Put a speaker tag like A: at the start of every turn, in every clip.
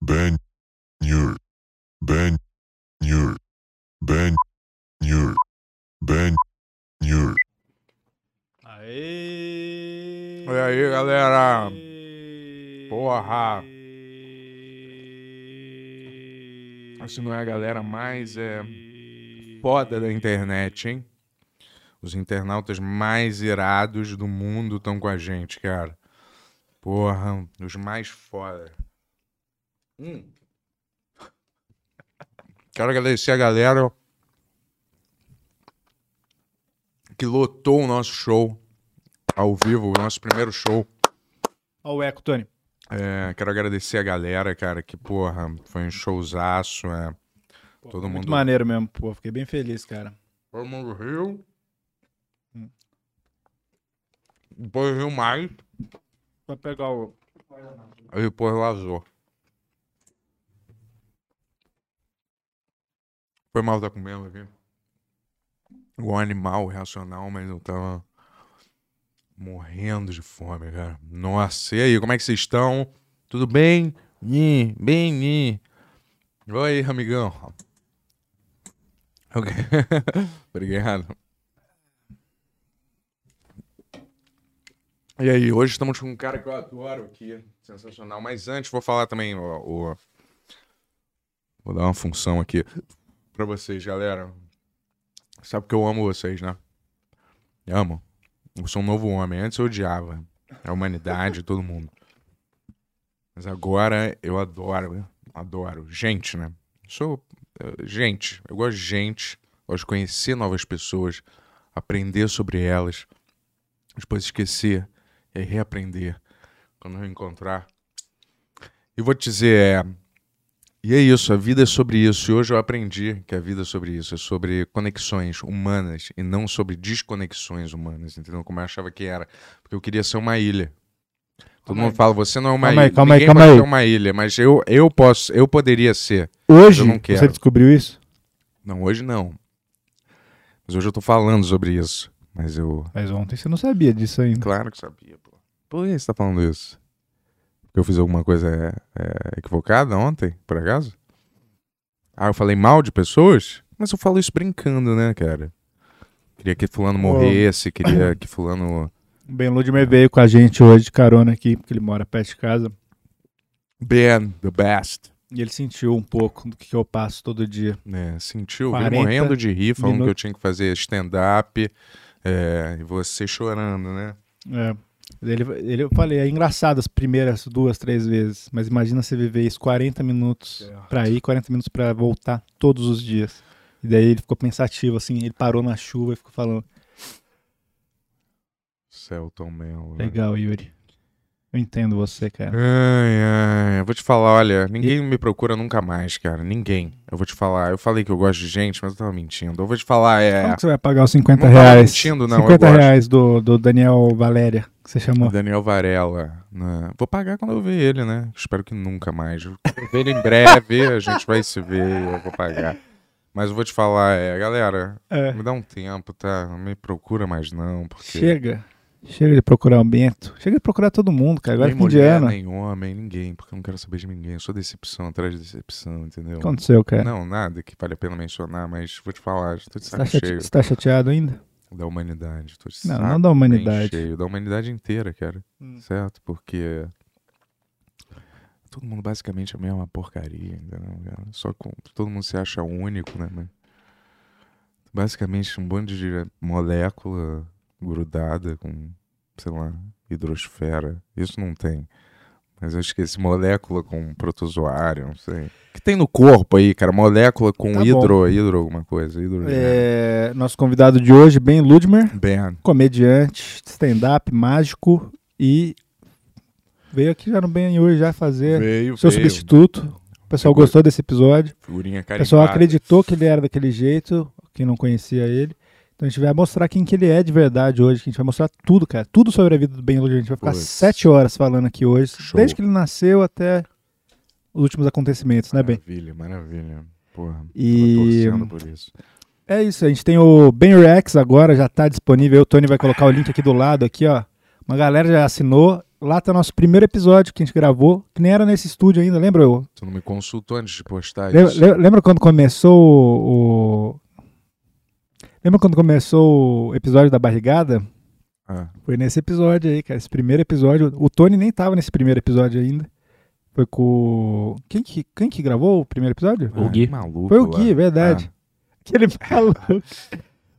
A: Ben Nur. Ben Nur. Ben Nur. Ben Nur.
B: Aê!
C: Olha aí, galera.
B: Aê!
C: Porra. Se não é a galera mais é, foda da internet, hein? Os internautas mais irados do mundo estão com a gente, cara. Porra, os mais foda. Hum. Quero agradecer a galera que lotou o nosso show ao vivo, o nosso primeiro show.
B: Olha o eco, Tony.
C: É, quero agradecer a galera, cara, que, porra, foi um showzaço. É.
B: Pô,
C: Todo
B: muito
C: mundo-
B: maneiro mesmo, pô. Fiquei bem feliz, cara.
C: Vamos no Rio. Depois Rio Mais.
B: Pra pegar o.
C: Aí depois Lazou. Foi mal tá comendo aqui. O animal racional, mas eu tava morrendo de fome, cara. Nossa, e aí, como é que vocês estão? Tudo bem? Nhi, bem, nhi. Oi, amigão. Ok. Obrigado. E aí, hoje estamos com um cara que eu adoro aqui. Sensacional. Mas antes, vou falar também o. o- Vou dar uma função aqui pra vocês, galera. Sabe que eu amo vocês, né? Eu amo. Eu sou um novo homem. Antes eu odiava a humanidade, todo mundo. Mas agora eu adoro. Adoro. Gente, né? Sou. eh, Gente. Eu gosto de gente. Gosto de conhecer novas pessoas. Aprender sobre elas. Depois esquecer e reaprender quando eu encontrar. E vou te dizer, é, e é isso, a vida é sobre isso. E hoje eu aprendi que a vida é sobre isso, é sobre conexões humanas e não sobre desconexões humanas, entendeu? Como eu achava que era, porque eu queria ser uma ilha. Todo
B: Calma
C: mundo
B: aí.
C: fala, você não é uma
B: Calma aí,
C: ilha.
B: calma aí,
C: Ninguém
B: calma
C: pode
B: aí.
C: ser uma ilha, mas eu, eu posso, eu poderia ser.
B: Hoje,
C: Eu não quero.
B: você descobriu isso?
C: Não, hoje não. Mas hoje eu tô falando sobre isso. Mas eu
B: Mas ontem você não sabia disso ainda.
C: Claro que sabia, pô. Por que você tá falando isso? Porque eu fiz alguma coisa é, é, equivocada ontem, por acaso? Ah, eu falei mal de pessoas? Mas eu falo isso brincando, né, cara? Queria que fulano morresse, queria que fulano...
B: O Ben Ludmer veio com a gente hoje de carona aqui, porque ele mora perto de casa.
C: Ben, the best.
B: E ele sentiu um pouco do que que eu passo todo dia.
C: né? sentiu, veio
B: 40
C: morrendo de rir, falando que eu
B: minutos.
C: tinha que fazer stand-up. é, e você chorando, né?
B: É. Ele, ele, eu falei, é engraçado as primeiras duas, três vezes, mas imagina você viver isso 40 minutos pra ir, 40 minutos pra voltar todos os dias. E daí ele ficou pensativo, assim, ele parou na chuva e ficou falando:
C: Celton Mello. né?
B: Legal, Yuri. Eu entendo você, cara.
C: Ai, ai, eu vou te falar, olha, ninguém me procura nunca mais, cara. Ninguém. Eu vou te falar. Eu falei que eu gosto de gente, mas eu tava mentindo. Eu vou te falar,
B: Como
C: é.
B: que você vai pagar os 50
C: Não tava
B: reais?
C: mentindo, não, eu
B: 50
C: gosto.
B: reais do, do Daniel Valéria, que você chamou.
C: Daniel Varela. né? Vou pagar quando eu ver ele, né? Espero que nunca mais. Quando Eu ver ele em breve, a gente vai se ver e eu vou pagar. Mas eu vou te falar, é, galera,
B: É.
C: me dá um tempo, tá? Não me procura mais, não, porque.
B: Chega. Chega de procurar o Bento. Chega de procurar todo mundo, cara. Agora é
C: nem
B: fim de
C: mulher,
B: ano. O que
C: nem homem, ninguém, porque eu não quero saber de ninguém. Eu sou decepção atrás de decepção, entendeu?
B: aconteceu, cara?
C: Não, nada que vale a pena mencionar, mas vou te falar, já tô de
B: Você tá,
C: saco
B: chate-
C: cheio
B: você tá chateado ainda?
C: da humanidade. Tô de
B: Não,
C: saco
B: não da
C: bem
B: humanidade.
C: cheio, da humanidade inteira, cara.
B: Hum.
C: Certo? Porque todo mundo basicamente é a mesma porcaria, entendeu? cara? Só com todo mundo se acha único, né? Mas basicamente um bando de molécula grudada com, sei lá, hidrosfera. Isso não tem. Mas eu esqueci, molécula com protozoário, não sei. O que tem no corpo aí, cara? Molécula com
B: Tá bom.
C: hidro, hidro alguma coisa. Hidro,
B: É, nosso convidado de hoje, Ben Ludmer,
C: Ben,
B: comediante, stand-up, mágico e veio aqui já no Ben hoje já fazer
C: veio,
B: É. seu
C: veio.
B: substituto. O pessoal
C: Ficou-
B: gostou desse episódio.
C: Figurinha
B: O
C: carimbada.
B: pessoal acreditou que ele era daquele jeito, quem não conhecia ele. Então a gente vai mostrar quem que ele é de verdade hoje, que a gente vai mostrar tudo, cara. Tudo sobre a vida do Ben Ludmer. A gente vai ficar
C: Putz.
B: sete horas falando aqui hoje,
C: Show.
B: desde que ele nasceu até os últimos acontecimentos, né, Ben?
C: Maravilha, maravilha. Porra,
B: E-
C: tava torcendo por isso.
B: É isso, a gente tem o Ben Rex agora, já tá disponível. O Tony vai colocar o link aqui do lado, aqui, ó. Uma galera já assinou. Lá tá nosso primeiro episódio que a gente gravou, que nem era nesse estúdio ainda, lembra? Eu?
C: Tu não me consultou antes de postar
B: Lembra,
C: É isso.
B: lembra- lembra quando começou o, o- Lembra quando começou o episódio da barrigada?
C: Ah,
B: Foi nesse episódio aí, cara. Esse primeiro episódio. O Tony nem tava nesse primeiro episódio ainda. Foi com. o- Quem que, quem que gravou o primeiro episódio?
D: O
C: ah,
D: Gui.
C: que Maluco,
B: Foi o Ah. Gui, é verdade. Aquele maluco.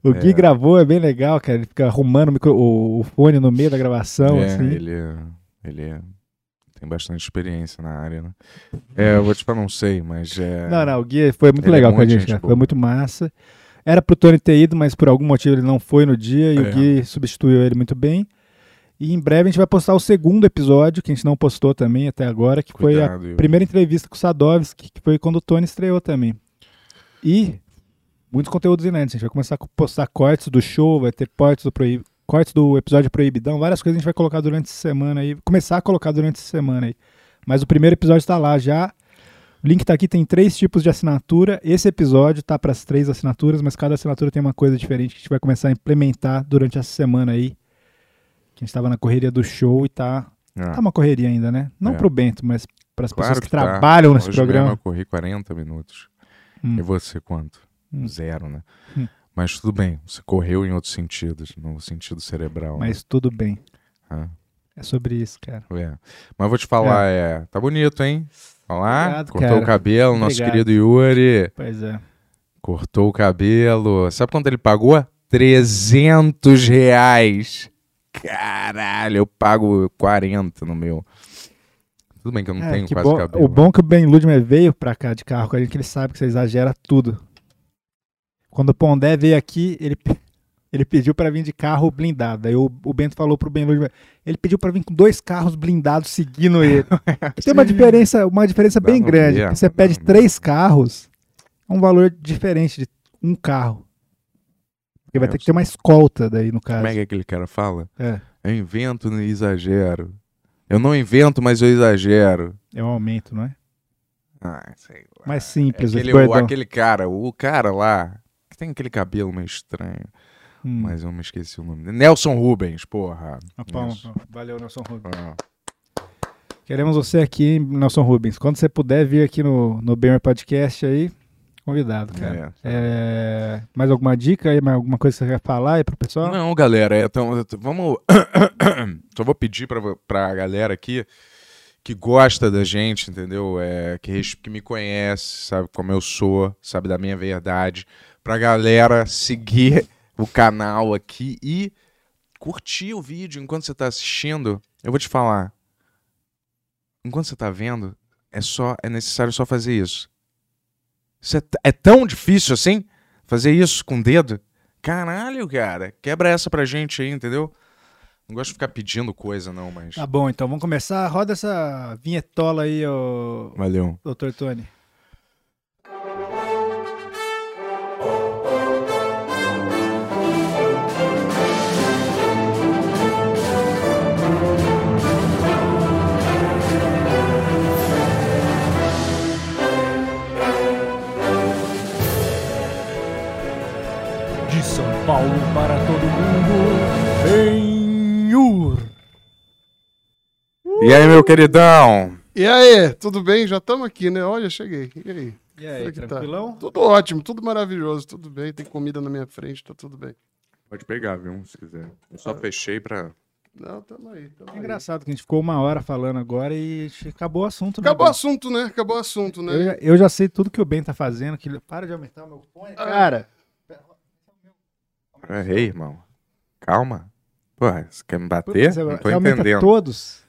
B: O Gui gravou, é bem legal, cara. Ele fica arrumando o, micro- o- o fone no meio da gravação,
C: é,
B: assim.
C: ele, ele é, tem bastante experiência na área, né? É, eu vou te falar, não sei, mas é...
B: Não, não, o Gui foi muito
C: Ele é
B: legal com a
C: muito
B: gente,
C: gente
B: cara.
C: boa.
B: Foi muito massa. Era pro Tony ter ido, mas por algum motivo ele não foi no dia e
C: É.
B: o Gui substituiu ele muito bem. E em breve a gente vai postar o segundo episódio, que a gente não postou também até agora, que foi a
C: Cuidado, eu-
B: primeira entrevista com o Sadovski, que foi quando o Tony estreou também. E muitos conteúdos inéditos. A gente vai começar a postar cortes do show, vai ter cortes do, proib... cortes do episódio Proibidão, várias coisas a gente vai colocar durante essa semana aí. Começar a colocar durante essa semana aí. Mas o primeiro episódio tá lá já. O link tá aqui, tem três tipos de assinatura. Esse episódio tá para as três assinaturas, mas cada assinatura tem uma coisa diferente que a gente vai começar a implementar durante essa semana aí. Que a gente tava na correria do show e tá
C: Ah,
B: Tá uma correria ainda, né? Não
C: É.
B: pro Bento, mas para as
C: Claro
B: pessoas que,
C: que tá.
B: trabalham nesse
C: hoje
B: programa.
C: mesmo eu corri 40 minutos.
B: Hum.
C: E você quanto?
B: Hum.
C: Zero, né?
B: Hum.
C: Mas tudo bem, você correu em outros sentidos, no sentido cerebral. né?
B: Mas tudo bem.
C: Ah,
B: É sobre isso, cara.
C: é. Mas vou te falar, é. tá bonito, hein? Olha lá,
B: Obrigado,
C: cortou
B: cara.
C: o cabelo, nosso
B: Obrigado.
C: querido Yuri.
B: Pois é.
C: Cortou o cabelo. Sabe quanto ele pagou? 300 reais. Caralho, eu pago 40 no meu. Tudo bem que eu não
B: É,
C: tenho
B: que
C: quase
B: bom-
C: cabelo.
B: o bom que o Ben Ludmer veio pra cá de carro com a gente, que ele sabe que você exagera tudo. Quando o Pondé veio aqui, ele, pe- ele pediu pra vir de carro blindado. Aí o, o Bento falou pro Ben Ludmer, ele pediu pra vir com dois carros blindados seguindo ele. Tem uma diferença, uma diferença
C: Dá
B: bem
C: no
B: grande.
C: mesmo,
B: porque você
C: dá
B: pede
C: no
B: três carros, é um valor diferente de um carro. Porque vai
C: É,
B: ter que ter uma escolta daí, no caso.
C: Como é que aquele cara fala?
B: É,
C: Eu invento e exagero. Eu não invento, mas eu exagero.
B: é um aumento, não é?
C: Ah, sei lá.
B: Mais simples,
C: aquele,
B: aquele,
C: o, aquele cara, o cara lá, que tem aquele cabelo meio estranho,
B: Hum,
C: mas eu me esqueci o nome dele. Nelson Rubens, porra.
B: uma palma,
C: Isso.
B: palma. Valeu, Nelson Rubens.
C: Ah,
B: Queremos você aqui, hein, Nelson Rubens. Quando você puder vir aqui no, no Bemer Podcast aí, convidado, cara.
C: é.
B: É, mais alguma dica aí, mais alguma coisa que você quer falar aí pro pessoal?
C: Não, galera, é, então, eu tô- vamos. Só vou pedir pra, vo- pra galera aqui que gosta da gente, entendeu? É, que, res- que me conhece, sabe como eu sou, sabe da minha verdade. Pra galera seguir o canal aqui e curtir o vídeo enquanto você tá assistindo. Eu vou te falar. Enquanto você tá vendo, é só é necessário só fazer isso. Isso é t- é tão difícil assim? Fazer isso com o dedo? Caralho, cara. Quebra essa pra gente aí, entendeu? Não gosto de ficar pedindo coisa, não, mas.
B: Tá bom, então vamos começar. Roda essa vinhetola aí, ô,
C: Valeu.
B: doutor Tony.
D: De São Paulo para todo mundo, em Ur.
C: E aí, meu queridão?
E: E aí, tudo bem? Já estamos aqui, né? Olha, cheguei. E aí?
B: E
E: Como é
B: aí,
E: que tá?
B: tranquilão?
E: Tudo ótimo, tudo maravilhoso, tudo bem. Tem comida na minha frente, tá tudo bem.
C: Pode pegar, viu? Se quiser. Eu só fechei pra.
E: Não, tamo aí, tamo
B: É
E: aí.
B: engraçado que a gente ficou uma hora falando agora e acabou o assunto. né,
E: Acabou o
B: Ben?
E: assunto, né? Acabou o assunto, né?
B: Eu já, eu já sei tudo que o Ben tá fazendo. Que... ele- Para de aumentar o meu fone.
E: Ah.
B: Cara,
C: Errei, irmão. Calma. Porra, você quer me bater?
B: Putz,
C: Não tô
B: você aumenta
C: entendendo.
B: todos.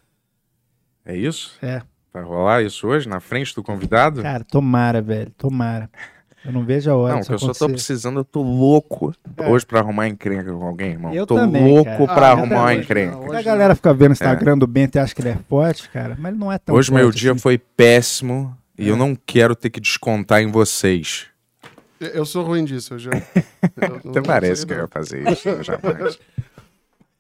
C: É isso?
B: É.
C: Vai rolar isso hoje, na frente do convidado?
B: Cara, tomara, velho. Tomara. Eu não vejo a hora
C: Não,
B: disso
C: que eu só tô
B: acontecer.
C: precisando, eu tô louco
B: É.
C: hoje pra arrumar encrenca com alguém, irmão.
B: Eu
C: tô
B: também,
C: louco
B: cara.
C: pra
B: Ah, eu
C: arrumar
E: também,
C: encrenca.
E: não.
B: Quando a
E: Hoje
B: galera fica vendo o Instagram do Bento e acha que ele é forte, cara, mas ele não é tão
C: Hoje É.
B: forte
C: meu dia
B: assim.
C: foi péssimo e eu não quero ter que descontar em vocês.
E: Eu- Eu sou ruim disso, eu já. eu não-
C: Até parece
E: não
C: que
E: sei,
C: eu
E: não.
C: ia fazer isso, eu jamais.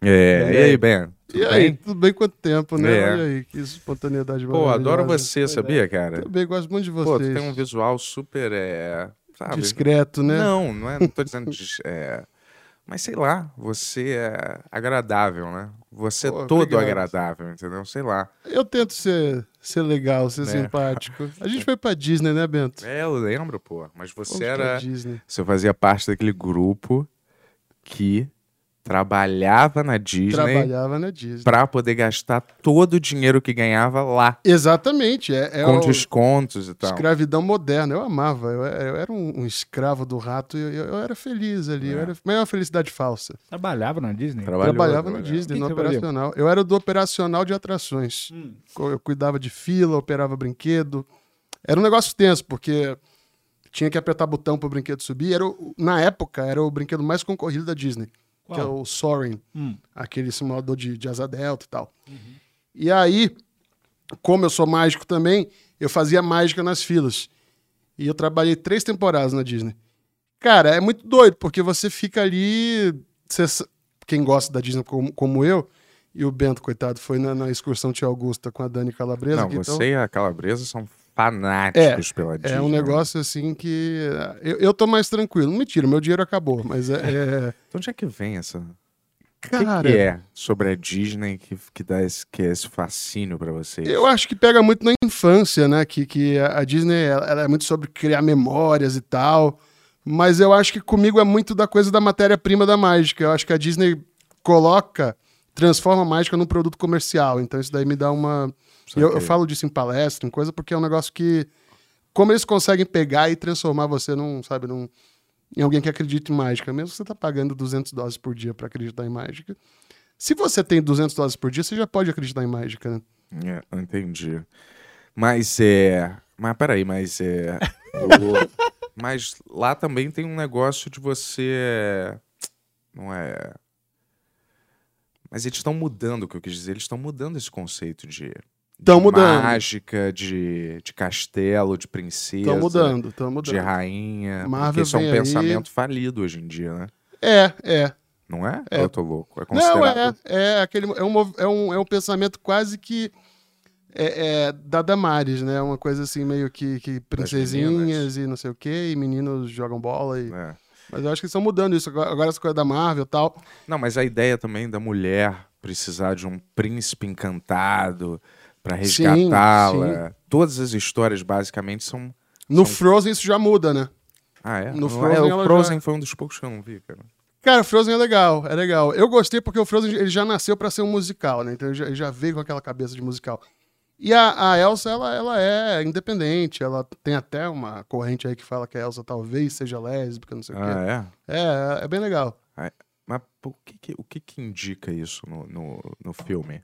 C: É, e aí, Ben?
E: E aí, tudo bem quanto tempo, né?
C: É.
E: Olha aí, que espontaneidade
C: Pô, adoro
E: maravilhosa.
C: você, sabia, cara?
E: Eu bem, gosto muito de
C: Pô,
E: vocês.
C: tu tem um visual super, é... Sabe?
E: Discreto, né?
C: Não, não é, não tô dizendo... dis- é, mas sei lá, você é agradável, né? Você
E: Pô,
C: é todo
E: obrigado.
C: agradável, entendeu? Sei lá.
E: Eu tento ser, ser legal, ser
C: Né?
E: simpático. A gente foi pra Disney, né, Bento?
C: É, eu lembro, pô. Mas
E: Fomos
C: você
E: pra
C: era.
E: Disney.
C: Você fazia parte daquele grupo que trabalhava na Disney
E: Trabalhava na Disney.
C: pra poder gastar todo o dinheiro que ganhava lá.
E: Exatamente. É, é
C: com
E: o-
C: descontos e tal.
E: escravidão moderna. Eu amava. Eu, eu era um, um escravo do rato. e Eu, eu, eu era feliz ali. Eu
C: É.
E: era, mas é uma felicidade falsa.
B: Trabalhava na Disney?
C: Trabalhou,
E: trabalhava na
C: trabalhou.
E: Disney,
B: Quem
E: no
B: trabalhou? Hum.
E: operacional. Eu era do operacional de atrações. Co- Eu cuidava de fila, operava brinquedo. Era um negócio tenso, porque tinha que apertar botão para o brinquedo subir. Era o- na época, era o brinquedo mais concorrido da Disney, que é
B: Qual?
E: o Soaring,
B: Hum.
E: aquele simulador de, de asa delta e tal. E aí, como eu sou mágico também, eu fazia mágica nas filas. E eu trabalhei três temporadas na Disney. Cara, é muito doido, porque você fica ali. você s- quem gosta da Disney como, como eu, e o Bento, coitado, foi na, na excursão Tia Augusta com a Dani Calabresa.
C: Não,
E: que então-
C: você né? e a Calabresa são fanáticos pela Disney.
E: é um negócio assim que. Eu, eu tô mais tranquilo. Mentira, meu dinheiro acabou, mas é. é-
C: Então onde é que vem essa... O
E: Cara,
C: que que é sobre a Disney que, que dá esse, que é esse fascínio pra vocês?
E: eu acho que pega muito na infância, né? Que, que a a Disney ela ela é muito sobre criar memórias e tal. Mas eu acho que comigo é muito da coisa da matéria-prima da mágica. Eu acho que a Disney coloca, transforma a mágica num produto comercial. Então isso daí me dá uma. E Eu, eu
C: Saquei.
E: falo disso em palestra, em coisa, porque é um negócio que. Como eles conseguem pegar e transformar você num, sabe, num, em alguém que acredita em mágica, mesmo que você tá pagando 200 dólares por dia para acreditar em mágica. Se você tem 200 dólares por dia, você já pode acreditar em mágica, né?
C: É, eu entendi. Mas é... Mas peraí, mas é... o- Mas lá também tem um negócio de você... Não é... Mas eles estão mudando, o que eu quis dizer. Eles estão mudando esse conceito de...
E: Tão
C: de
E: mudando.
C: Mágica, de, de castelo, de princesa.
E: Estão mudando, estão
C: de
E: mudando.
C: rainha.
E: Marvel
C: porque isso é
E: vem
C: um
E: aí.
C: pensamento falido hoje em dia, né?
E: É, é.
C: Não é?
E: É.
C: Eu tô louco. É considerado.
E: Não, é, é aquele é um, mov- é um, é um pensamento quase que é, é da Damares, né? Uma coisa assim meio que, que princesinhas
C: meninas.
E: e não sei o quê, e meninos jogam bola e
C: É.
E: Mas eu acho que eles estão mudando isso. Agora agora essa coisa da Marvel e tal.
C: Não, mas a ideia também da mulher precisar de um príncipe encantado pra
E: Sim,
C: resgatá-la. Todas as histórias, basicamente, são.
E: No
C: São-
E: Frozen isso já muda, né?
C: Ah, é?
E: No
C: Não é?
E: Frozen ela
C: o Frozen foi um dos poucos que eu não vi, cara.
E: Cara, Frozen é legal, é legal. Eu gostei porque o Frozen ele já nasceu pra ser um musical, né? Então ele já, ele já veio com aquela cabeça de musical. E a, a Elsa, ela, ela é independente. Ela tem até uma corrente aí que fala que a Elsa talvez seja lésbica, não sei o quê.
C: Ah, é?
E: É, é bem legal.
C: Mas pô, o que, que- o que, que indica isso no, no, no filme?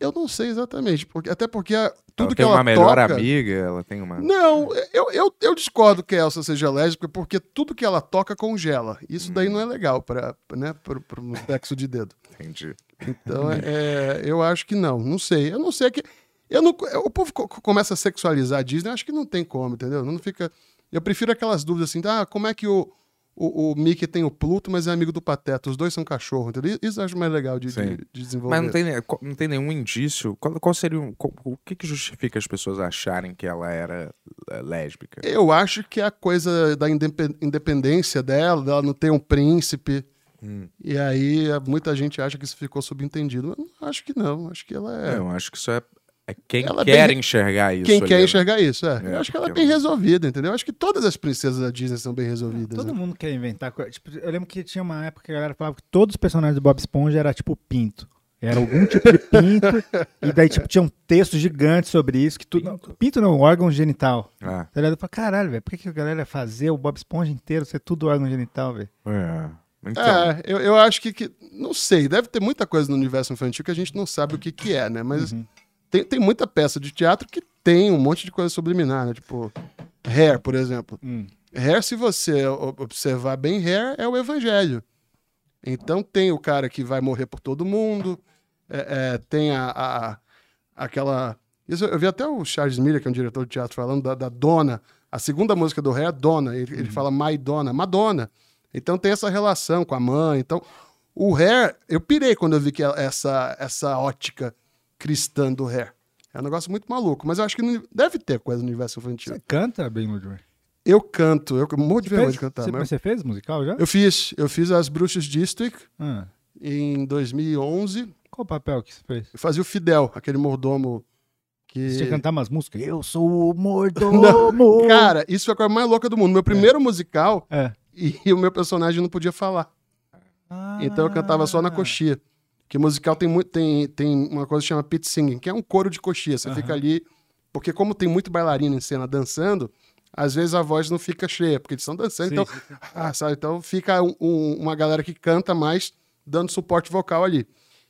E: Eu não sei exatamente, porque, até porque a- tudo
C: ela
E: que
C: tem
E: ela
C: uma melhor
E: toca...
C: amiga, né? ela tem uma.
E: Não, eu, eu, eu discordo que a Elsa seja lésbica porque tudo que ela toca congela. Isso
C: Hum.
E: daí não é legal para né, pro, pro sexo de dedo.
C: Entendi.
E: Então, é, é, eu acho que não. Não sei. Eu não sei que. Eu não, o povo co- começa a sexualizar a Disney, eu acho que não tem como, entendeu? Não fica. Eu prefiro aquelas dúvidas assim, ah, como é que o, o, o Mickey tem o Pluto, mas é amigo do Pateta? Os dois são cachorro, entendeu? Isso eu acho mais legal de,
C: Sim.
E: de, de desenvolver.
C: Mas não tem, ne- co- não tem nenhum indício. Qual, qual seria um- co- o que, que justifica as pessoas acharem que ela era eh, lésbica?
E: Eu acho que é a coisa da indepe- independência dela, dela não ter um príncipe.
C: Hum.
E: E aí a- muita gente acha que isso ficou subentendido. Eu não- acho que não. Acho que ela é.
C: Eu acho que isso é, é quem
E: Ela é bem
C: quer
E: re-
C: enxergar isso.
E: Quem
C: ali,
E: quer
C: né?
E: enxergar isso, é.
C: É,
E: Eu acho que ela é
C: porque
E: bem
C: ela-
E: resolvida, entendeu? Eu acho que todas as princesas da Disney são bem resolvidas.
B: Todo
E: né?
B: mundo quer inventar coisa. Tipo, eu lembro que tinha uma época que a galera falava que todos os personagens do Bob Esponja era tipo pinto. Era algum tipo de pinto. e daí, tipo, tinha um texto gigante sobre isso. Que tu... não, pinto não, órgão genital.
C: Ah,
B: Tá ligado? Eu falei, caralho, velho, por que, que a galera ia fazer o Bob Esponja inteiro ser tudo órgão genital, velho?
C: é. Então,
E: É, eu, eu acho que, que- Não sei, deve ter muita coisa no universo infantil que a gente não sabe o que, que é, né? Mas tem, tem muita peça de teatro que tem um monte de coisa subliminar, né? Tipo, Hair, por exemplo.
B: Hum.
E: Hair, se você o- observar bem, Hair é o evangelho. Então tem o cara que vai morrer por todo mundo, é, é, tem a, a- aquela. Isso, eu vi até o Charles Miller, que é um diretor de teatro, falando da, da Dona. A segunda música do Hair é Dona. Ele, ele fala My Dona, Madonna. Então tem essa relação com a mãe. Então, o Hair, eu pirei quando eu vi que ela- essa, essa ótica cristã do Hair. É um negócio muito maluco, mas eu acho que não- deve ter coisa no universo infantil.
B: Você canta bem, Ludwig?
E: Eu canto, eu morro de vergonha
B: Fez-
E: de cantar.
B: Você,
E: mas-
B: mas você fez musical já?
E: eu fiz, eu fiz as Bruxas District
B: Ah,
E: em 2011
B: Qual o papel que você fez?
E: Eu fazia o Fidel, aquele mordomo que.
B: Você ia cantar umas músicas? Eu sou o mordomo!
E: Cara, isso foi a coisa mais louca do mundo. Meu primeiro musical
B: É.
E: e o meu personagem não podia falar. Então eu cantava só na
B: É. Ah.
E: coxia. Que musical tem muito tem, tem uma coisa que chama pit singing, que é um coro de coxia. Você fica ali. Porque como tem muito bailarina em cena dançando, às vezes a voz não fica cheia, porque eles estão dançando.
B: Sim,
E: então,
B: sim,
E: ah, sabe? então fica um- um- uma galera que canta mais dando suporte vocal ali.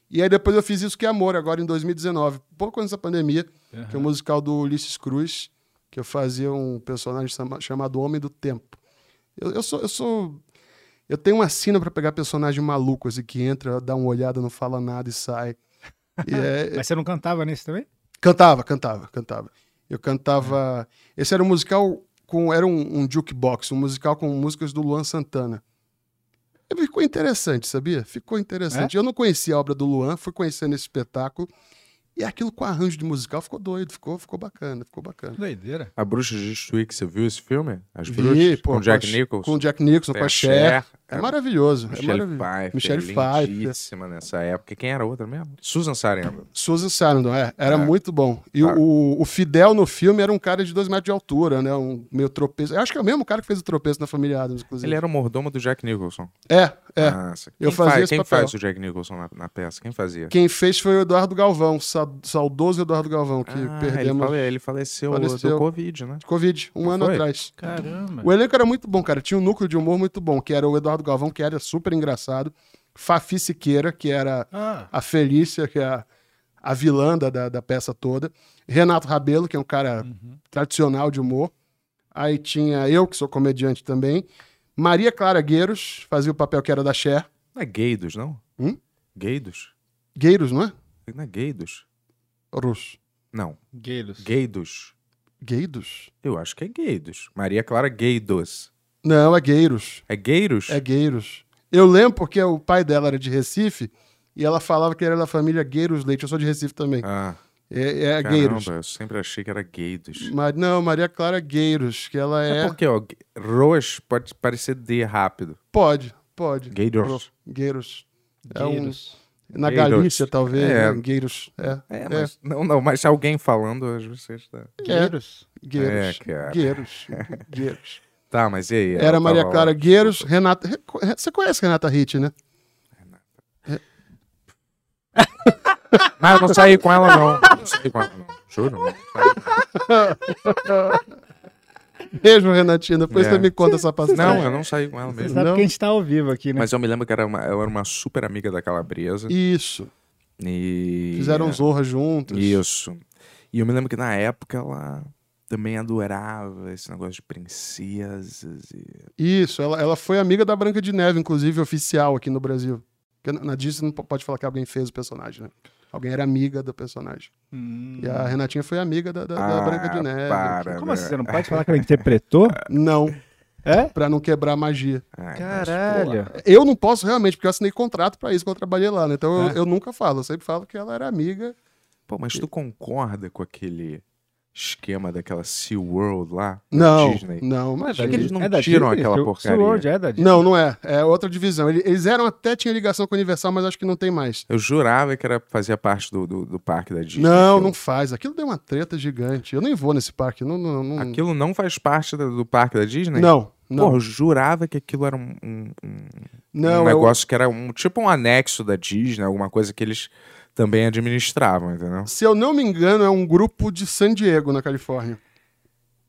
E: E aí depois eu fiz isso que é amor, agora em 2019, pouco antes da pandemia, que é um musical do Ulisses Cruz, que eu fazia um personagem chama- chamado Homem do Tempo. Eu, eu sou. Eu sou. Eu tenho uma sina pra pegar personagem maluco, assim, que entra, dá uma olhada, não fala nada e sai. E é-
B: Mas você não cantava nesse também?
E: Cantava, cantava, cantava. Eu cantava. Esse era um musical com. Era um, um jukebox, um musical com músicas do Luan Santana. E Ficou interessante, sabia? Ficou interessante. Eu não conhecia a obra do Luan, fui conhecendo esse espetáculo. E aquilo com arranjo de musical ficou doido, ficou, ficou bacana, ficou bacana.
B: Doideira.
C: A Bruxa de Eastwick, você viu esse filme? As
E: Vi,
C: Bruxas,
E: pô,
C: com Jack
E: a-
C: Nicholson.
E: Com Jack Nicholson, com a Cher. É maravilhoso. é
C: Michelle
E: maravilhoso.
C: Pfeiffer,
E: Michelle Pfeiffer.
C: lindíssima nessa época. Quem era a outra mesmo? Susan Sarandon.
E: Susan Sarandon, é, era
C: É.
E: muito bom. E
C: Tá.
E: o, o Fidel no filme era um cara de dois metros de altura, né? Um meio tropeço. Eu acho que é o mesmo cara que fez o tropeço na família Adams, inclusive.
C: Ele era o mordomo do Jack Nicholson.
E: É, é.
C: Nossa.
E: Eu
C: Quem
E: fazia
C: faz,
E: esse
C: Quem
E: papel.
C: faz o Jack Nicholson na, na peça? Quem fazia?
E: Quem fez foi o Eduardo Galvão, sa- saudoso Eduardo Galvão, que
C: Ah, ele,
E: perdemos
C: fale- ele faleceu,
E: Faleceu.
C: do Covid, né?
E: de Covid um
C: Não
E: ano
C: foi?
E: atrás.
B: Caramba.
E: O elenco era muito bom, cara. Tinha um núcleo de humor muito bom, que era o Eduardo Galvão, que era super engraçado. Fafi Siqueira, que era
B: Ah,
E: a Felícia, que é a, a vilã da, da, da peça toda. Renato Rabelo, que é um cara
C: Uhum.
E: tradicional de humor. Aí tinha eu, que sou comediante também. Maria Clara Gueiros, fazia o papel que era da Cher.
C: Não é Gaydos, não?
E: Hum?
C: Gaydos?
E: Gueiros, não é?
C: Não é Gaydos?
E: Russo.
C: Não,
B: Gueiros.
C: Gaydos.
E: Gueidos?
C: Eu acho que é Gaydos. Maria Clara Gaydos.
E: Não, é Gueiros.
C: É Gayros?
E: É Gueiros. Eu lembro porque o pai dela era de Recife e ela falava que ele era da família Gueiros Leite. Eu sou de Recife também.
C: Ah,
E: É, é
C: caramba,
E: Gueiros.
C: eu sempre achei que era Gaydos.
E: Mas não, Maria Clara Gueiros, que ela
C: É
E: é.
C: porque, ó, Roas pode parecer D rápido.
E: Pode, pode.
C: Gaydos.
E: Gueiros. É um,
B: Gueiros.
E: na
C: Gueiros.
E: Galícia, talvez,
C: É.
E: né? Gueiros. É,
C: É, mas, Não, não, mas alguém falando, às vezes... Tá,
B: Gueiros.
E: Gueiros.
C: É, cara.
E: Gueiros. Gueiros.
C: tá mas e aí? Ela
E: Era Maria
C: tava
E: Clara
C: lá.
E: Gueiros, Renata... Re- Re- Você conhece Renata Hit, né?
C: Não, eu não saí com ela, não. Não saí com ela, não. Juro, não.
E: Beijo, Renatinha. Depois
C: É.
E: você me conta essa passagem.
C: Não, eu não saí com ela
B: Você
C: mesmo.
B: sabe
E: Não.
B: que a gente tá ao vivo aqui,
E: É.
B: né?
C: Mas eu me lembro que era uma- ela era uma super amiga da Calabresa.
E: Isso.
C: E...
E: Fizeram Zorra juntos.
C: Isso. E eu me lembro que na época ela também adorava esse negócio de princesas. E...
E: Isso. Ela, ela foi amiga da Branca de Neve, inclusive, oficial aqui no Brasil. Porque na- na Disney não po- pode falar que alguém fez o personagem, né? Alguém era amiga do personagem.
B: Hum.
E: E a Renatinha foi amiga da, da- da Branca de
C: Ah,
E: Neve.
C: Para,
B: Como assim? Você
C: né?
B: não pode falar que ela interpretou?
E: Não,
B: É?
E: pra não quebrar a magia.
C: Ai, mas,
B: Caralho.
E: Eu não posso realmente, porque eu assinei contrato pra isso quando eu trabalhei lá, né? Então eu-
B: É.
E: eu, nunca falo, eu sempre falo que ela era amiga.
C: Pô, mas tu concorda com aquele esquema daquela Sea World lá? da
E: Não,
C: Disney?
E: não, mas
C: Por que eles não
B: É da
C: tiram
B: Disney?
C: aquela
B: Seu-
C: porcaria?
B: SeaWorld é da Disney.
E: não, não é. É outra divisão. Ele- Eles eram até tinha ligação com a Universal, mas acho que não tem mais.
C: Eu jurava que era, fazia parte do, do, do parque da Disney.
E: Não,
C: aquilo.
E: não faz. Aquilo deu uma treta gigante. Eu nem vou nesse parque. Não, não, não.
C: Aquilo não faz parte do, do parque da Disney?
E: Não,
C: Pô,
E: não.
C: eu jurava que aquilo era um, um- um-
E: não,
C: um
E: é o-
C: negócio que era um tipo um anexo da Disney, alguma coisa que eles também administravam, entendeu?
E: se eu não me engano, é um grupo de San Diego, na Califórnia.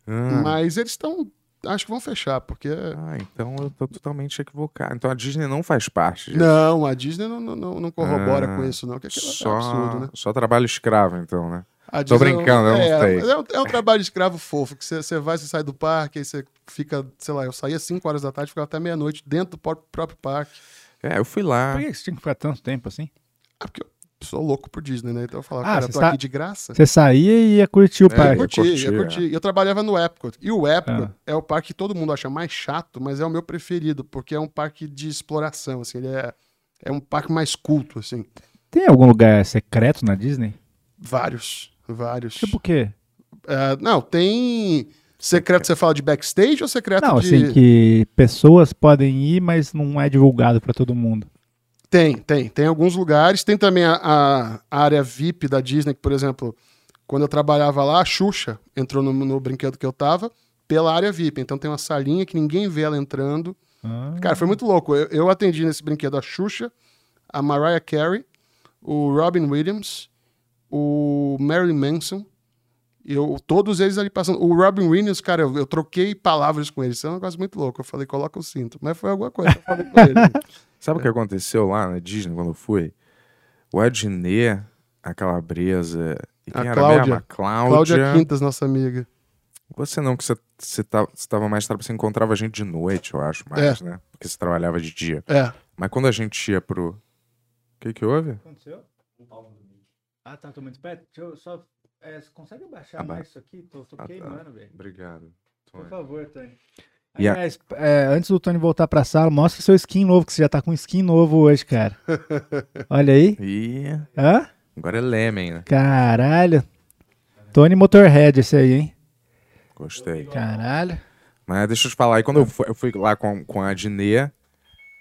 C: Ah.
E: Mas eles estão. Acho que vão fechar, porque.
C: Ah, então eu tô totalmente equivocado. Então a Disney não faz parte disso.
E: Não, a Disney não, não- não, não corrobora
C: Ah,
E: com isso, não. Que aquilo
C: Só,
E: é absurdo, né?
C: só trabalho escravo, então, né?
E: A
C: Tô
E: Disney
C: brincando,
E: é,
C: eu não
E: é,
C: sei.
E: mas É, um- é um trabalho de escravo fofo, que você você vai, você sai do parque, aí você fica, sei lá, eu saía 5 horas da tarde, ficava até meia-noite dentro do pró- próprio parque.
C: É, eu fui lá.
B: Por que você tinha que ficar tanto tempo assim?
E: Ah, porque eu sou louco pro Disney, né? Então eu falava,
B: Ah,
E: cara,
B: você
E: eu tô
B: tá-
E: aqui de graça.
B: Você saía e ia curtir o
C: É,
E: Eu
B: parque.
E: curti,
C: curti,
E: eu
C: é.
E: curti. E eu trabalhava no Epcot. E o Epcot é o parque que todo mundo acha mais chato, mas é o meu preferido, porque é um parque de exploração, assim, ele é, é um parque mais culto, assim.
B: Tem algum lugar secreto na Disney?
E: Vários, vários.
B: Tipo o quê?
E: Ah, não, tem... Secreto, você fala de backstage ou secreto
B: Não,
E: de...
B: assim, que pessoas podem ir, mas não é divulgado pra todo mundo.
E: Tem, tem. Tem alguns lugares. Tem também a, a área VIP da Disney, que, por exemplo, quando eu trabalhava lá, a Xuxa entrou no, no brinquedo que eu tava pela área VIP. Então tem uma salinha que ninguém vê ela entrando.
B: Ah.
E: Cara, foi muito louco. Eu, eu atendi nesse brinquedo a Xuxa, a Mariah Carey, o Robin Williams, o Marilyn Manson. e Eu, todos eles ali passando. O Robin Williams, cara, eu, eu troquei palavras com ele. Isso é um negócio muito louco. Eu falei, coloca o cinto. Mas foi alguma coisa que eu falei com ele.
C: Sabe o que
E: é.
C: aconteceu lá na Disney quando eu fui? O Adnet, a Calabresa e quem
E: A
C: era
E: Cláudia.
C: mesmo? A Cláudia.
E: Cláudia Quintas, nossa amiga.
C: Você não, que você, você, tava, você tava mais... tra- Você encontrava gente de noite, eu acho, mais, né? Porque você trabalhava de dia.
E: É.
C: Mas quando a gente ia pro... O que que houve?
B: Aconteceu? Ah, tá, tô muito perto. Deixa eu só. É, você consegue abaixar
C: Abaixa.
B: mais isso aqui? Tô, tô
C: Ah, tá.
B: queimando, velho.
C: Obrigado.
B: Por favor, Tony.
C: E a-
B: Aliás, é, antes do Tony voltar pra sala, mostra seu skin novo, que você já tá com skin novo hoje, cara. Olha aí.
C: E
B: Hã?
C: agora é Lemen, né?
B: Caralho. Tony Motorhead esse aí, hein?
C: Gostei.
B: Caralho.
C: Mas deixa eu te falar, aí quando eu fui, eu fui lá com, com a Adnet,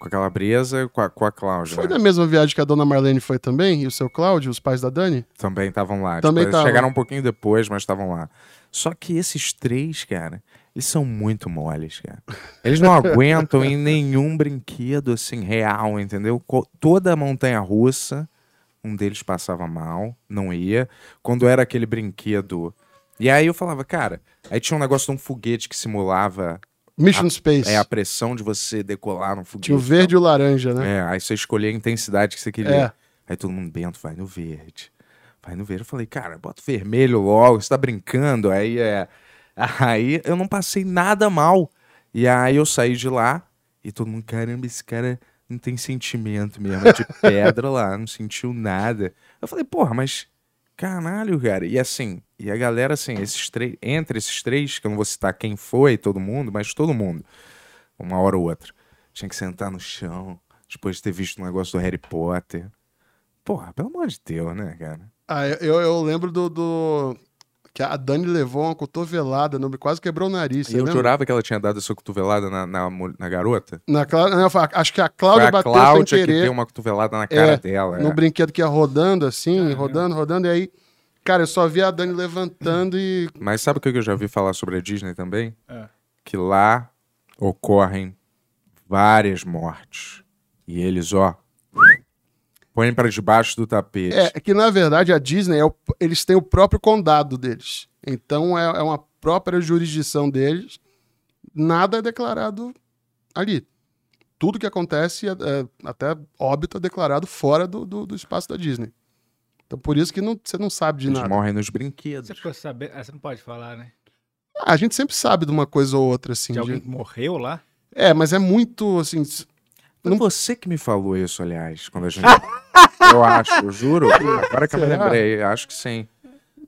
C: com a Calabresa e com a, com a Cláudia.
E: Foi
C: né?
E: na mesma viagem que a dona Marlene foi também? E o seu Cláudio, os pais da Dani?
C: Também estavam lá.
E: Também
C: tipo, eles
E: tavam.
C: chegaram um pouquinho depois, mas estavam lá. Só que esses três, cara, eles são muito moles, cara. Eles não aguentam em nenhum brinquedo, assim, real, entendeu? Co- Toda a montanha russa, um deles passava mal, não ia. Quando era aquele brinquedo. E aí eu falava, cara, aí tinha um negócio de um foguete que simulava
E: Mission Space.
C: é, a pressão de você decolar num foguete. então,
E: Tinha o verde e o laranja, né?
C: É, aí você escolhia a intensidade que você queria.
E: É.
C: Aí todo mundo, Bento, vai no verde. Vai no verde. Eu falei, cara, bota o vermelho logo, você tá brincando. Aí é. Aí eu não passei nada mal. E aí eu saí de lá e todo mundo, caramba, esse cara não tem sentimento mesmo. É de pedra lá, não sentiu nada. Eu falei, porra, mas caralho, cara. E assim, e a galera, assim, esses três, entre esses três, que eu não vou citar quem foi, todo mundo, mas todo mundo, uma hora ou outra, tinha que sentar no chão, depois de ter visto um negócio do Harry Potter. Porra, pelo amor de Deus, né, cara?
E: Ah, eu, eu lembro do, do- Que a Dani levou uma cotovelada, no... quase quebrou o nariz.
C: E
E: você
C: eu
E: lembra?
C: jurava que ela tinha dado essa cotovelada na, na, mu- na garota.
E: Na Clá- não, foi a- acho que a
C: Foi
E: Cláudia
C: a
E: bateu
C: Cláudia
E: sem
C: que deu
E: querer
C: uma cotovelada na cara
E: É,
C: dela.
E: no
C: é.
E: brinquedo que ia rodando assim, rodando, rodando, e aí. Cara, eu só vi a Dani levantando e.
C: Mas sabe o que eu já ouvi falar sobre a Disney também?
B: É.
C: Que lá ocorrem várias mortes. E eles, ó, põem pra debaixo do tapete.
E: É, é que na verdade a Disney, é o- eles têm o próprio condado deles. Então é, é uma própria jurisdição deles. Nada é declarado ali. Tudo que acontece, é- é- até óbito, é declarado fora do, do- do espaço da Disney. Então por isso que não- você não sabe de
C: eles
E: nada.
C: morrem nos brinquedos.
B: Você ficou sabendo. Ah, você não pode falar, né?
E: Ah, a gente sempre sabe de uma coisa ou outra, assim.
B: De
E: de-
B: alguém que morreu lá?
E: É, mas é muito, assim... s-
C: Foi você que me falou isso, aliás, quando a gente. eu acho, eu juro. Agora que eu me
E: Será?
C: lembrei, acho que sim.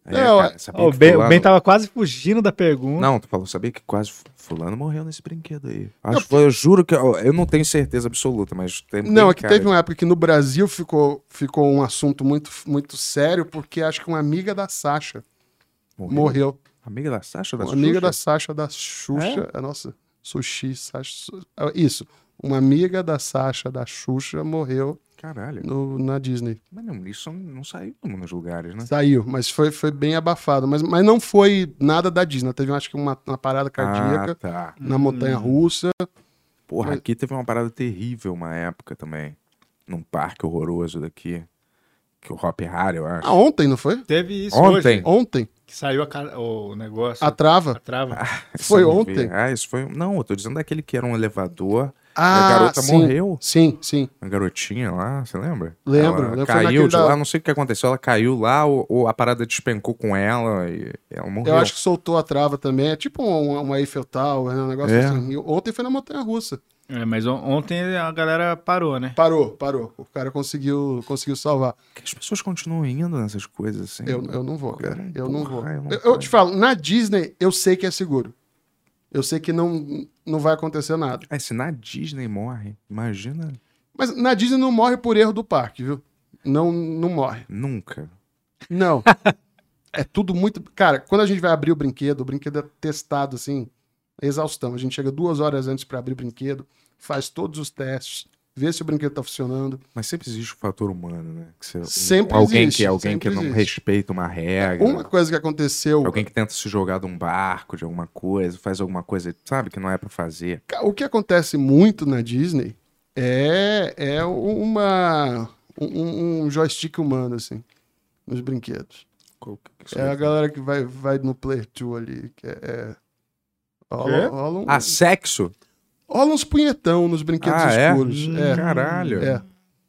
C: É,
E: Não,
C: cara, sabia
B: Ó, o,
C: que
B: ben, o
C: fulano-
E: tá
B: Ben tava quase fugindo da pergunta.
C: Não, tu falou, sabia que quase fu- fulano morreu nesse brinquedo aí. Acho, que eu juro que. Eu, eu não tenho certeza absoluta, mas tem.
E: Não,
C: tem
E: é que
C: cara
E: teve uma época que no Brasil ficou, ficou um assunto muito, muito sério, porque acho que uma amiga da Sasha
C: que morreu.
E: morreu.
C: Amiga da Sasha? Da
E: Uma amiga
C: Xuxa? É?
E: da Sasha, da Xuxa... a Nossa, Sushi, Sasha... Su- ah, Isso, uma amiga da Sasha, da Xuxa, morreu
C: Caralho.
E: no- na Disney.
C: Mas não, isso não saiu nos lugares, né?
E: Saiu, mas foi, foi bem abafado. Mas, mas não foi nada da Disney. Teve, acho que, uma, uma parada cardíaca
C: Ah, tá.
E: na montanha-russa.
C: Porra,
E: Mas-
C: aqui teve uma parada terrível uma época também. Num parque horroroso daqui. Que o Hop Harry, eu acho.
E: Ah, ontem, não foi?
B: Teve isso
C: Ontem.
B: hoje.
E: Ontem. Ah,
B: Que saiu a cara- o negócio.
E: A
B: a
E: trava.
B: trava.
C: Isso eu
E: foi
C: não vi.
E: ontem.
C: Ah, isso foi. Não, eu tô dizendo daquele que era um elevador.
E: Ah,
C: e a garota
E: sim.
C: morreu.
E: Sim, sim.
C: Uma garotinha lá, você lembra?
E: Lembro,
C: Ela
E: lembro, foi
C: caiu
E: naquele
C: de
E: da-
C: lá, não sei o que aconteceu. Ela caiu lá ou, ou a parada despencou com ela e ela morreu.
E: Eu acho que soltou a trava também. É tipo uma, uma Eiffel Tower, né? um negócio
C: É.
E: assim. E ontem foi na Montanha Russa.
B: É, mas on- ontem a galera parou, né?
E: Parou, parou. O cara conseguiu, conseguiu salvar.
C: que as pessoas continuam indo nessas coisas assim.
E: Eu, eu não vou, cara. Eu não vou.
C: Porra, eu não
E: Eu, eu
C: vou.
E: te falo, na Disney, eu sei que é seguro. Eu sei que não, não vai acontecer nada.
C: É, se na Disney morre, imagina
E: Mas na Disney não morre por erro do parque, viu? Não, não morre.
C: nunca.
E: Não. é tudo muito. Cara, quando a gente vai abrir o brinquedo, o brinquedo é testado assim, exaustão. A gente chega duas horas antes pra abrir o brinquedo, faz todos os testes, ver se o brinquedo tá funcionando.
C: Mas sempre existe o fator humano, né? Que você-
E: Sempre
C: alguém
E: existe,
C: que Alguém
E: sempre
C: que não
E: existe.
C: respeita uma regra.
E: Uma coisa que aconteceu.
C: Alguém que tenta se jogar de um barco, de alguma coisa, faz alguma coisa, sabe, que não é pra fazer.
E: Ca- O que acontece muito na Disney é, é uma, um, um joystick humano, assim, nos brinquedos.
C: Qual que- que
E: É a galera que vai, vai no Player 2 ali. Que é, é...
B: Quê?
E: Rola, rola, um,
C: Ah, sexo?
E: rola uns punhetão nos brinquedos
C: Ah, é?
E: escuros. É?
C: Caralho.
E: É.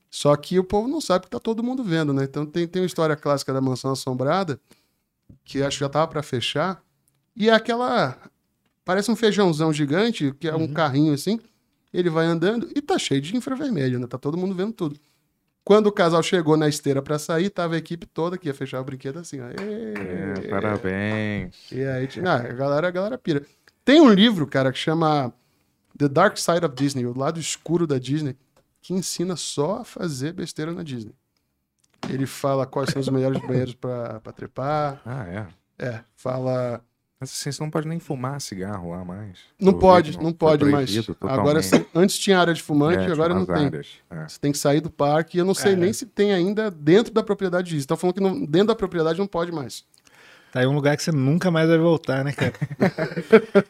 E: Só que o povo não sabe que tá todo mundo vendo, né? Então tem, tem uma história clássica da Mansão Assombrada, que acho que já tava pra fechar, e é aquela. Parece um feijãozão gigante, que é um carrinho assim. Ele vai andando e tá cheio de infravermelho, né? Tá todo mundo vendo tudo. Quando o casal chegou na esteira pra sair, tava a equipe toda que ia fechar o brinquedo assim, ó.
C: É,
E: Ê!
C: parabéns.
E: E aí, tinha- ah, a galera, a galera pira. Tem um livro, cara, que chama The Dark Side of Disney, o lado escuro da Disney, que ensina só a fazer besteira na Disney. Ele fala quais são os melhores banheiros pra, pra trepar.
C: Ah, é.
E: É, fala.
C: Mas assim, você não pode nem fumar cigarro lá mais.
E: Não
C: Proibido,
E: pode, não
C: Foi
E: pode mais.
C: proibido
E: Agora,
C: totalmente.
E: se- antes tinha área de fumante,
C: É,
E: agora não
C: nas
E: tem.
C: áreas. É.
E: Você tem que sair do parque. e Eu não sei nem se tem ainda dentro da propriedade Disney. Estão falando que não- dentro da propriedade não pode mais.
B: Tá aí um lugar que você nunca mais vai voltar, né, cara?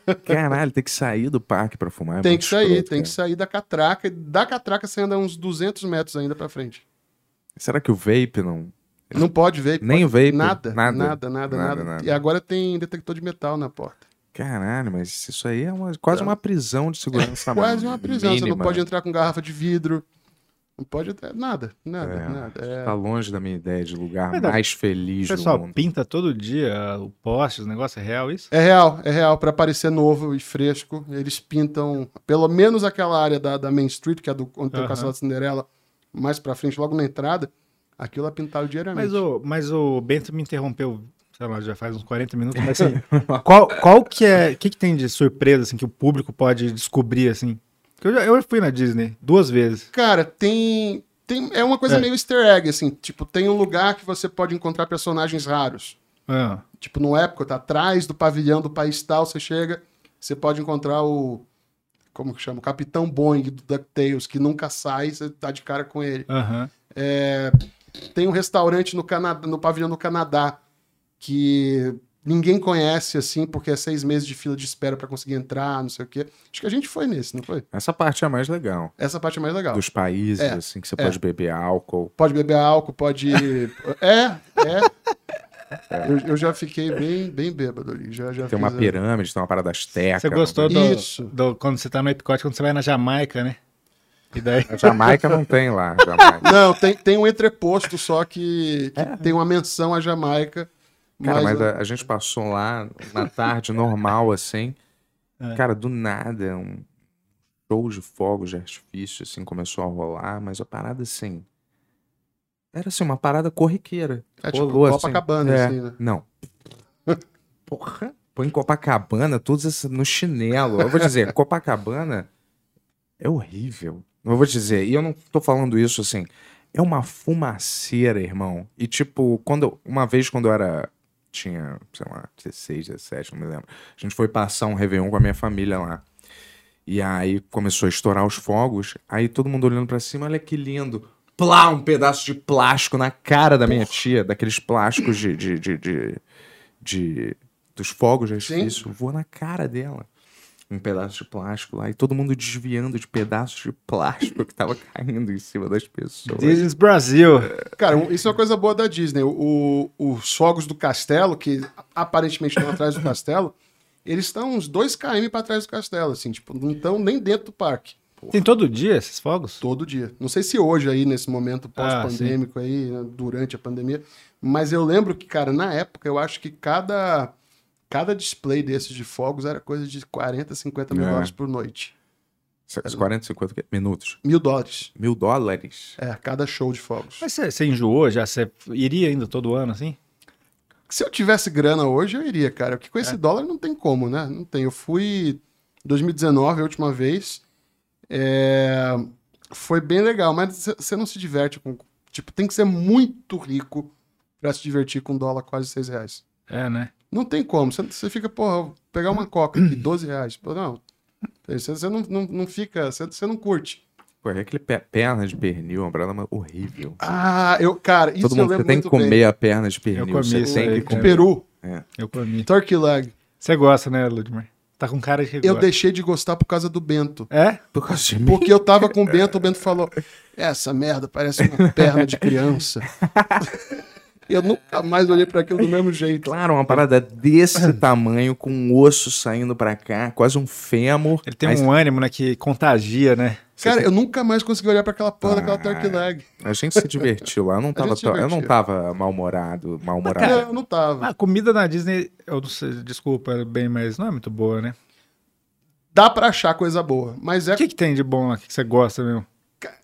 C: É. Caralho, tem que sair do parque pra fumar. é
E: tem
C: muito
E: que sair,
C: escroto,
E: tem
C: cara.
E: que sair da catraca. e Da catraca você anda uns 200 metros ainda pra frente.
C: Será que o vape não.
E: Não pode ver.
C: Nem o
E: pode...
C: vape?
E: Nada,
C: Nada.
E: nada, nada, nada,
C: Nada, nada.
E: E agora tem detector de metal na porta.
C: Caralho, mas isso aí é uma- quase uma prisão de segurança.
E: Quase uma prisão. Você não
C: Ah, mínima. né?
E: pode entrar com garrafa de vidro. Não pode entrar. Nada, nada,
C: É.
E: nada. É,
C: Tá longe da minha ideia de lugar
B: Verdade.
C: mais feliz do
B: Pessoal,
C: mundo.
B: pinta todo dia ah, o poste, os negócios, é real isso?
E: É real, é real. Pra parecer novo e fresco, eles pintam pelo menos aquela área da, da Main Street, que é do, onde tem o
B: Aham.
E: Castelo da Cinderela, mais pra frente, logo na entrada. Aquilo é pintado diariamente.
B: Mas o, mas o Bento me interrompeu, sei lá, já faz uns 40 minutos, mas assim, qual, qual que é, o que, que tem de surpresa, assim, que o público pode descobrir, assim? Porque Eu, já, eu fui na Disney duas vezes.
E: Cara, tem. tem é uma coisa
B: É.
E: meio easter egg, assim. Tipo, tem um lugar que você pode encontrar personagens raros.
B: Ah,
E: tipo, no Epcot, atrás do pavilhão do país tal, você chega, você pode encontrar o. Como que chama? O Capitão Boeing do DuckTales, que nunca sai, você tá de cara com ele.
B: aham.
E: Tem um restaurante no, Canadá, no pavilhão do Canadá, que ninguém conhece, assim, porque é seis meses de fila de espera pra conseguir entrar, não sei o quê. Acho que a gente foi nesse, não foi?
C: Essa parte é a mais legal.
E: Essa parte é mais legal.
C: Dos países,
E: É,
C: assim, que você pode beber álcool.
E: Pode beber álcool, pode. é, é. Eu, eu já fiquei bem, bem bêbado ali. Já, já
C: Tem uma
E: fiz é. a-
C: pirâmide, tem uma parada asteca.
B: Você gostou
C: Não...
B: do,
E: Isso.
B: do- quando você tá no Epcot, quando você vai na Jamaica, né? E daí...
C: A Jamaica não tem lá. Jamaica.
E: Não, tem, tem um entreposto só que, que tem uma menção à Jamaica.
C: Cara,
E: mas é,
C: mas é a, a gente passou lá na tarde normal, assim.
E: É.
C: Cara, do nada, um show de fogos de artifício, assim, começou a rolar, mas a parada, assim. Era assim, uma parada corriqueira. É.
E: É tipo Copacabana, assim, né?
C: Não. Porra. Põe em Copacabana, todos esses- no chinelo. Eu vou dizer, Copacabana é horrível. Eu vou dizer, e eu não tô falando isso assim. É uma fumaceira, irmão. E tipo, quando eu- uma vez quando eu era tinha, sei lá, 16, 17, não me lembro. A gente foi passar um Réveillon com a minha família lá. E aí começou a estourar os fogos, aí todo mundo olhando pra cima, olha que lindo. Plá, um pedaço de plástico na cara da minha tia, daqueles plásticos de. de, de, de, de- dos fogos de
E: Sim.
C: artifício. Voou na cara dela. Um pedaço de plástico lá, e todo mundo desviando de pedaços de plástico que tava caindo em cima das pessoas.
B: This is Brasil.
E: Cara, um- isso é uma coisa boa da Disney. O, o- os fogos do castelo, que aparentemente estão atrás do castelo, eles estão uns 2 km pra trás do castelo, assim, tipo, não estão nem dentro do parque.
B: Tem todo dia esses fogos?
E: Todo dia. Não sei se hoje aí, nesse momento
B: Ah,
E: pós-pandêmico aí, né, durante a pandemia, mas eu lembro que, cara, na época, eu acho que cada, cada display desses de fogos era coisa de 40, 50 mil
C: É.
E: dólares por noite. Tá
C: Esses 40, 50 que- minutos.
E: Mil dólares.
C: Mil dólares.
E: É, cada show de fogos.
B: Mas você, você enjoou já? Você iria ainda todo ano, assim?
E: Se eu tivesse grana hoje, eu iria, cara. Porque com esse dólar não tem como, né? Não tem. Eu fui em 2019, a última vez. É, Foi bem legal, mas você não se diverte com. Tipo, tem que ser muito rico pra se divertir com um dólar quase 6 reais.
B: É, né?
E: Não tem como. Você fica, porra, eu vou pegar uma coca aqui, 12 reais. Pô, não. Você não, não, não fica. Você não curte.
C: Pô, é aquele pe- perna de pernil, é uma parada horrível.
E: Ah, eu, cara, isso
C: Todo
E: eu
C: mundo
E: lembro
C: você tem que
E: muito
C: comer
E: bem.
C: a perna de pernil.
B: comi
C: você
B: isso
C: tem
B: aí,
C: que
E: De
B: cara.
C: comer.
E: Peru,
B: Eu tá- comi.
E: turkey leg.
B: Você gosta, né, Ludmar? Tá com cara de que
E: Eu
B: gosta.
E: deixei de gostar por causa do Bento.
B: É?
C: Por causa de mim.
E: Porque eu tava com o Bento, o Bento falou: Essa merda parece uma perna de criança. eu nunca mais olhei pra aquilo do mesmo jeito.
C: Claro, uma parada desse tamanho, com um osso saindo pra cá, quase um fêmur.
B: Ele tem
C: Aí
B: um ânimo, né, que contagia, né?
E: Cara, eu nunca mais consegui olhar pra aquela porra
B: Ah,
E: daquela turkey leg.
C: A gente se divertiu lá. Eu não tava,
E: gente se
C: tão- eu não
E: divertiu.
C: tava mal-humorado,
B: tá.
C: mal-humorado.
E: eu não tava.
B: A comida na Disney, eu não sei, desculpa, bem, mas não é muito boa, né?
E: Dá pra achar coisa boa, mas é
B: O que, que tem de bom lá? O que, que você gosta mesmo?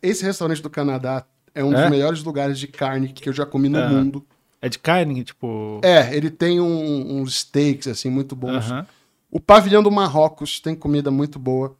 E: esse restaurante do Canadá é um
B: É?
E: dos melhores lugares de carne que eu já comi no
B: Ah.
E: mundo.
B: É de carne, tipo.
E: É, ele tem um- uns steaks assim muito bons.
B: Aham.
E: O pavilhão do Marrocos tem comida muito boa.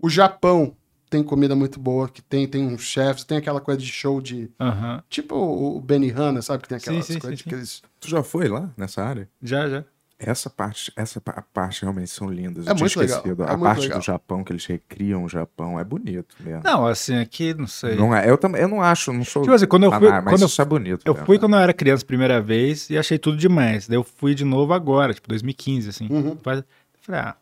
E: O Japão tem comida muito boa, que tem tem uns chefes, tem aquela coisa de show de
B: Aham.
E: tipo o o Benihana, sabe que tem aquelas
B: Sim, sim,
E: coisas
B: sim, sim.
E: aqueles-
C: Tu já foi lá, nessa área?
B: Já, já.
C: Essa parte, essa pa- parte realmente são lindas.
E: É
C: Eu tinha
E: muito legal,
C: esquecido.
E: é
C: a
E: muito
C: parte
E: legal.
C: do Japão, que eles recriam o Japão, é bonito mesmo.
B: Não, assim, aqui, não sei.
C: Não é, eu, tam, eu não acho, não sou.
B: Tipo assim, quando eu fui.
C: fanático, mas
B: quando eu,
C: isso é bonito.
B: eu
C: mesmo.
B: fui quando eu era criança a primeira vez e achei tudo demais. Daí eu fui de novo agora, tipo, 2015, assim.
E: Uhum.
B: Faz- Falei, ah,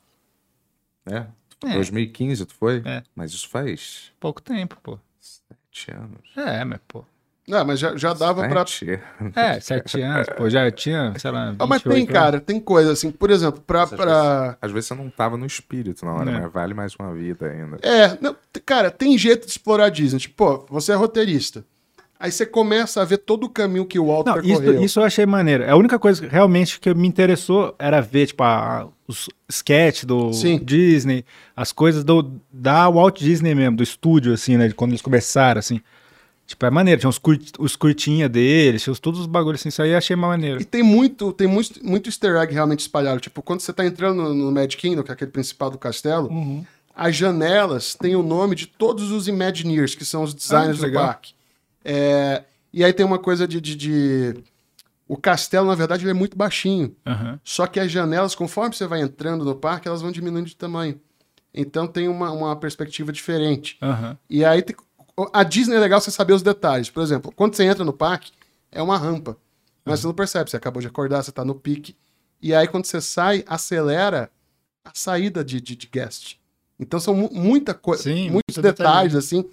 C: É.
B: É.
C: 2015 tu foi?
B: É.
C: Mas isso faz
B: pouco tempo, pô.
C: sete anos.
B: É, mas, pô.
E: Não, mas já, já dava pra.
C: Sete anos.
B: É, sete anos, pô. Já tinha, sei lá.
E: Ah, mas tem,
B: 28 anos.
E: cara, tem coisa assim, por exemplo, pra.
C: né? Essas
E: pra...
C: Às vezes você não tava no espírito na hora,
B: Né.
C: mas vale mais uma vida ainda.
E: É, não, t- cara, tem jeito de explorar a Disney. Tipo, pô, você é roteirista. Aí você começa a ver todo o caminho que o Walt
B: Não, isso,
E: percorreu.
B: isso eu achei maneiro. A única coisa que realmente que me interessou era ver, tipo, a- os sketch do
E: Sim.
B: Disney, as coisas do, da Walt Disney mesmo, do estúdio, assim, né? De quando eles começaram, assim. Tipo, é maneiro. Tinha os, curt, os curtinha deles, tinha os- todos os bagulhos assim. Isso aí eu achei maneiro.
E: E tem muito, tem muito, muito easter egg realmente espalhado. Tipo, quando você tá entrando no, no Mad Kingdom, que é aquele principal do castelo, as janelas têm o nome de todos os Imagineers, que são os
B: Ah,
E: designers
B: que
E: do
B: legal.
E: parque. É, e aí tem uma coisa de, de- de- O castelo, na verdade, ele é muito baixinho.
B: Aham.
E: Só que as janelas, conforme você vai entrando no parque, elas vão diminuindo de tamanho. Então tem uma, uma perspectiva diferente.
B: Aham.
E: E aí tem- a Disney é legal você saber os detalhes. Por exemplo, quando você entra no parque, é uma rampa. Mas você não percebe, você acabou de acordar, você tá no pique. E aí quando você sai, acelera a saída de, de, de guest. Então são mu- muita coisa,
B: Sim,
E: muitos
B: muito
E: detalhes, assim,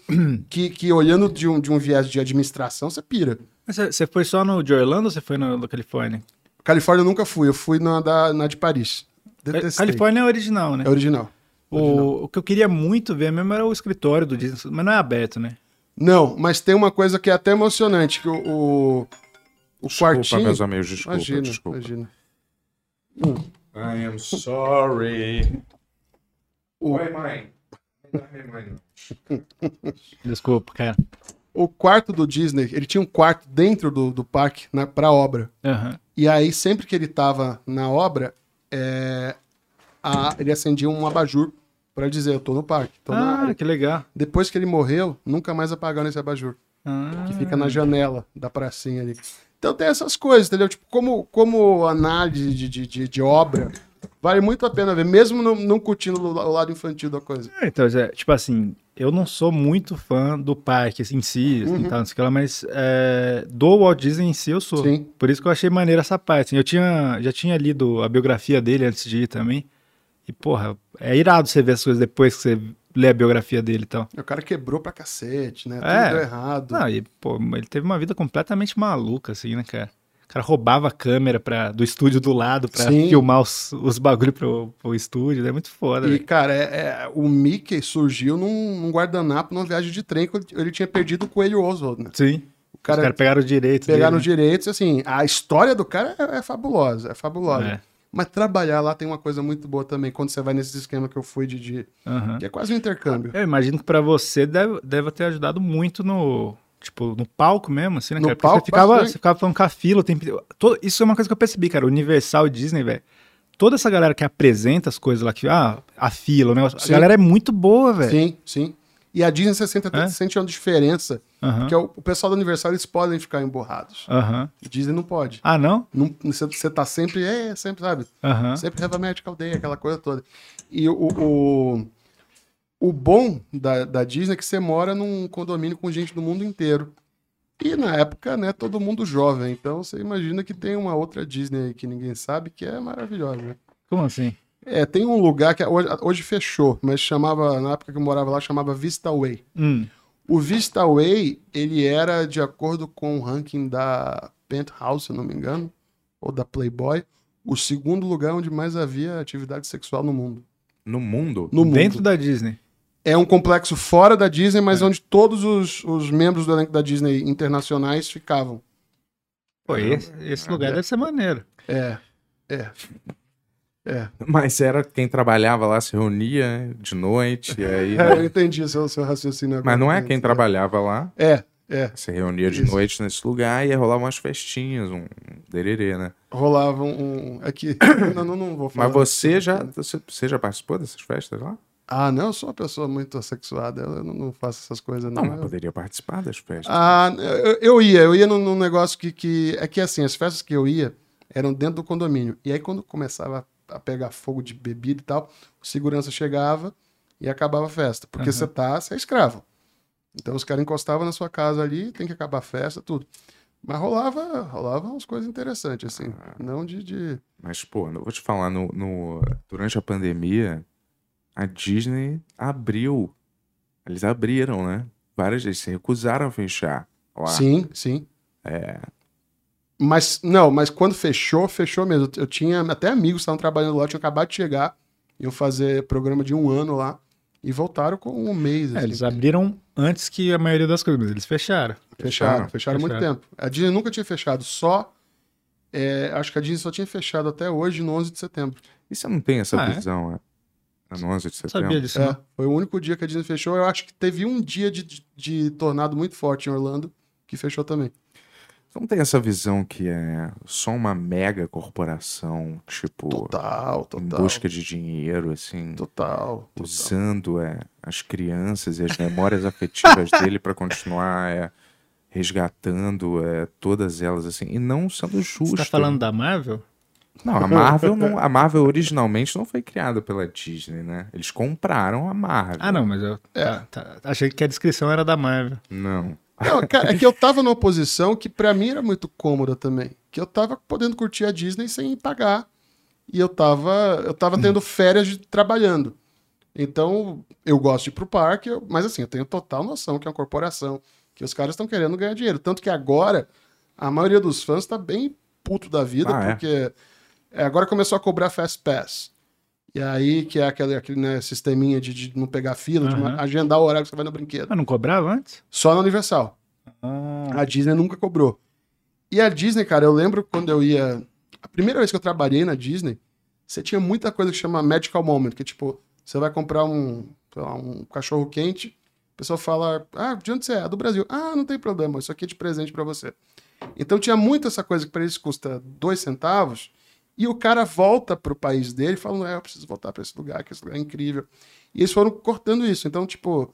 E: que, que olhando de um, de um viés de administração, você pira.
B: Mas você- você foi só no de Orlando ou você foi no da Califórnia?
E: Califórnia eu nunca fui, eu fui na, da, na de Paris. Detestei.
B: Califórnia é original, né?
E: É original.
B: O, o que eu queria muito ver mesmo era o escritório do Disney, mas não é aberto, né?
E: Não, mas tem uma coisa que é até emocionante, que o, o, o
C: Desculpa,
E: quartinho...
C: meus amigos, desculpa,
E: imagina,
C: desculpa.
E: imagina.
C: I am sorry. Oi, mãe.
B: Desculpa, cara.
E: O quarto do Disney, ele tinha um quarto dentro do, do parque na, pra obra.
B: Aham.
E: E aí, sempre que ele tava na obra, é, a- ele acendia um abajur pra dizer, eu tô no parque, tô na
B: Ah,
E: área.
B: que legal.
E: Depois que ele morreu, nunca mais apagaram esse abajur,
B: Ah.
E: que fica na janela da pracinha ali. Então tem essas coisas, entendeu? Tipo, como, como análise de, de, de, de obra, vale muito a pena ver, mesmo não, não curtindo o la- o lado infantil da coisa.
B: É, Então, Zé, tipo assim, eu não sou muito fã do parque em si, assim, tal, não sei o que lá, mas é, do Walt Disney em si eu sou.
E: Sim.
B: Por isso que eu achei maneira essa parte. assim. eu tinha, já tinha lido a biografia dele antes de ir também. E, porra, é irado você ver as coisas depois que você lê a biografia dele e tal.
E: O cara quebrou pra cacete, né? Tudo
B: É.
E: deu errado.
B: Não, e, pô, ele teve uma vida completamente maluca, assim, né, cara? O cara roubava a câmera pra, do estúdio do lado pra
E: Sim.
B: filmar os, os bagulho pro, pro estúdio, né? é muito foda,
E: E,
B: velho.
E: cara, é- é- o Mickey surgiu num, num guardanapo numa viagem de trem que ele- ele tinha perdido o Coelho Oswald, né?
B: Sim.
E: O cara,
B: Os caras né? pegaram o direito.
E: pegaram os
B: dele,
E: direitos, assim, a história do cara é, é fabulosa, é fabulosa.
B: É.
E: Mas trabalhar lá tem uma coisa muito boa também, quando você vai nesse esquema que eu fui de... de-
B: né? Aham.
E: que é quase um intercâmbio.
B: Eu imagino que pra você deve, deve ter ajudado muito no. Tipo, no palco mesmo, assim, né,
E: No
B: cara? Porque
E: palco,
B: você ficava,
E: bastante.
B: você ficava falando com a fila o tempo inteiro. Todo- Isso é uma coisa que eu percebi, cara. Universal e Disney, velho. Toda essa galera que apresenta as coisas lá, que, ah, a fila, o negócio.
E: Sim.
B: A galera é muito boa, velho.
E: Sim, sim. E a Disney 60
B: É?
E: sente uma diferença,
B: Aham.
E: porque o, o pessoal do aniversário, eles podem ficar emborrados.
B: Aham.
E: Disney não pode.
B: Ah, não?
E: Não- Você você tá sempre, é, sempre, sabe?
B: Aham.
E: Sempre Have a Magical Day, aquela coisa toda. E o, o- O bom da, da Disney é que você mora num condomínio com gente do mundo inteiro. E na época, né, todo mundo jovem. Então você imagina que tem uma outra Disney aí que ninguém sabe que é maravilhosa, né?
B: Como assim?
E: É, tem um lugar que hoje, hoje fechou, mas chamava, na época que eu morava lá, chamava Vista Way.
B: Hum,
E: O Vista Way, ele era de acordo com o ranking da Penthouse, se eu não me engano, ou da Playboy, o segundo lugar onde mais havia atividade sexual no mundo.
C: No mundo?
E: No
B: dentro
E: mundo.
B: da Disney.
E: É um complexo fora da Disney,
C: É.
E: mas onde todos os, os membros do elenco da Disney internacionais ficavam.
B: Pô, esse, esse lugar deve ser maneiro.
E: É, é. É,
C: Mas era quem trabalhava lá, se reunia de noite, e aí... né?
E: É, eu entendi o seu, seu raciocínio agora.
C: Mas não é quem trabalhava lá,
E: É, é.
C: se reunia de
E: Isso.
C: noite nesse lugar e aí rolavam umas festinhas, um dererê, né?
E: Rolava um. um- Aqui. Não, não, não vou falar.
C: Mas você já, você, você já participou dessas festas lá?
E: Ah, não, eu sou uma pessoa muito assexuada. Eu não, não faço essas coisas, não.
C: Não, mas
E: Eu-
C: poderia participar das festas.
E: Ah, eu, eu ia, eu ia num, num negócio que, que. É que assim, as festas que eu ia eram dentro do condomínio. E aí, quando começava a pegar fogo de bebida e tal, o segurança chegava e acabava a festa. Porque você tá, você é escravo. Então os caras encostavam na sua casa ali, tem que acabar a festa, tudo. Mas rolava, rolava umas coisas interessantes, assim. Não de. de-
C: Mas, pô, eu vou te falar, no, no- durante a pandemia, a Disney abriu. Eles abriram, né? Várias vezes se recusaram a fechar. Lá.
E: Sim, sim. É. Mas, não, mas quando fechou, fechou mesmo. Eu tinha até amigos que estavam trabalhando lá, tinham acabado de chegar, iam fazer programa de um ano lá, e voltaram com um mês.
B: É,
E: assim.
B: eles abriram antes que a maioria das coisas, mas eles fecharam.
E: fecharam, fecharam,
B: fecharam.
E: muito tempo. A Disney nunca tinha fechado, só. é, acho que a Disney só tinha fechado até hoje, no 11 de setembro.
C: E você não tem essa
B: Ah, é?
C: visão, é? É no 11 de
B: Não
C: setembro?
B: sabia disso,
E: É,
B: não.
E: foi o único dia que a Disney fechou. Eu acho que teve um dia de, de- de tornado muito forte em Orlando, que fechou também.
C: Você não tem essa visão que é só uma mega corporação, tipo,
E: Total,
C: em
E: total.
C: busca de dinheiro, assim,
E: Total. total.
C: usando é, as crianças e as memórias afetivas dele pra continuar é, resgatando é, todas elas, assim, e não sendo justo.
B: Você tá falando da Marvel?
C: Não, a Marvel, não- a Marvel originalmente não foi criada pela Disney, né? Eles compraram a Marvel.
B: Ah, não, mas eu
E: É.
B: tá- tá- achei que a descrição era da Marvel.
C: Não.
E: Não, cara, é que eu tava numa posição que pra mim era muito cômoda também. Que eu tava podendo curtir a Disney sem pagar. E eu tava, eu
C: Hum.
E: tava tendo férias de- trabalhando. Então, eu gosto de ir pro parque, eu- mas assim, eu tenho total noção que é uma corporação, que os caras estão querendo ganhar dinheiro. Tanto que agora, a maioria dos fãs tá bem puto da vida,
C: Ah, é?
E: porque é, agora começou a cobrar Fast Pass. E aí, que é aquele, aquele né, sisteminha de, de não pegar fila, de
B: Aham.
E: agendar o horário que você vai no brinquedo.
B: Mas Ah, não cobrava antes?
E: Só na Universal.
B: Ah,
E: A Disney nunca cobrou. E a Disney, cara, eu lembro quando eu ia. A primeira vez que eu trabalhei na Disney, você tinha muita coisa que chama Magical Moment, que é tipo, você vai comprar um, sei lá, um cachorro quente, a pessoa fala, ah, de onde você é? "Ah, Do Brasil. Ah, não tem problema, isso aqui é de presente pra você. Então tinha muito essa coisa que pra eles custa dois centavos, e o cara volta pro país dele falando, é, eu preciso voltar pra esse lugar, que esse lugar é incrível. E eles foram cortando isso. Então, tipo,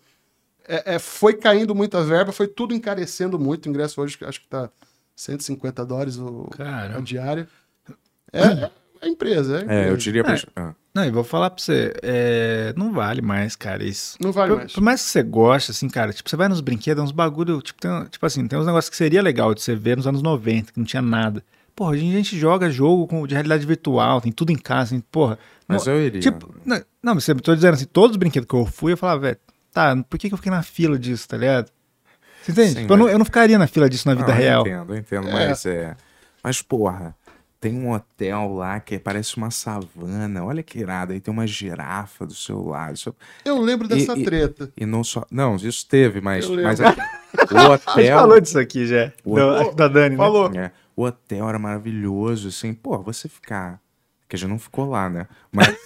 E: é, é, foi caindo muita verba, foi tudo encarecendo muito. O ingresso hoje acho que tá 150 dólares o, a
B: caramba.
E: diária.
B: Hum.
E: É, é empresa, é.
C: É,
E: empresa.
C: eu diria pra. Ah,
B: Não, e vou falar pra você, é, não vale mais, cara, isso.
E: Não vale
B: Por,
E: mais.
B: por mais que você goste, assim, cara, tipo, você vai nos brinquedos, é uns bagulho, tipo, tem, tipo assim, tem uns negócios que seria legal de você ver nos anos 90, que não tinha nada. Porra, a gente, a gente joga jogo com, de realidade virtual, tem tudo em casa, assim, porra.
C: mas
B: não,
C: eu né? iria.
B: tipo, não, não, mas eu tô dizendo assim, todos os brinquedos que eu fui, eu falava, velho, tá, por que, que eu fiquei na fila disso, tá ligado? Você entende?
C: Sim,
B: Tipo, eu, não,
C: mas-
B: eu não ficaria na fila disso na vida
C: Não,
B: real.
C: Ah, Eu entendo, eu entendo,
E: É.
C: mas é. Mas, porra, tem um hotel lá que parece uma savana. Olha que irado. Aí tem uma girafa do seu lado. Isso-
E: Eu lembro dessa
C: E- e-
B: Tipo
E: treta.
C: E não só. Não, isso teve, mas.
E: Eu lembro.
C: mas aqui- É o
B: A gente
C: hotel.
B: falou disso aqui já.
C: O-
B: da- acho que da Dani, né?
C: É, o hotel era maravilhoso, assim, pô, você ficar. Que a gente não ficou lá, né? Mas,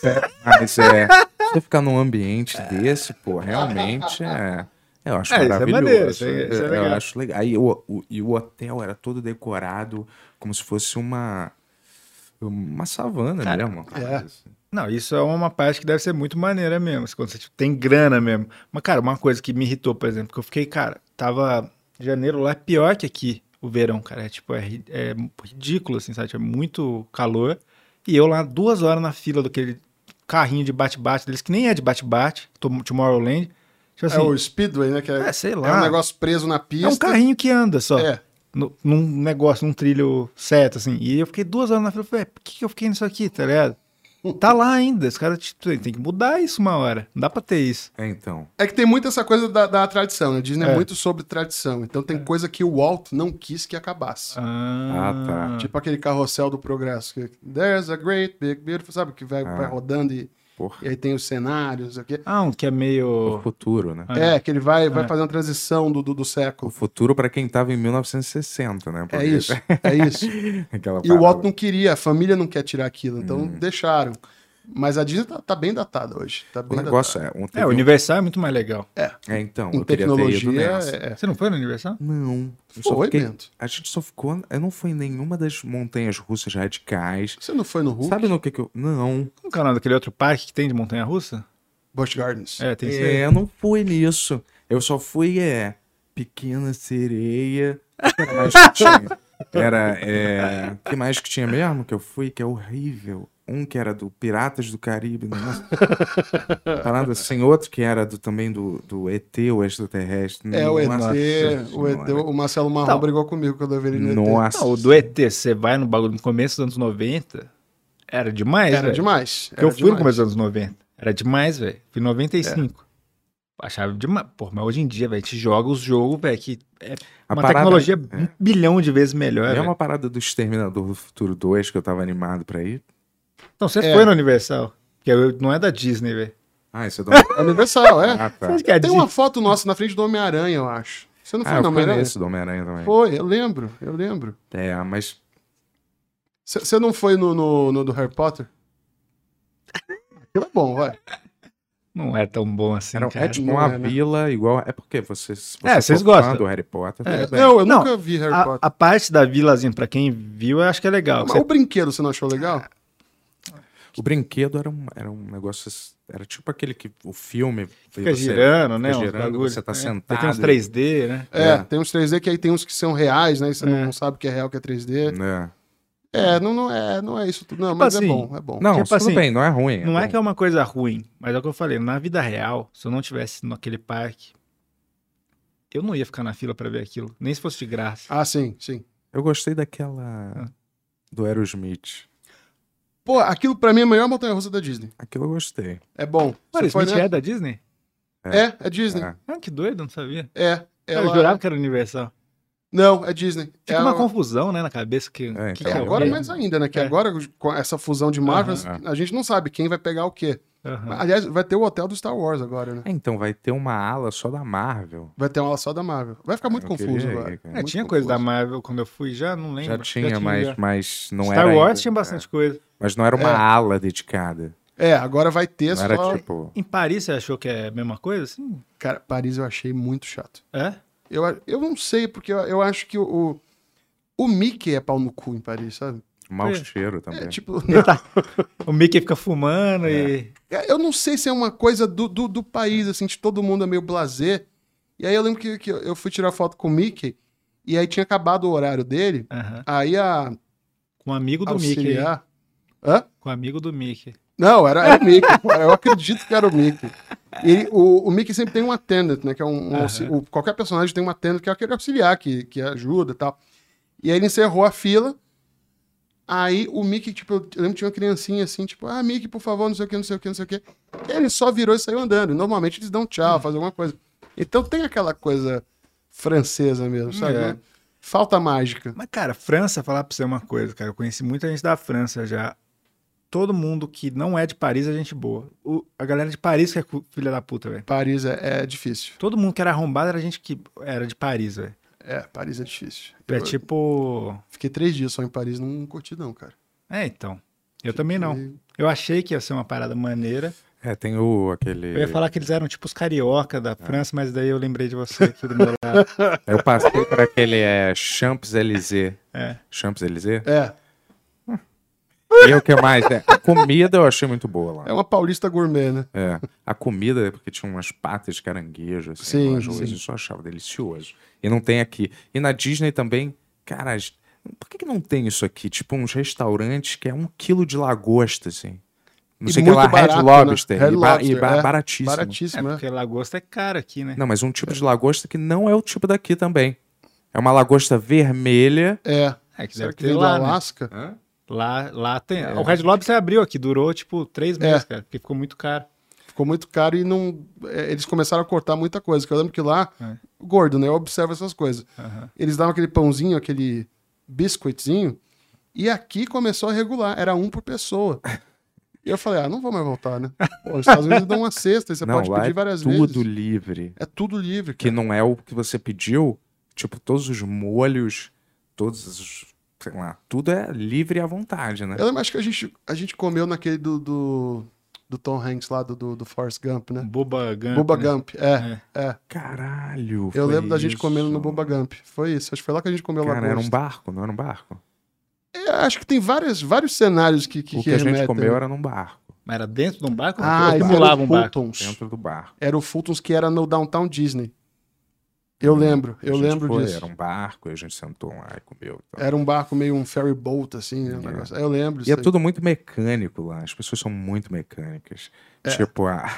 C: mas é. Você ficar num ambiente desse, pô, realmente é. Eu acho
B: É, isso é
C: maravilhoso.
B: maneiro, isso é- isso é
C: Eu- Eu
B: legal.
C: acho legal. Aí, o, o- e o hotel era todo decorado como se fosse uma. Uma savana
B: Cara,
C: mesmo.
E: é.
C: Assim.
B: Não, isso é uma parte que deve ser muito maneira mesmo, quando você tipo, tem grana mesmo. Mas, cara, uma coisa que me irritou, por exemplo, que eu fiquei, cara, tava janeiro lá é pior que aqui, o verão, cara. É tipo, é, ri- é ridículo, assim, sabe? Tipo, É muito calor. E eu lá duas horas na fila do aquele carrinho de bate-bate deles, que nem é de bate-bate, Tom- Tomorrowland. Tipo assim,
E: é o Speedway, né? Que é,
B: é, sei
E: é
B: lá.
E: um negócio preso na
B: É
E: pista.
B: um carrinho que anda só.
E: É.
B: no- num negócio, num trilho certo, assim. E eu fiquei duas horas na fila, eu falei, "Ué, por que, que eu fiquei nisso aqui, tá ligado? Tá lá ainda, os caras tipo, tem que mudar isso uma hora. Não dá pra ter isso.
C: É, então.
E: É que tem muito essa coisa da, da tradição, né? Disney é.
B: É.
E: muito sobre tradição. Então tem
C: É.
E: coisa que o Walt não quis que acabasse.
C: Ah,
E: Tipo aquele carrossel do progresso. Que, There's a great big beautiful, sabe? Que vai,
C: Ah.
E: vai rodando e,
C: Porra.
E: e aí tem os cenários. Aqui.
B: Ah, um que é
C: O
B: meio.
C: futuro, né?
B: Ah,
E: É, que ele vai, vai
B: É.
E: fazendo a transição do, do, do
C: O
E: século.
C: futuro pra quem tava em 1960, né?
E: É isso, é isso.
C: Aquela
E: E o Walt
C: parada.
E: não queria, a família não quer tirar aquilo, então
C: Hum.
E: deixaram. Mas a Disney tá, tá bem datada hoje. Tá
C: O
E: bem
C: negócio é... Um,
B: É,
C: teve
B: o Universal é muito mais legal.
C: um- é, então.
E: datada. Em
C: eu queria ter ido
E: tecnologia.
C: nessa.
E: é- é.
B: Você não foi no Universal?
C: Não. Eu só
E: Foi,
C: fiquei-
E: Bento.
C: A gente só ficou... Eu não fui em nenhuma das montanhas russas radicais.
E: Você não foi no Hulk?
C: Sabe no que que eu... Não.
B: Como que é o nome daquele outro parque que tem de montanha-russa?
E: Busch Gardens.
B: É, tem isso aí.
C: É, eu não fui nisso. Eu só fui, é... Pequena Sereia. O que mais que tinha? Era, é... O que mais que tinha mesmo que eu fui? Que é horrível. Um que era do Piratas do Caribe. Nossa. Parada assim. Outro que era do, também do, do ET, o extraterrestre.
E: É, o ET,
C: Nossa
E: o, ET
C: Senhora.
E: o Marcelo Marrom
B: Então-
E: brigou comigo quando eu vi ele no ET.
C: Nossa.
B: Não, o do ET, você vai no bagulho no começo dos anos 90, era demais,
E: Era
B: velho.
E: demais.
B: Porque eu
E: era
B: fui no
E: demais.
B: começo dos anos 90. Era demais, velho. Fui em 95. É. Achava demais. Pô, mas hoje em dia, velho, a gente joga os jogos, velho, que é
C: A
B: uma
C: parada-
B: tecnologia
C: é.
B: um bilhão de vezes melhor.
C: É
B: velho.
C: uma parada do Exterminador do Futuro 2 que eu tava animado pra ir.
B: Então, você
E: É.
B: foi no Universal. Que eu- não é da Disney, velho.
C: Ah, isso é do
E: É Universal, é.
C: Ah, tá.
B: Você acha que é a
E: Tem
B: Disney?
E: uma foto nossa na frente do Homem-Aranha, eu acho. Você não foi
C: Ah,
E: no
C: eu fui
E: é Homem-Aranha?
C: nesse né? do Homem-Aranha também.
E: Foi, eu lembro, eu lembro.
C: É, mas
E: C- Você não foi no, no, no do Harry Potter? Aquilo é bom, vai.
B: Não é tão bom assim,
C: era,
B: cara.
C: é tipo
E: não
C: uma
E: é, né?
C: vila igual. É porque vocês.
B: É,
C: você
B: vocês
C: for fã
B: gostam.
C: do Harry Potter.
B: É,
C: tudo bem.
E: Não, eu
B: Não,
E: nunca vi Harry
B: A,
E: Potter.
B: a parte da vilazinha, pra quem viu, eu acho que é legal.
E: Mas
B: Você-
E: o brinquedo você não achou legal?
C: O brinquedo era um, era um negócio. Era tipo aquele que o filme.
B: Fica girando, né?
C: fica
B: uns
C: girando,
B: bagulho.
C: você tá
B: É.
C: sentado.
B: Tem uns 3D, né?
E: É,
C: É.
E: tem uns 3D que aí tem uns que são reais, né? E você
B: É.
E: não sabe o que é real, o que é 3D.
C: Né?
E: É, não, não, é, não é isso tudo. Não, mas é
B: assim,
E: bom, é bom.
C: Tipo Não,
B: Tipo
C: tudo
B: assim,
C: bem, não é ruim.
B: Não é
C: bom.
B: que é uma coisa ruim, mas é o que eu falei. Na vida real, se eu não tivesse naquele parque, eu não ia ficar na fila pra ver aquilo. Nem se fosse de graça.
E: Ah, sim, sim.
C: Eu gostei
B: Ah.
C: daquela. Do Aerosmith.
E: Pô, aquilo pra mim é a melhor montanha-russa da Disney.
C: Aquilo eu gostei.
E: É bom.
B: Mano,
E: Você foi,
B: Smith
E: né?
B: é da Disney?
C: é-
E: É, é Disney.
C: É.
B: Ah, que doido, eu não sabia.
E: É.
B: Eu
E: ela-
B: jurava que era Universal.
E: Não, é Disney.
B: Fica
E: É
B: uma
E: a-
B: confusão, né, na cabeça. Que, que
C: É,
E: E
C: então,
B: que é o
E: agora
B: quê?
E: mais ainda, né? Que
B: É.
E: agora, com essa fusão de Marvels,
C: Aham.
E: a gente não sabe quem vai pegar o quê.
B: Aham.
E: Aliás, vai ter o hotel do Star Wars agora, né?
C: É, então, vai ter uma ala só da Marvel.
E: Vai ter uma aula só da Marvel. Vai ficar muito
C: Eu
E: confuso
C: queria ir,
E: agora.
C: cara.
B: É,
E: Muito
B: tinha coisa da
E: confuso.
B: Marvel quando eu fui, já não lembro.
C: Já tinha, mas,
B: já.
C: mas não
B: Star
C: era.
B: Wars
C: ainda- É.
B: tinha bastante coisa.
C: Mas não era uma
E: É.
C: ala dedicada.
E: É, agora vai ter
C: Não
E: só...
C: era tipo.
B: Em Paris, você achou que é a mesma coisa, assim?
E: Cara, Paris eu achei muito chato.
B: É?
E: Eu, a- eu não sei, porque eu, eu acho que o... O Mickey é pau no cu em Paris, sabe?
C: Mau
B: É.
C: cheiro também.
E: É tipo,
B: O Mickey fica fumando e...
E: É, Eu não sei se é uma coisa do, do, do país, assim, de todo mundo é meio blazer. E aí eu lembro que, que eu fui tirar foto com o Mickey, e aí tinha acabado o horário dele.
C: É.
B: Aham.
E: Aí a
B: Com o amigo do Mickey. hein?
E: auxiliar. Hã?
B: Com o amigo do Mickey.
E: Não, era, era o Mickey. pô, eu acredito que era o Mickey. E o, o Mickey sempre tem um attendant, né? Que é um, um auxi- o- qualquer personagem tem um attendant, que é aquele auxiliar que, que ajuda e tal. E aí ele encerrou a fila. Aí o Mickey, tipo, eu lembro que tinha uma criancinha assim, tipo, ah, Mickey, por favor, não sei o que, não sei o que, não sei o que. Ele só virou e saiu andando. E Normalmente eles dão tchau, fazem alguma coisa. Então tem aquela coisa francesa mesmo, sabe?
B: É.
E: Falta mágica.
B: Mas, cara, França, falar pra você uma coisa, cara. Eu conheci muita gente da França já. Todo mundo que não é de Paris é gente boa. O- a galera de Paris que é cu- filha da puta, velho.
E: Paris é, é difícil.
B: Todo mundo que era arrombado era gente que era de Paris, velho.
E: É, Paris é difícil.
B: É
E: Eu-
B: tipo.
E: Fiquei três dias só em Paris, não curti não, cara.
B: É, então. Eu também não. Eu achei que ia ser uma parada maneira.
C: É, tem o aquele.
B: Eu ia falar que eles eram tipo os carioca da França, mas daí eu lembrei de você aqui do meu lado.
C: Eu passei por aquele é, Champs-Élysées.
B: É.
C: Champs-Élysées?
E: É,
C: E o que mais? né? A comida eu achei muito boa lá.
E: é uma paulista gourmet, né?
C: É. A comida é porque tinha umas patas de caranguejo, assim,
E: Sim,
C: umas coisas.
E: sim.
C: Isso eu achava delicioso. E não tem aqui. E na Disney também, cara, as- por que, que não tem isso aqui? Tipo, uns restaurantes que é um quilo de lagosta, assim. Não
E: E
C: sei o que
E: muito
C: lá, Red
E: barato,
C: Lobster.
E: né? Red
C: e ba-
E: Lobster,
C: e ba-
E: é.
C: baratíssimo.
B: É
E: Baratíssimo, né?
B: porque lagosta é cara aqui, né?
C: Não, mas um tipo de lagosta que não é o tipo daqui também. É uma lagosta vermelha.
E: É.
B: É que
E: Será
B: deve
E: que
B: ter
E: vem do
B: lá, né?
E: Alasca?
B: lá. Lá tem. O Red Lobster abriu aqui, durou tipo três meses, cara, porque ficou muito caro.
E: Ficou muito caro e não. é, Eles começaram a cortar muita coisa. Que eu lembro que lá,
B: É.
E: gordo, né? Eu observo essas coisas. Eles davam aquele pãozinho, aquele biscoitinho, e aqui começou a regular. Era um por pessoa. E eu falei, ah, não vou mais voltar, né? Pô, os Estados Unidos dão uma cesta, e você
C: não,
E: pode
C: lá
E: pedir
C: é
E: várias
C: tudo
E: vezes.
C: livre.
E: É tudo livre,
C: Que
E: cara.
C: não é o que você pediu. Tipo, todos os molhos, todos os... Sei lá, tudo é livre à vontade, né?
E: É. Eu lembro, acho que a gente, a gente comeu naquele do, do, do Tom Hanks lá, do, do, do Forrest Gump, né?
B: Boba Gump.
E: Bubba
B: né?
E: Gump, é, é.
C: Caralho,
E: Eu
C: foi
E: lembro da gente
C: isso.
E: comendo no Bubba Gump. Foi isso, acho que foi lá que a gente comeu
C: Cara,
E: lagosta.
C: era um barco, não era um barco.
E: É, acho que tem várias, vários cenários que, né? que,
C: o que a gente
E: remetem.
C: comeu era num barco,
B: Mas era dentro de um barco? Ou
E: Ah, esse era
B: pulava
E: o
B: um barco.
E: Fultons.
C: dentro do barco.
E: Era o Fultons que era no Downtown Disney. Eu lembro,
C: Hum, A
E: eu
C: gente
E: lembro
C: foi,
E: disso.
C: Era um barco, e a gente sentou lá e comeu. e tal.
E: Era um barco meio um ferry boat, assim, né, um
C: É.
E: negócio. Eu lembro
C: E
E: disso.
C: é
E: aí.
C: tudo muito mecânico lá. As pessoas são muito mecânicas. Tipo, a-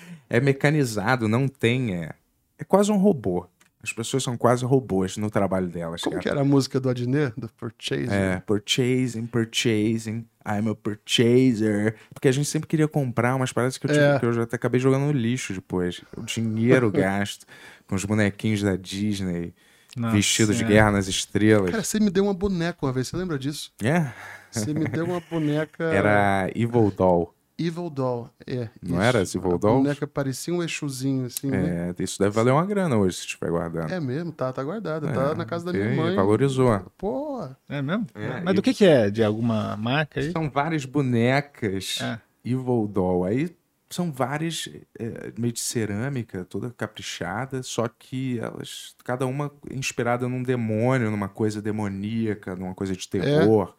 C: é mecanizado, não tem. É... é quase um robô. As pessoas são quase robôs no trabalho delas.
E: Como
C: cara.
E: que é? era a música do Adnet, do Purchase?
C: É, purchasing, purchasing, I'm a purchaser. Porque a gente sempre queria comprar umas paradas que eu, tive-
E: É.
C: que eu já até acabei jogando no lixo depois. O dinheiro gasto com os bonequinhos da Disney,
B: Nossa
C: vestidos de
B: Senhora.
C: guerra nas estrelas.
E: Cara, você me deu uma boneca uma vez, você lembra disso?
C: É,
E: Você me deu uma boneca
C: Era Evil Doll.
E: Evil Doll. É,
C: Não
E: isso.
C: era esse Evil
E: A
C: Doll?
E: boneca parecia um Exuzinho, assim, né?
C: É, isso deve valer uma grana hoje se estiver guardando.
E: É mesmo, tá, tá guardada, tá
C: É,
E: na casa da
C: porque
E: minha mãe.
C: Valorizou.
E: Pô,
B: É mesmo?
C: É,
B: Mas
C: e-
B: do que que é? De alguma marca aí?
C: São várias bonecas
B: É.
C: Evil Doll. Aí são várias, é, meio de cerâmica, toda caprichada, só que elas, cada uma inspirada num demônio, numa coisa demoníaca, numa coisa
E: É.
C: de terror,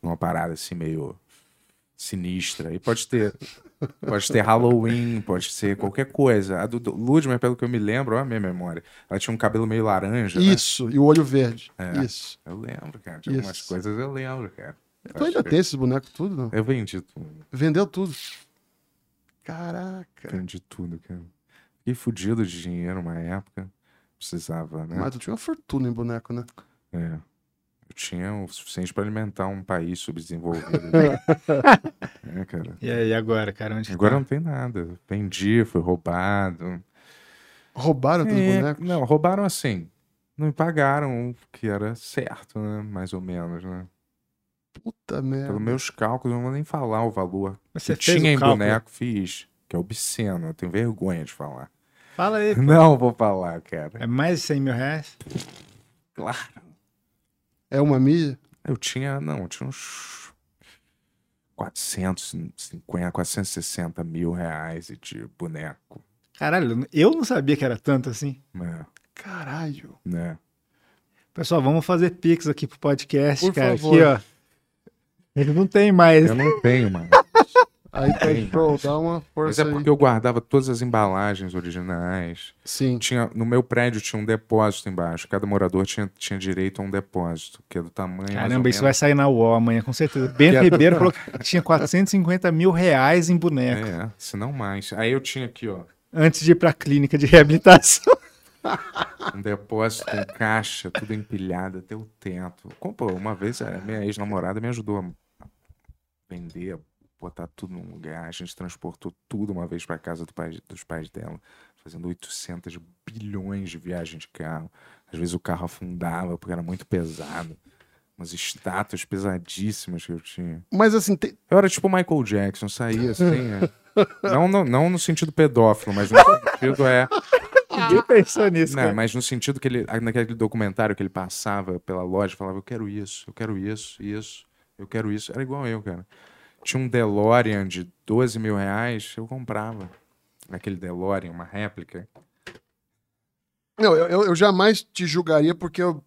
C: numa parada assim meio sinistra. E pode ter, pode ter Halloween, pode ser qualquer coisa. A do, do Ludmer, pelo que eu me lembro, olha a minha memória, ela tinha um cabelo meio laranja, né? É,
E: isso, e o olho verde. Isso.
C: Eu lembro, cara. De algumas
E: Isso.
C: coisas eu lembro, cara.
E: Tu ainda
C: Acho que- É.
E: tem esses bonecos tudo, não?
C: Eu vendi tudo.
E: Vendeu tudo. Caraca.
C: Vendi tudo, cara. Fiquei fudido de dinheiro uma época. Precisava, né?
E: Mas tu tinha uma fortuna em boneco, né?
C: É. Eu tinha o suficiente pra alimentar um país subdesenvolvido. né? é, cara.
B: E aí, agora, cara? Onde que
C: Agora
B: tá?
C: não tem nada. Vendi, fui roubado.
E: Roubaram teus
C: É,
E: Tá bonecos?
C: não, roubaram assim. Não me pagaram o que era certo, né? Mais ou menos, né?
E: Puta merda.
C: Pelos meus cálculos, eu não vou nem falar o valor
B: Mas
C: que
B: você fez
C: tinha
B: o
C: em
B: cálculo?
C: boneco, fiz. Que é obsceno, eu tenho vergonha de falar.
B: Fala aí.
C: Não vou falar, cara.
B: É mais de 100 mil reais?
C: Claro.
E: É uma mídia?
C: Eu tinha, não, eu tinha uns 450, 460 mil reais de boneco.
B: Caralho, eu não sabia que era tanto assim.
C: Né?
E: Caralho.
C: né?
B: Pessoal, vamos fazer pix aqui pro podcast,
E: Por
B: cara.
E: favor.
B: Aqui, ó. Ele não tem mais.
C: Eu não tenho, mano.
E: Aí tá
C: Tem,
E: show, dá uma
C: Mas
E: força
C: é
E: aí.
C: porque eu guardava todas as embalagens originais.
E: Sim.
C: Tinha, no meu prédio tinha um depósito embaixo. Cada morador tinha, tinha direito a um depósito, que é do tamanho. mais ou
B: Caramba, isso vai
C: menos-
B: sair na UOL amanhã, com certeza. Bento Ribeiro falou que tinha 450 mil reais em boneco.
C: É, se não mais. Aí eu tinha aqui, ó.
B: Antes de ir pra clínica de reabilitação.
C: Um depósito com caixa, tudo empilhado até o teto. Como, pô, uma vez a minha ex-namorada me ajudou a vender, a botar tudo num lugar. A gente transportou tudo uma vez para casa do pai- dos pais dela, fazendo 800 bilhões de viagens de carro. Às vezes o carro afundava porque era muito pesado. Umas estátuas pesadíssimas que eu tinha.
E: Mas assim, tem-
C: Eu era tipo Michael Jackson, saía assim. é. Não, não, não no sentido pedófilo, mas no sentido é.
B: Ninguém pensou nisso,
C: Não,
E: é
B: cara.
C: Né, mas no sentido que ele. Naquele documentário que ele passava pela loja, falava: Eu quero isso, eu quero isso, isso, eu quero isso. Era igual eu, cara. Tinha um DeLorean de 12 mil reais, eu comprava. Aquele DeLorean, uma réplica.
E: Não, eu, eu, eu jamais te julgaria porque eu,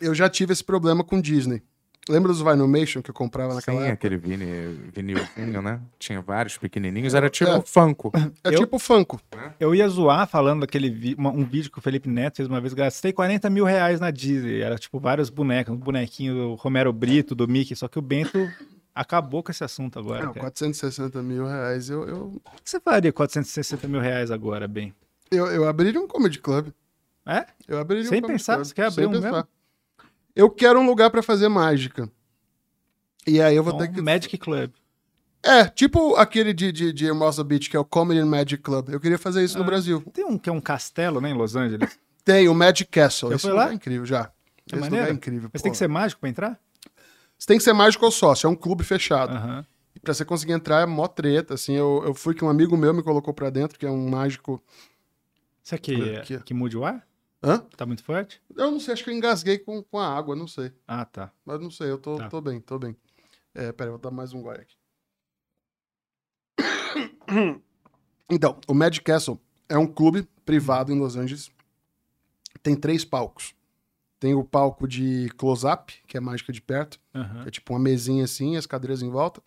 E: eu já tive esse problema com Disney. Lembra dos Vinomation que eu comprava naquela
C: Sim,
E: época?
C: aquele vini, vinilzinho, né? Tinha vários pequenininhos, era tipo
E: É.
C: um Funko.
E: É
B: Eu-
E: tipo Funko.
B: Eu ia zoar falando daquele vi- uma- um vídeo que o Felipe Neto fez uma vez, gastei 40 mil reais na Disney. Era tipo vários bonecos, um bonequinho do Romero Brito, do Mickey, só que o Bento Acabou com esse assunto agora.
E: Não,
B: cara.
E: 460 mil reais, eu, eu,
B: O que você faria 460 mil reais agora, bem?
E: eu, eu abriria um comedy club.
B: É?
E: Eu abriria
B: Sem
E: um comedy
B: pensar?
E: club,
B: Você quer
E: sem
B: abrir um mesmo?
E: Eu quero um lugar pra fazer mágica. E aí eu vou
B: Então,
E: ter que...
B: Magic Club.
E: É, tipo aquele de, de, de Hermosa Beach, que é o Comedy and Magic Club. Eu queria fazer isso no Brasil.
B: Tem um que é um castelo, né, em Los Angeles?
E: Tem o Magic Castle.
B: Já
E: Esse
B: foi
E: lugar
B: lá?
E: é incrível, já. Esse lugar é
B: maneiro?
E: incrível.
B: Mas tem
E: pô.
B: que ser mágico pra entrar?
E: Você tem que ser mágico ou sócio, é um clube fechado.
B: Aham.
E: E pra você conseguir entrar é mó treta, assim. Eu, eu fui que um amigo meu me colocou pra dentro, que é um mágico...
B: Isso aqui
E: Por
B: é
E: quê?
B: que mude o ar?
E: Hã?
B: Tá muito forte?
E: Eu não sei, acho que eu engasguei com, com a água, não sei.
B: Ah, tá.
E: Mas não sei, eu tô,
B: Tá.
E: tô bem, tô bem. É, pera, eu vou dar mais um gole aqui. Então, o Magic Castle é um clube privado em Los Angeles. Tem três palcos. Tem o palco de close-up, que é mágica de perto.
B: Aham.
E: É tipo uma mesinha assim, as cadeiras em volta.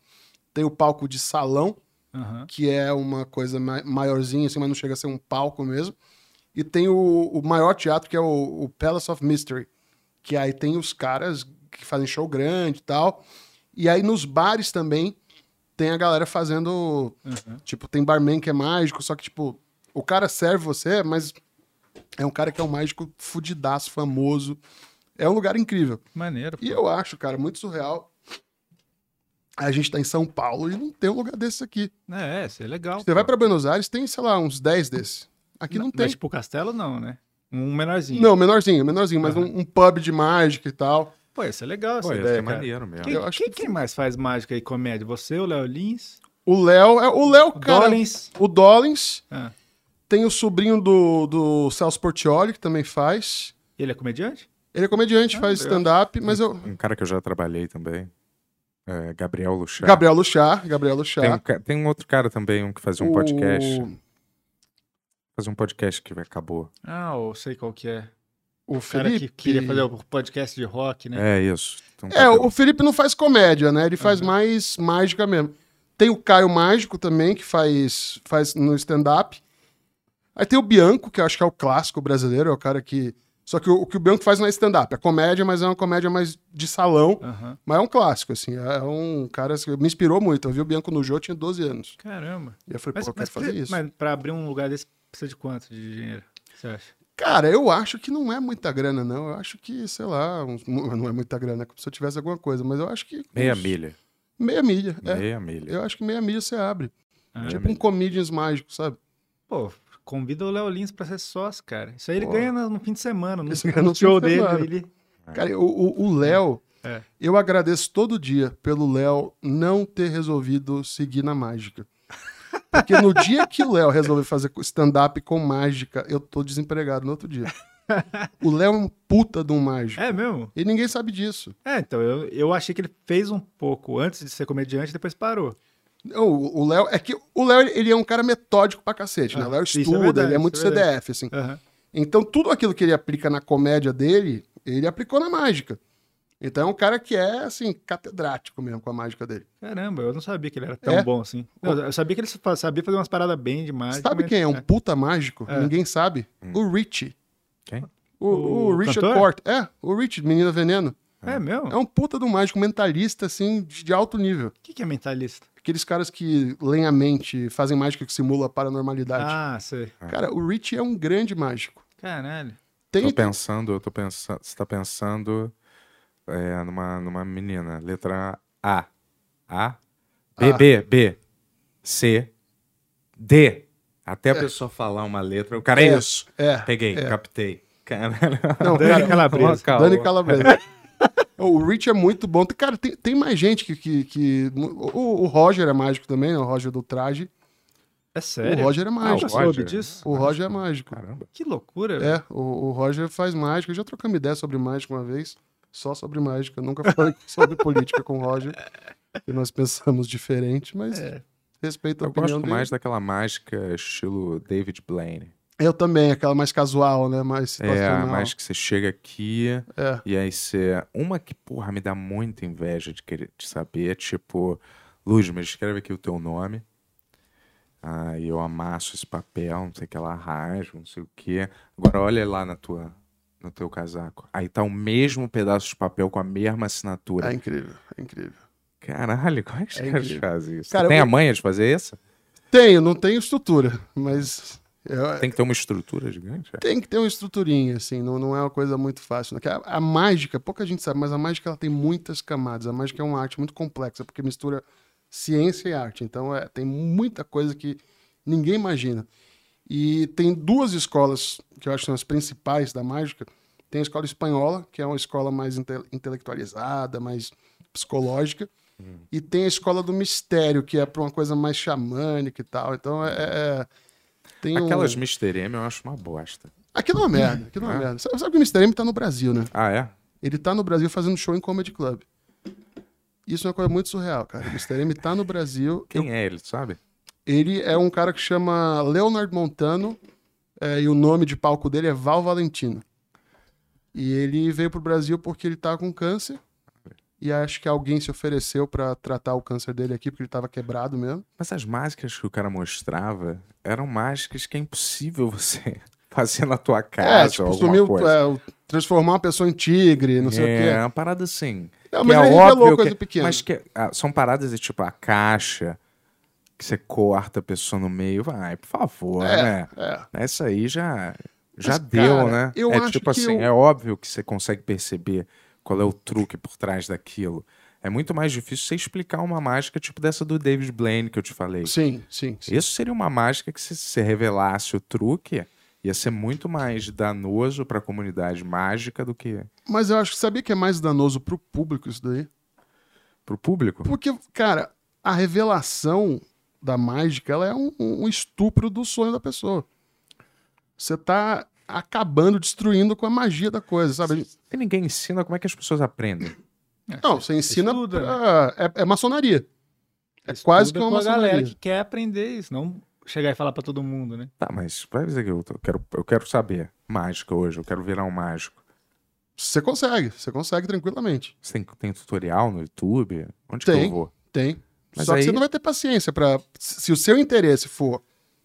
E: Tem o palco de salão,
B: Aham.
E: que é uma coisa ma- maiorzinha, assim, mas não chega a ser um palco mesmo. E tem o, o maior teatro, que é o, o Palace of Mystery, que aí tem os caras que fazem show grande e tal. E aí nos bares também tem a galera fazendo.
B: Aham.
E: Tipo, tem barman que é mágico, só que, tipo, o cara serve você, mas é um cara que é um mágico fudidaço, famoso. É um lugar incrível.
B: Maneiro.
E: E
B: pô.
E: eu acho, cara, muito surreal. A gente tá em São Paulo e não tem um lugar desse aqui.
B: É, é, isso é legal.
E: Você vai
B: pô.
E: pra Buenos Aires, tem, sei lá, uns 10 desses. Aqui não, tem.
B: Mas tipo castelo, não, né? Um menorzinho.
E: Não, menorzinho, menorzinho, mas
B: Aham.
E: um, um pub de mágica e tal.
B: Pô, isso é legal essa
C: Pô, ia
B: ideia,
C: ser
B: cara.
C: maneiro mesmo.
B: Quem,
E: Eu acho
B: quem- quem mais faz mágica e comédia? Você, o Léo Lins?
E: O Léo, é, o Léo,
B: O
E: cara,
B: Dollins?
E: o Dollins,
B: Ah,
E: tem o sobrinho do, do Celso Portioli, que também faz.
B: ele é comediante?
E: Ele é comediante, faz
B: legal.
E: stand-up, mas eu...
C: Um cara que eu já trabalhei também. é Gabriel Luchá.
E: Gabriel Luchar, Gabriel Luchar.
C: Tem um, ca- tem um outro cara também, um que fazia um podcast.
E: O,
C: Fazia um podcast que acabou.
B: Ah, eu sei qual que é.
E: o
B: O cara
E: Felipe...
B: que queria fazer o podcast de rock, né?
C: É isso. Tem um
E: É,
C: cabelo-
E: o Felipe não faz comédia, né? Ele faz
B: Uhum.
E: mais mágica mesmo. Tem o Caio Mágico também, que faz, faz no stand-up. Aí tem o Bianco, que eu acho que é o clássico brasileiro, é o cara que. Só que o, o que o Bianco faz não é stand-up, é comédia, mas é uma comédia mais de salão.
B: Aham.
E: Mas é um clássico, assim. É um cara que me inspirou muito. Eu vi o Bianco no Jô, eu tinha 12 anos.
B: Caramba.
E: E eu falei,
B: Mas,
E: pô, eu
B: mas
E: quero fazer
B: pre-
E: isso.
B: mas pra abrir um lugar desse, precisa de quanto de dinheiro? Você acha?
E: Cara, eu acho que não é muita grana, não. Eu acho que, sei lá, uns- não é muita grana, é como se eu tivesse alguma coisa, mas eu acho que.
C: Meia
E: uns-
C: milha.
E: Meia milha. é.
C: Meia milha.
E: Eu acho que meia milha você abre.
B: Ah,
E: tipo um comedians mágico, sabe?
B: Pô, convida o Léo Lins pra ser sócio, cara. Isso aí ele
C: Pô.
B: ganha no, no fim de semana, no,
E: Isso ganha no
B: no
E: fim
B: show
E: de
B: dele.
E: semana.
B: Ele...
E: Cara, o- o o Léo,
B: É.
E: eu agradeço todo dia pelo Léo não ter resolvido seguir na mágica. Porque no dia que o Léo resolveu fazer stand-up com mágica, eu tô desempregado no outro dia. O Léo é um puta de um mágico.
B: É mesmo?
E: E ninguém sabe disso.
B: É, então, eu, eu achei que ele fez um pouco antes de ser comediante e depois parou.
E: Não, O o Léo é que o Léo ele é um cara metódico pra cacete, né?
B: Ah,
E: O Léo
B: isso é
E: estuda,
B: verdade,
E: ele é
B: isso
E: muito
B: é verdade.
E: CDF, assim.
B: Aham.
E: Então, tudo aquilo que ele aplica na comédia dele, ele aplicou na mágica. Então, é um cara que é, assim, catedrático mesmo com a mágica dele.
B: Caramba, eu não sabia que ele era tão
E: É.
B: bom assim. Não, eu sabia que ele fa- sabia fazer umas paradas bem demais.
E: sabe
B: mas-
E: quem é um puta mágico?
B: É.
E: Ninguém sabe. O Richie.
C: Hum. Quem?
E: O, o
B: O
E: Richard
B: cantor?
E: Port. É, o Richie, Menina Veneno.
B: É, mesmo?
E: É um puta do mágico mentalista, assim, de, de alto nível.
B: O que, que é mentalista?
E: Aqueles caras que leem a mente, fazem mágica que simula a paranormalidade.
B: Ah, sei.
E: Cara, o Richie é um grande mágico.
B: Caralho.
E: Tem,
C: Tô pensando, eu tô pensando. Você tá pensando é, numa, numa menina. Letra A. A. B,
E: A.
C: B, B. C. D. Até a pessoa falar uma letra. O cara é,
E: É,
C: isso.
E: é,
C: Peguei, captei. Caralho.
E: Não,
B: Dani
E: É um cara,
B: Calabresa.
C: Calma.
E: Dani Calabresa. o Rich é muito bom. Cara, tem, tem mais gente que. que, que- o, o Roger é mágico também, né? O Roger do traje.
B: É sério?
E: O Roger é
B: Ah, eu
E: mágico.
C: Roger.
B: soube disso?
E: o Roger é mágico.
C: Caramba.
B: Que loucura, velho.
E: É, o, o Roger faz mágica. Eu já trocamos ideia sobre mágica uma vez. Só sobre mágica. Eu nunca falei sobre política com o Roger. Porque nós pensamos diferente, mas
B: É.
E: respeito a
C: Eu
E: opinião
C: gosto
E: dele.
C: mais daquela mágica estilo David Blaine.
E: Eu também, aquela mais casual, né? Mais
C: É, a
E: situacional.
C: mágica que você chega aqui.
E: É.
C: E aí você. Uma que, porra, me dá muita inveja de querer de saber, tipo, Luz, mas escreve aqui o teu nome. Aí eu amasso esse papel, não sei o que lá, rasgo, não sei o que. Agora olha lá na tua, no teu casaco. Aí tá o mesmo pedaço de papel com a mesma assinatura.
E: É incrível, é incrível.
C: Caralho, como é que os
E: É
C: caras
E: incrível.
C: fazem isso?
E: Cara,
C: Tem
E: eu-
C: a manha de fazer isso?
E: Tenho, não tenho estrutura, mas eu-
C: Tem que ter uma estrutura gigante.
E: tem que ter uma estruturinha, assim, não, não é uma coisa muito fácil. né? Que A, a mágica, pouca gente sabe, mas a mágica ela tem muitas camadas. A mágica é uma arte muito complexa, porque mistura ciência e arte. Então é, tem muita coisa que ninguém imagina. E tem duas escolas que eu acho que são as principais da mágica. Tem a escola espanhola, que é uma escola mais inte- intelectualizada, mais psicológica. E tem a escola do mistério, que é para uma coisa mais xamânica e tal. Então é. é- tem um-
C: Aquelas Mr. M eu acho uma bosta.
E: Aquilo é uma merda, aquilo é uma
C: É.
E: merda. Sabe, sabe que o Mr. M tá no Brasil, né?
C: Ah, é?
E: Ele tá no Brasil fazendo show em Comedy Club. Isso é uma coisa muito surreal, cara. O Mr. M tá no Brasil.
C: Quem é ele, sabe?
E: Ele é um cara que chama Leonard Montano é, e o nome de palco dele é Val Valentino. E ele veio pro Brasil porque ele tá com câncer e acho que alguém se ofereceu pra tratar o câncer dele aqui porque ele tava quebrado mesmo.
C: Mas as mágicas que o cara mostrava eram mágicas que é impossível você fazer na tua casa.
E: é, tipo,
C: alguma
E: sumiu
C: coisa.
E: é, o- transformar uma pessoa em tigre, não sei
C: é,
E: o quê.
C: uma parada assim.
E: Não,
C: que
E: mas tá
C: é
E: ele
C: óbvio
E: revelou
C: que-
E: coisa pequena.
C: Mas que ah, são paradas de tipo a caixa que você corta a pessoa no meio. Vai, por favor, né?
E: é.
C: Essa aí já, já
E: Mas,
C: deu,
E: cara,
C: né?
E: eu
C: é
E: acho
C: tipo
E: que
C: assim,
E: eu-
C: é óbvio que você consegue perceber qual é o truque por trás daquilo. É muito mais difícil você explicar uma mágica tipo dessa do David Blaine que eu te falei.
E: Sim, sim. sim.
C: Isso seria uma mágica que se você revelasse o truque, ia ser muito mais danoso pra comunidade mágica do que
E: Mas eu acho que sabia que é mais danoso pro público isso daí?
C: pro público.
E: Porque, cara, a revelação da mágica ela é um, um estupro do sonho da pessoa. Você tá acabando, destruindo com a magia da coisa, sabe? A gente-
C: E ninguém ensina como é que as pessoas aprendem.
B: é,
E: Não, você ensina.
B: estuda,
E: pra- é, é maçonaria. É quase que
B: Tudo
E: uma
B: com a galera
E: maçonaria.
B: que quer aprender isso, não chegar e falar pra todo mundo, né?
C: Tá, mas vai dizer que eu, tô- eu quero, eu quero saber mágica hoje, eu quero virar um mágico.
E: Você consegue, você consegue tranquilamente.
C: Você tem, tem tutorial no YouTube? Onde que
E: Tem.
C: eu vou?
E: Tem.
C: Mas
E: Só
C: aí-
E: que você não vai ter paciência para Se o seu interesse for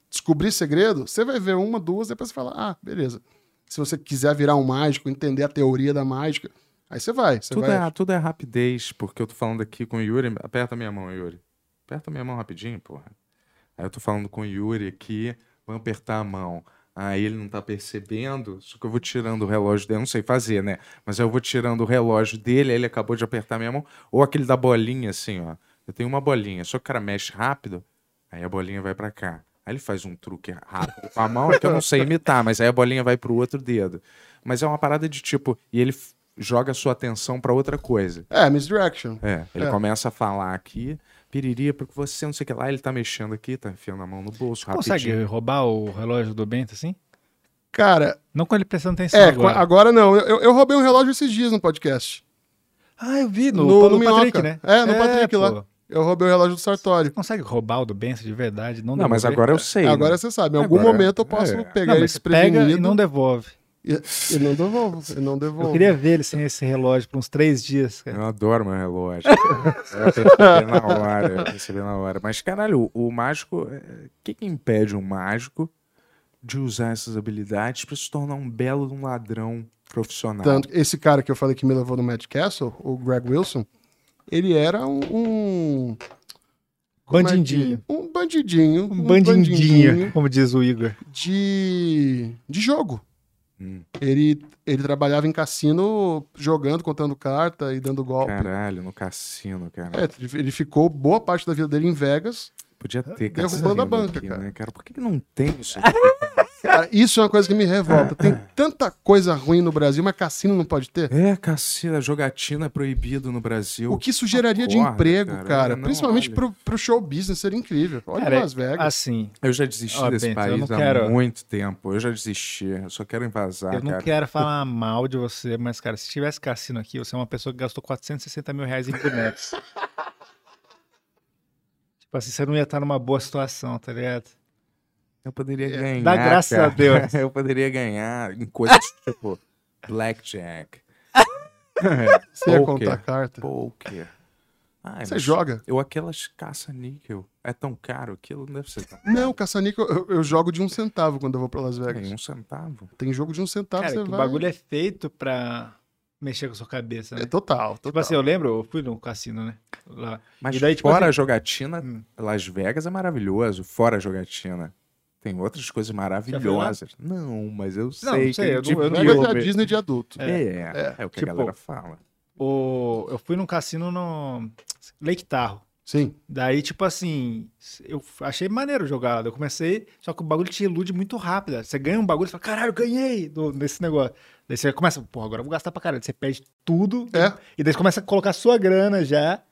E: descobrir segredo, você vai ver uma, duas, depois você fala, ah, beleza. Se você quiser virar um mágico, entender a teoria da mágica, aí você vai. Você
C: Tudo
E: vai...
C: é, tudo é rapidez, porque eu tô falando aqui com o Yuri. Aperta minha mão, Yuri. Aperta minha mão rapidinho, porra. Aí eu tô falando com o Yuri aqui, vou apertar a mão. Aí ele não tá percebendo, só que eu vou tirando o relógio dele, eu não sei fazer, né? Mas eu vou tirando o relógio dele, aí ele acabou de apertar minha mão. Ou aquele da bolinha, assim, ó. Eu tenho uma bolinha, só que o cara mexe rápido, aí a bolinha vai pra cá. Aí ele faz um truque rápido com a mão, é que eu não sei imitar, mas aí a bolinha vai pro outro dedo. Mas é uma parada de tipo, e ele f- joga a sua atenção pra outra coisa.
E: É, misdirection.
C: É, ele
E: É.
C: começa a falar aqui, piriri, é porque você não sei o que lá, ele tá mexendo aqui, tá enfiando a mão no bolso, rapidinho.
B: Consegue roubar o relógio do Bento assim?
E: Cara,
B: Não com ele prestando atenção
E: é, agora,
B: agora.
E: não. Eu, eu roubei um relógio esses dias no podcast.
B: Ah, eu vi no,
E: No-
B: no,
E: no
B: Patrick,
E: Minhoca.
B: né?
E: É, no Patrick lá.
B: pô.
E: Eu roubei o relógio do Sartório.
B: Consegue roubar o do Bento de verdade? Não,
C: Não, mas
B: devolver?
C: agora eu sei.
E: Agora
C: né?
E: você sabe, em algum
C: Agora-
E: momento eu posso
C: é.
E: pegar
B: Não,
E: ele
B: mas pega
E: desprevenido.
B: e não devolve.
E: e, e não devolvo. Eu não devolvo.
B: Eu queria ver ele sem esse relógio por uns três dias, cara.
C: Eu adoro meu relógio. eu percebi na hora, eu percebi na hora. Mas, caralho, o, o mágico. é, O que, que impede um mágico de usar essas habilidades pra se tornar um belo de um ladrão profissional?
E: Tanto que esse cara que eu falei que me levou no Mad Castle, o Greg Wilson, ele era um. um como é que-
B: Bandidinho.
E: Um bandidinho.
B: Um bandidinho, como diz o Igor.
E: de, de jogo.
C: Hum.
E: Ele, ele trabalhava em cassino jogando, contando carta e dando golpe.
C: Caralho, no cassino, cara.
E: É, ele- ele ficou boa parte da vida dele em Vegas.
C: Podia ter
E: derrubando
C: cassino
E: a banca, cara.
C: Né, cara? Por que, que não tem isso aqui?
E: Cara, isso é uma coisa que me revolta. Tem tanta coisa ruim no Brasil, mas cassino não pode ter.
C: É, cassino, jogatina é proibido no Brasil.
E: O que isso geraria de
C: Concordo,
E: emprego,
C: cara.
E: cara?
C: Não,
E: Principalmente
C: olha.
E: pro, pro show business, seria incrível. Olha
B: Cara,
E: Las Vegas.
B: Assim,
C: Eu já desisti
B: Ó,
C: desse
B: Bento, eu
C: país
B: não
C: há
B: quero-
C: muito tempo. Eu já desisti. Eu só quero invasar,
B: eu não
C: Tá, cara.
B: quero falar mal de você, mas, cara, se tivesse cassino aqui, você é uma pessoa que gastou 460 mil reais em bonecos. tipo assim, você não ia estar numa boa situação, tá ligado?
C: Eu poderia
E: É,
C: ganhar.
B: dá graças
C: cara.
B: a Deus.
C: Eu poderia ganhar em coisas tipo blackjack. É,
E: Você ia
C: poker,
E: contar carta.
C: Poker. Ai,
E: Você
C: mas
E: joga?
C: Eu aquelas caça-níquel. É tão caro aquilo, não deve ser tão caro.
E: Não, caça-níquel eu, eu jogo de um centavo quando eu vou pra Las Vegas.
C: Tem um centavo.
E: Tem jogo de um centavo,
B: Cara,
E: você
B: que o
E: vai...
B: bagulho é feito pra mexer com a sua cabeça, né?
E: É total,
B: Tipo
E: total.
B: assim, eu lembro, eu fui no cassino, né? Lá.
C: Mas
B: E daí, tipo
C: fora
B: assim-
C: a jogatina,
B: Hum.
C: Las Vegas é maravilhoso. Fora a jogatina. Tem outras coisas maravilhosas. Não, mas eu sei.
B: não sei,
C: que
B: eu
C: tipo
B: não- eu não-
C: de
E: Vegas é a
C: Uber-
E: Disney de adulto.
C: É, é, é o que
B: Tipo-
C: a galera fala.
B: O, eu fui num cassino no Lake Tahoe.
E: Sim.
B: Daí, tipo assim, eu achei maneiro jogar. Eu comecei, só que o bagulho te ilude muito rápido. Você ganha um bagulho e fala, caralho, ganhei do, desse negócio. Daí você começa, porra, agora eu vou gastar pra caralho. Você perde tudo.
E: É.
B: E daí você começa a colocar sua grana já,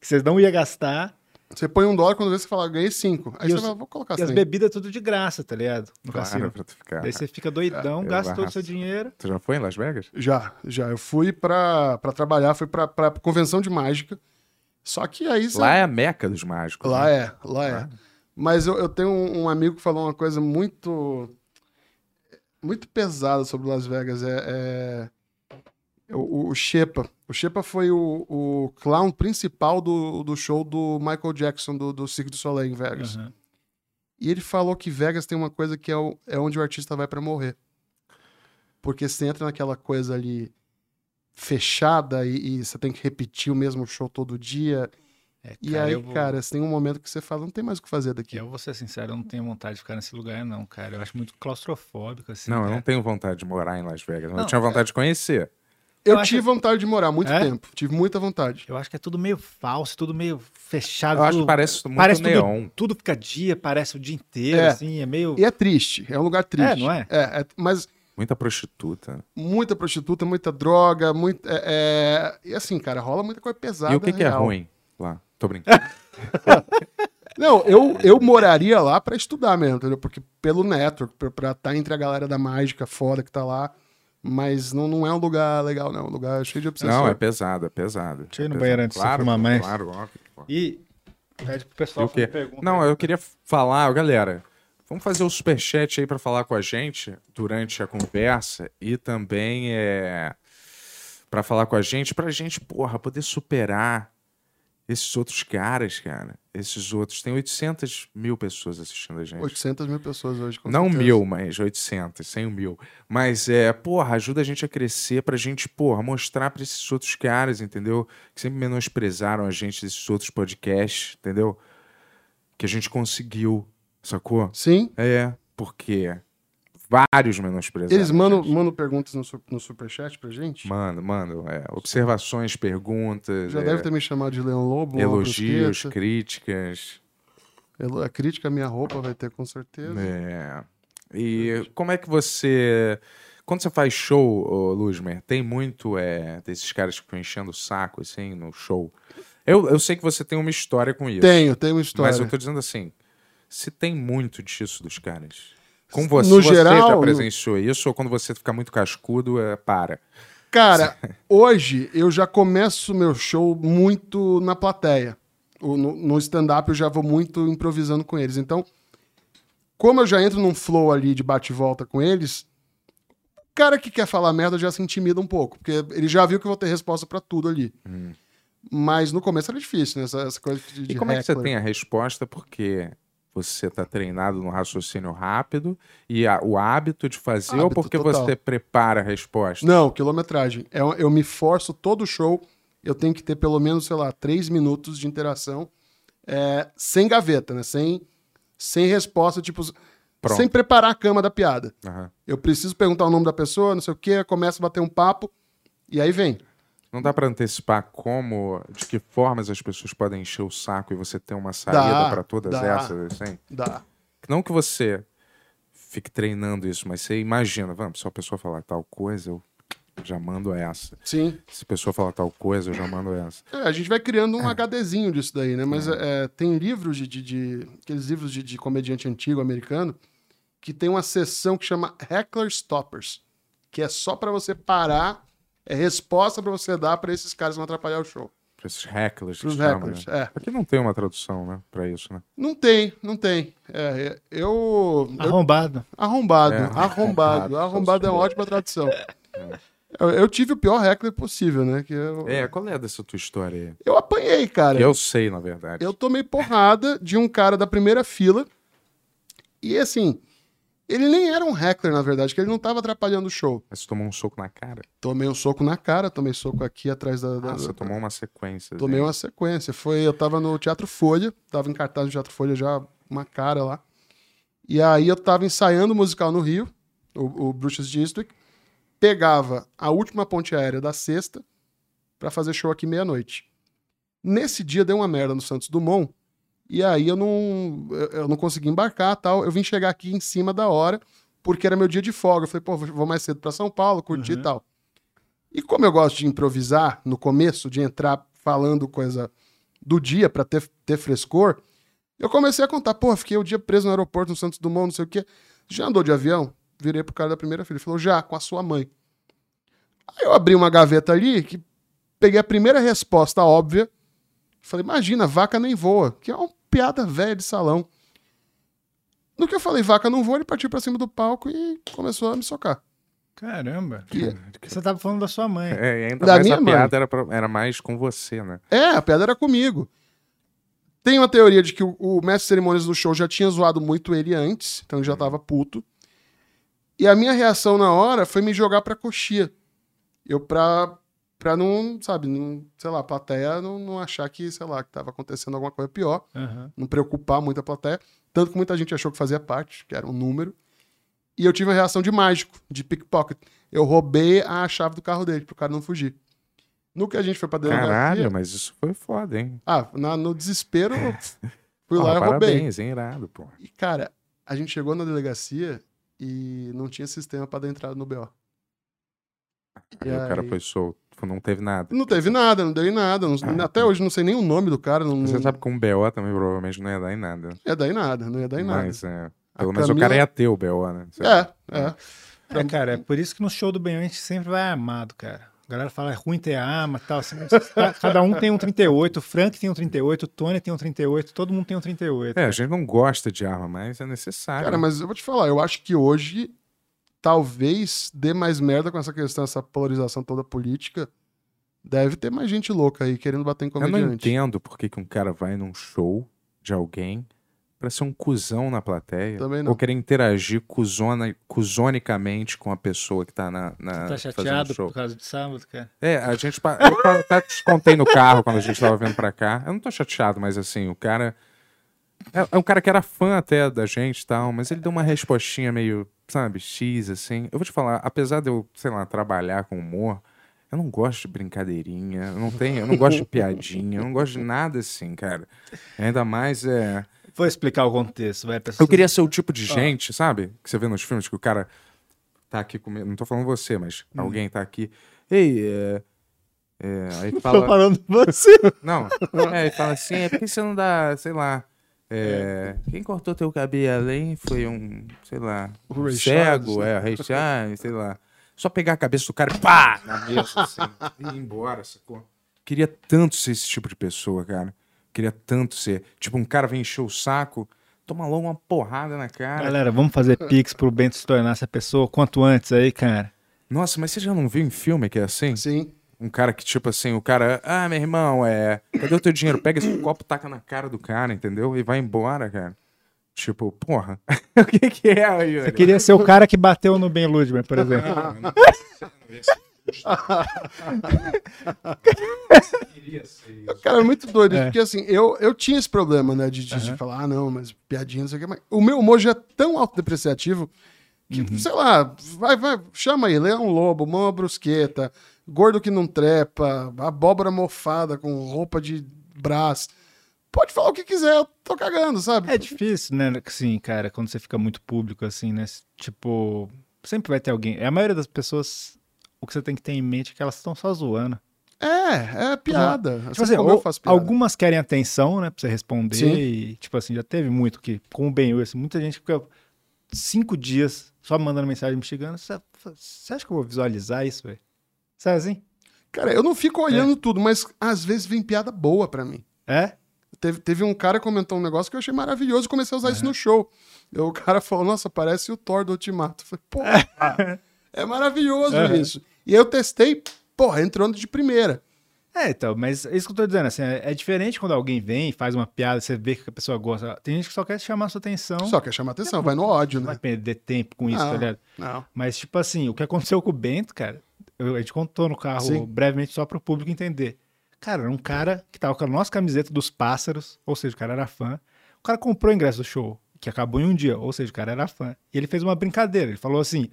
B: que vocês não ia gastar.
E: Você põe um dólar quando vê você fala, ganhei cinco. Aí
B: E
E: você
B: os-
E: fala, vou colocar
B: E as
E: cem.
B: bebidas tudo de graça, tá ligado? No
C: Ah, Claro,
B: cassino.
C: pra tu ficar.
B: Daí você fica doidão,
C: Eu
B: gasta todo o
C: arraso.
B: seu dinheiro.
C: Tu já foi em Las Vegas?
E: Já, já. Eu fui pra, pra trabalhar, fui pra, pra convenção de mágica. Só que aí você.
C: Lá é a meca dos mágicos.
E: Lá
C: né?
E: é, lá é. Mas eu, eu tenho um, um amigo que falou uma coisa muito. muito pesada sobre Las Vegas. É. é- o, o Shepa. O Shepa foi o, o clown principal do, do show do Michael Jackson, do, do Cirque du Soleil em
C: É
E: Vegas.
B: Aham.
E: E ele falou que Vegas tem uma coisa que é, o- é onde o artista vai pra morrer. Porque você entra naquela coisa ali fechada e, e você tem que repetir o mesmo show todo dia.
B: É,
E: E
B: cara,
E: aí,
B: eu vou-
E: cara, você tem um momento que você fala, não tem mais o que fazer daqui.
B: Eu vou ser sincero, eu não tenho vontade de ficar nesse lugar, não, cara. Eu acho muito claustrofóbico, assim.
C: Não, eu
B: cara.
C: não tenho vontade de morar em Las Vegas. mas
B: Não, é.
C: eu tinha vontade de conhecer.
E: Eu,
B: Eu acho-
E: tive vontade de morar muito
B: É?
E: tempo. Tive muita vontade.
B: Eu acho que é tudo meio falso, tudo meio fechado.
C: Eu acho
B: tudo-
C: que parece muito
B: parece
C: neon.
B: Tudo, tudo fica dia, parece o dia inteiro,
E: É.
B: assim, é meio.
E: E é triste, é um lugar triste.
B: É, não é?
E: É, é- mas
C: Muita prostituta.
E: muita prostituta, muita droga, muito. é- é- E assim, cara, rola muita coisa pesada.
C: e o que, que é
E: real.
C: ruim lá? Tô brincando.
E: Não, eu, eu moraria lá pra estudar mesmo, entendeu? Porque pelo network, pra- pra estar entre a galera da mágica foda que tá lá. Mas não, não é um lugar legal, não. É um lugar cheio de obsessão.
C: não, é pesado, é pesado.
B: Deixa eu ir no
C: É pesado.
B: banheiro antes de você
C: claro,
B: fumar mais.
C: Claro, óbvio. pô.
B: E pede pro
C: E
B: pessoal
C: o quê?
B: fazer pergunta.
C: Não, eu queria falar, galera. Vamos fazer o superchat aí pra falar com a gente durante a conversa e também é para falar com a gente, pra gente, porra, poder superar esses outros caras, cara. Esses outros. Tem 800 mil pessoas assistindo a gente.
E: 800 mil pessoas hoje. com
C: Não
E: certeza.
C: mil, mas 800, 100 mil. Mas, é, porra, ajuda a gente a crescer pra gente, porra, mostrar pra esses outros caras, entendeu? Que sempre menosprezaram a gente, esses outros podcasts, entendeu? Que a gente conseguiu, sacou?
E: Sim.
C: É, porque vários menosprezaram.
E: Eles
C: a
E: mandam,
C: gente.
E: mandam perguntas no, su- no superchat pra gente.
C: Mano, mano, é, observações, perguntas,
E: Já
C: é,
E: deve ter me chamado de Leão Lobo. uma
C: elogios,
E: brusqueta.
C: críticas.
E: Elo- A crítica à minha roupa vai ter com certeza.
C: É. E como é que você. Quando você faz show, ô, Luzmer, tem muito é, desses caras que ficam enchendo o saco, assim, no show. Eu, eu sei que você tem uma história com isso.
E: Tenho, tenho uma história.
C: Mas eu tô dizendo assim: se tem muito disso dos caras. Com você,
E: No
C: você já
E: geral,
C: presenciou isso, ou quando você fica muito cascudo, é, para.
E: Cara, hoje eu já começo o meu show muito na plateia. O- No, no stand-up eu já vou muito improvisando com eles. Então, como eu já entro num flow ali de bate e volta com eles, o cara que quer falar merda já se intimida um pouco, porque ele já viu que eu vou ter resposta pra tudo ali. Mas no começo era difícil, né? Essa, essa coisa de, de
C: Hum. E como é que você
E: heckler.
C: tem a resposta? Porque você está treinado no raciocínio rápido e a- o hábito de fazer, ou
E: Hábito
C: porque
E: total.
C: você prepara a resposta?
E: Não, quilometragem. É um- Eu, me forço todo show, eu tenho que ter pelo menos, sei lá, três minutos de interação é, sem gaveta, né? Sem, sem resposta, tipo,
C: Pronto.
E: sem preparar a cama da piada.
C: Aham.
E: Eu preciso perguntar o nome da pessoa, não sei o quê, começa a bater um papo e aí vem.
C: Não dá pra antecipar como, de que formas as pessoas podem encher o saco e você ter uma saída
E: Dá,
C: pra todas
E: dá.
C: essas, assim?
E: Dá.
C: Não que você fique treinando isso, mas você imagina, vamos, se a pessoa falar tal coisa, eu já mando essa.
E: Sim.
C: Se a pessoa falar tal coisa, eu já mando essa.
E: É, a gente vai criando um HDzinho disso daí, né? Mas é, tem livros de, de- de- aqueles livros de, de comediante antigo americano que tem uma sessão que chama Heckler Stoppers, que é só pra você parar, é resposta pra você dar pra esses caras não atrapalhar o show.
C: Pra esses hecklers que
E: Pros
C: chamam,
E: hecklers,
C: né?
E: é.
C: Aqui não tem uma tradução, né, pra isso, né?
E: Não tem, não tem. É, é, eu, eu-
B: Arrombado.
E: arrombado,
C: É, arrombado.
E: arrombado, arrombado é uma ótima tradução. Eu, eu tive o pior heckler possível, né? Que eu,
C: É, qual é dessa tua história aí?
E: eu apanhei, cara.
C: Que eu sei, na verdade.
E: Eu tomei porrada de um cara da primeira fila. E assim, Ele nem era um heckler, na verdade, que ele não tava atrapalhando o show.
C: Mas você tomou um soco na cara?
E: Tomei um soco na cara, tomei soco aqui atrás da. da-
C: Ah, você
E: da-
C: tomou uma sequência.
E: Tomei
C: né?
E: uma sequência. Foi, eu tava no Teatro Folha, tava em cartaz do Teatro Folha já, uma cara lá. E aí eu tava ensaiando o musical no Rio, o, o Bruxas de Eastwick. Pegava a última ponte aérea da sexta pra fazer show aqui meia-noite. Nesse dia deu uma merda no Santos Dumont. E aí eu não, eu- eu não consegui embarcar tal. Eu vim chegar aqui em cima da hora, porque era meu dia de folga. Eu falei, pô, vou mais cedo pra São Paulo, curtir e tal. E como eu gosto de improvisar no começo, de entrar falando coisa do dia pra ter, ter frescor, eu comecei a contar, pô, fiquei o dia preso no aeroporto, no Santos Dumont, não sei o quê. Já andou de avião? Virei pro cara da primeira filha, ele falou, já, com a sua mãe. Aí eu abri uma gaveta ali, que peguei a primeira resposta óbvia, falei, imagina, vaca nem voa, que é uma piada velha de salão. No que eu falei, vaca não voa, ele partiu pra cima do palco e começou a me socar.
B: Caramba.
E: E-
B: Você tava falando da sua mãe.
C: É, e ainda
E: Da
C: mais
E: minha
C: a
E: mãe.
C: piada era, pra- era mais com você, né?
E: É, a pedra era comigo. Tem uma teoria de que o, o mestre de cerimônias do show já tinha zoado muito ele antes, então ele já tava puto. E a minha reação na hora foi me jogar pra coxia. Eu pra, pra não, sabe, não, sei lá, a plateia não, não achar que, sei lá, que tava acontecendo alguma coisa pior
B: Aham.
E: não preocupar muito a plateia. Tanto que muita gente achou que fazia parte, que era um número. E eu tive a reação de mágico, de pickpocket. Eu roubei a chave do carro dele, pro cara não fugir. No que a gente foi pra
C: Caralho,
E: delegacia...
C: mas isso foi foda, hein?
E: Ah, na- no desespero, eu fui
C: Porra,
E: lá e roubei.
C: parabéns, hein? Irado, pô.
E: E, cara, a gente chegou na delegacia e não tinha sistema pra dar entrada no BO. E
C: Aí o cara
E: aí? Hum.
C: foi solto. tipo, Não teve nada.
E: Não teve nada, não deu em nada. não- até hoje não sei nem o nome do cara. Não,
C: Ah. Você
E: não
C: sabe que um BO também provavelmente não ia dar em nada.
E: ia dar em nada, não ia dar em nada.
C: Mas, é,
E: A
C: pelo menos o
E: Camila-
C: cara ia ter o BO, né? Sei lá.
E: É, é.
B: É, cara, é por isso que no show do Benhão a gente sempre vai armado, cara. A galera fala, é ruim ter arma e tal. assim, mas ca- Cada um tem um 38, o Frank tem um 38, o Tony tem um 38, todo mundo tem um 38.
C: É, a gente não gosta de arma, mas é necessário.
E: Cara, mas eu vou te falar, eu acho que hoje talvez dê mais merda com essa questão, essa polarização toda política. Deve ter mais gente louca aí querendo bater em
C: eu não
E: comediante.
C: entendo por que, que um cara vai num show de alguém pra ser um cuzão na plateia.
E: Também não.
C: Ou querer interagir cuzona, cuzonicamente com a pessoa que tá na, na
B: Tá
C: fazendo
B: chateado
C: show.
B: por causa do sábado, cara?
C: É, a gente. pa- Eu pa- até te contei no carro quando a gente tava vindo pra cá. Eu não tô chateado, mas assim, o cara. É, é um cara que era fã até da gente e tal, mas ele deu uma respostinha meio, sabe, X, assim. Eu vou te falar, apesar de eu, sei lá, trabalhar com humor, eu não gosto de brincadeirinha, eu não, tenho, eu não gosto de piadinha, eu não gosto de nada assim, cara. Ainda mais é.
B: Vou explicar o contexto, vai, pessoal.
C: Eu queria ser o tipo
B: Ah.
C: de gente, sabe? Que você vê nos filmes que o cara tá aqui comigo. Não tô falando você, mas
B: Hum.
C: alguém tá aqui. Ei, é. é, aí
B: Tô
C: fala.
B: falando de você.
C: Não, é, ele fala assim, é por que você não dá, sei lá. é, Quem cortou teu cabelo, hein? Foi um, sei lá,
E: O
C: um
E: Ray Charles,
C: cego,
E: né?
C: é, o Ray Charles, sei lá. Só pegar a cabeça do cara e pá! Na mesa, assim, e ir embora, sacou? Queria tanto ser esse tipo de pessoa, cara. Queria tanto ser. Tipo, um cara vem encher o saco, toma logo uma porrada na cara.
B: Galera, vamos fazer pix pro Bento se tornar essa pessoa o quanto antes aí, cara.
C: Nossa, mas você já não viu em filme que é assim?
E: Sim.
C: Um cara que, tipo assim, o cara, ah, meu irmão, é. Cadê o teu dinheiro? Pega esse copo, taca na cara do cara, entendeu? E vai embora, cara. Tipo, porra, o que que é aí,
B: Eu queria ser o cara que bateu no Ben Ludmer, por exemplo.
E: O cara é muito doido,
B: É.
E: porque assim, eu, eu tinha esse problema, né, de, de- de falar, ah, não, mas piadinha, não sei o quê. Mas o meu humor já é tão autodepreciativo que,
C: Uhum.
E: sei lá, vai, vai, chama aí, Leão Lobo, Mama Brusqueta, Gordo que não trepa, abóbora mofada com roupa de braço. Pode falar o que quiser, eu tô cagando, sabe?
B: É difícil, né? Sim, cara, quando você fica muito público, assim, né? Tipo, sempre vai ter alguém. É, A maioria das pessoas, o que você tem que ter em mente é que elas estão só zoando.
E: É, é piada.
B: Tipo
E: Assim
B: assim,
E: como
B: ou-
E: eu faço piada.
B: algumas querem atenção, né? Pra você responder.
E: Sim.
B: E, tipo assim, já teve muito que, com o Ben Wilson, muita gente fica cinco dias só mandando mensagem me xingando. Você você acha que eu vou visualizar isso, velho? Sabe assim?
E: Cara, eu não fico olhando tudo, mas às vezes vem piada boa pra mim.
B: É?
E: Teve, teve um cara que comentou um negócio que eu achei maravilhoso e comecei a usar isso no show. Eu- o cara falou, nossa, parece o Thor do Ultimato. Eu falei, pô, é maravilhoso
B: Aham.
E: isso. E eu testei, porra, entrando de primeira.
B: É, então, mas é isso que eu tô dizendo, assim, é é diferente quando alguém vem e faz uma piada, você vê que a pessoa gosta. Tem gente que só quer chamar sua atenção,
E: Só quer chamar atenção, vai no ódio,
B: não Então, é vai
E: né?
B: perder tempo com isso,
E: Ah.
B: tá ligado?
E: Não.
B: Mas, tipo assim, o que aconteceu com o Bento, cara, eu- a gente contou no carro
E: Sim.
B: brevemente só pro público entender. Cara, era um cara que tava com a nossa camiseta dos pássaros, ou seja, o cara era fã. O cara comprou o ingresso do show, que acabou em um dia, ou seja, o cara era fã. E ele fez uma brincadeira, ele falou assim: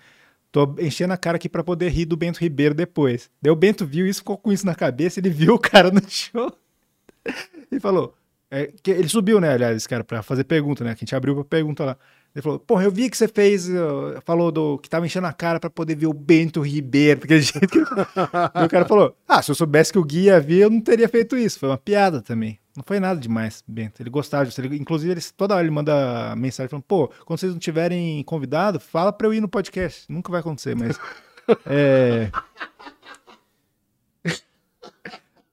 B: tô enchendo a cara aqui pra poder rir do Bento Ribeiro depois. Daí o Bento viu isso, ficou com isso na cabeça, ele viu o cara no show e falou. é, que ele subiu, né, aliás, esse cara, pra fazer pergunta, né? Que a gente abriu pra pergunta lá. Ele falou, porra, eu vi que você fez, ó, falou do que tava enchendo a cara pra poder ver o Bento Ribeiro, daquele jeito que ele... Aí o cara falou, ah, se eu soubesse que o Gui ia vir, eu não teria feito isso. Foi uma piada também. Não foi nada demais, Bento. Ele gostava disso. Ele- inclusive, ele, toda hora ele manda mensagem falando, pô, quando vocês não tiverem convidado, fala pra eu ir no podcast. Nunca vai acontecer, mas... é...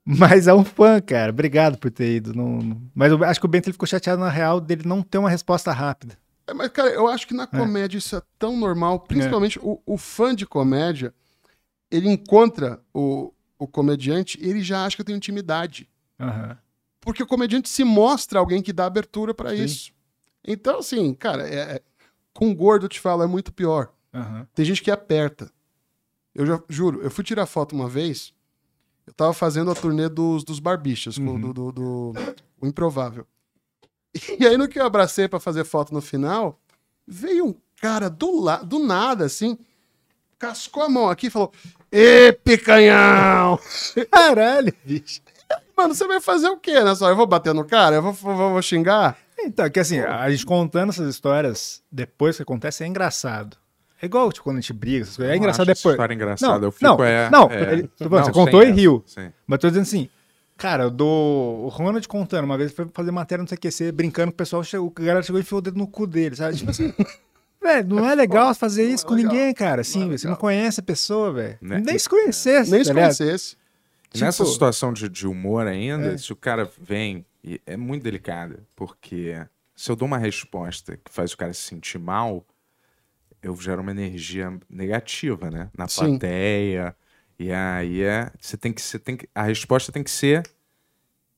B: Mas é um fã, cara. Obrigado por ter ido. Não- não- Mas eu acho que o Bento ele ficou chateado na real dele não ter uma resposta rápida.
E: É, mas, cara, eu acho que na comédia isso é tão normal,
B: É.
E: principalmente o, o fã de comédia, ele encontra o, o comediante e ele já acha que tem intimidade.
B: Aham.
E: Porque o comediante se mostra alguém que dá abertura pra
B: Sim.
E: isso. Então, assim, cara, é- é- com gordo eu te falo, é muito pior.
B: Aham.
E: Tem gente que aperta. Eu já juro, eu fui tirar foto uma vez, eu tava fazendo a turnê dos, dos barbichas, com-
B: Uhum.
E: do, do- do- o Improvável. E aí, no que eu abracei pra fazer foto no final, veio um cara do, la- do nada, assim, cascou a mão aqui e falou: Ê, picanhão!
B: Caralho, bicho.
E: Mano, você vai fazer o quê, né? Só eu vou bater no cara? Eu vou, vou, vou xingar?
B: Então, que assim, a gente contando essas histórias depois que acontece é engraçado. É igual tipo, quando a gente briga, essas coisas. É
C: Eu
B: engraçado
C: acho essa
B: depois.
C: História engraçada.
B: Não,
C: eu fico,
B: não,
C: é,
B: não,
C: é-
B: ele- tô falando, você
C: sem
B: contou e
C: graça,
B: riu.
C: sim.
B: Mas tô dizendo assim, cara, eu dou. O Ronald contando, uma vez ele foi fazer matéria no CQC, brincando, o pessoal chegou, o cara chegou e enfiou o dedo no cu dele, sabe? Tipo assim. Velho, não é legal fazer isso com ninguém, cara. Assim, você não conhece a pessoa, velho.
C: Né?
B: Nem se conhecesse.
E: Nem É
B: tá
E: se
B: ligado?
E: conhecesse.
B: Tipo- É.
C: Nessa situação de, de humor ainda, se o cara vem, e é muito delicada, porque se eu dou uma resposta que faz o cara se sentir mal, eu gero uma energia negativa, né? Na
E: Sim.
C: plateia. E aí é. Você tem que. Você tem que a resposta tem que ser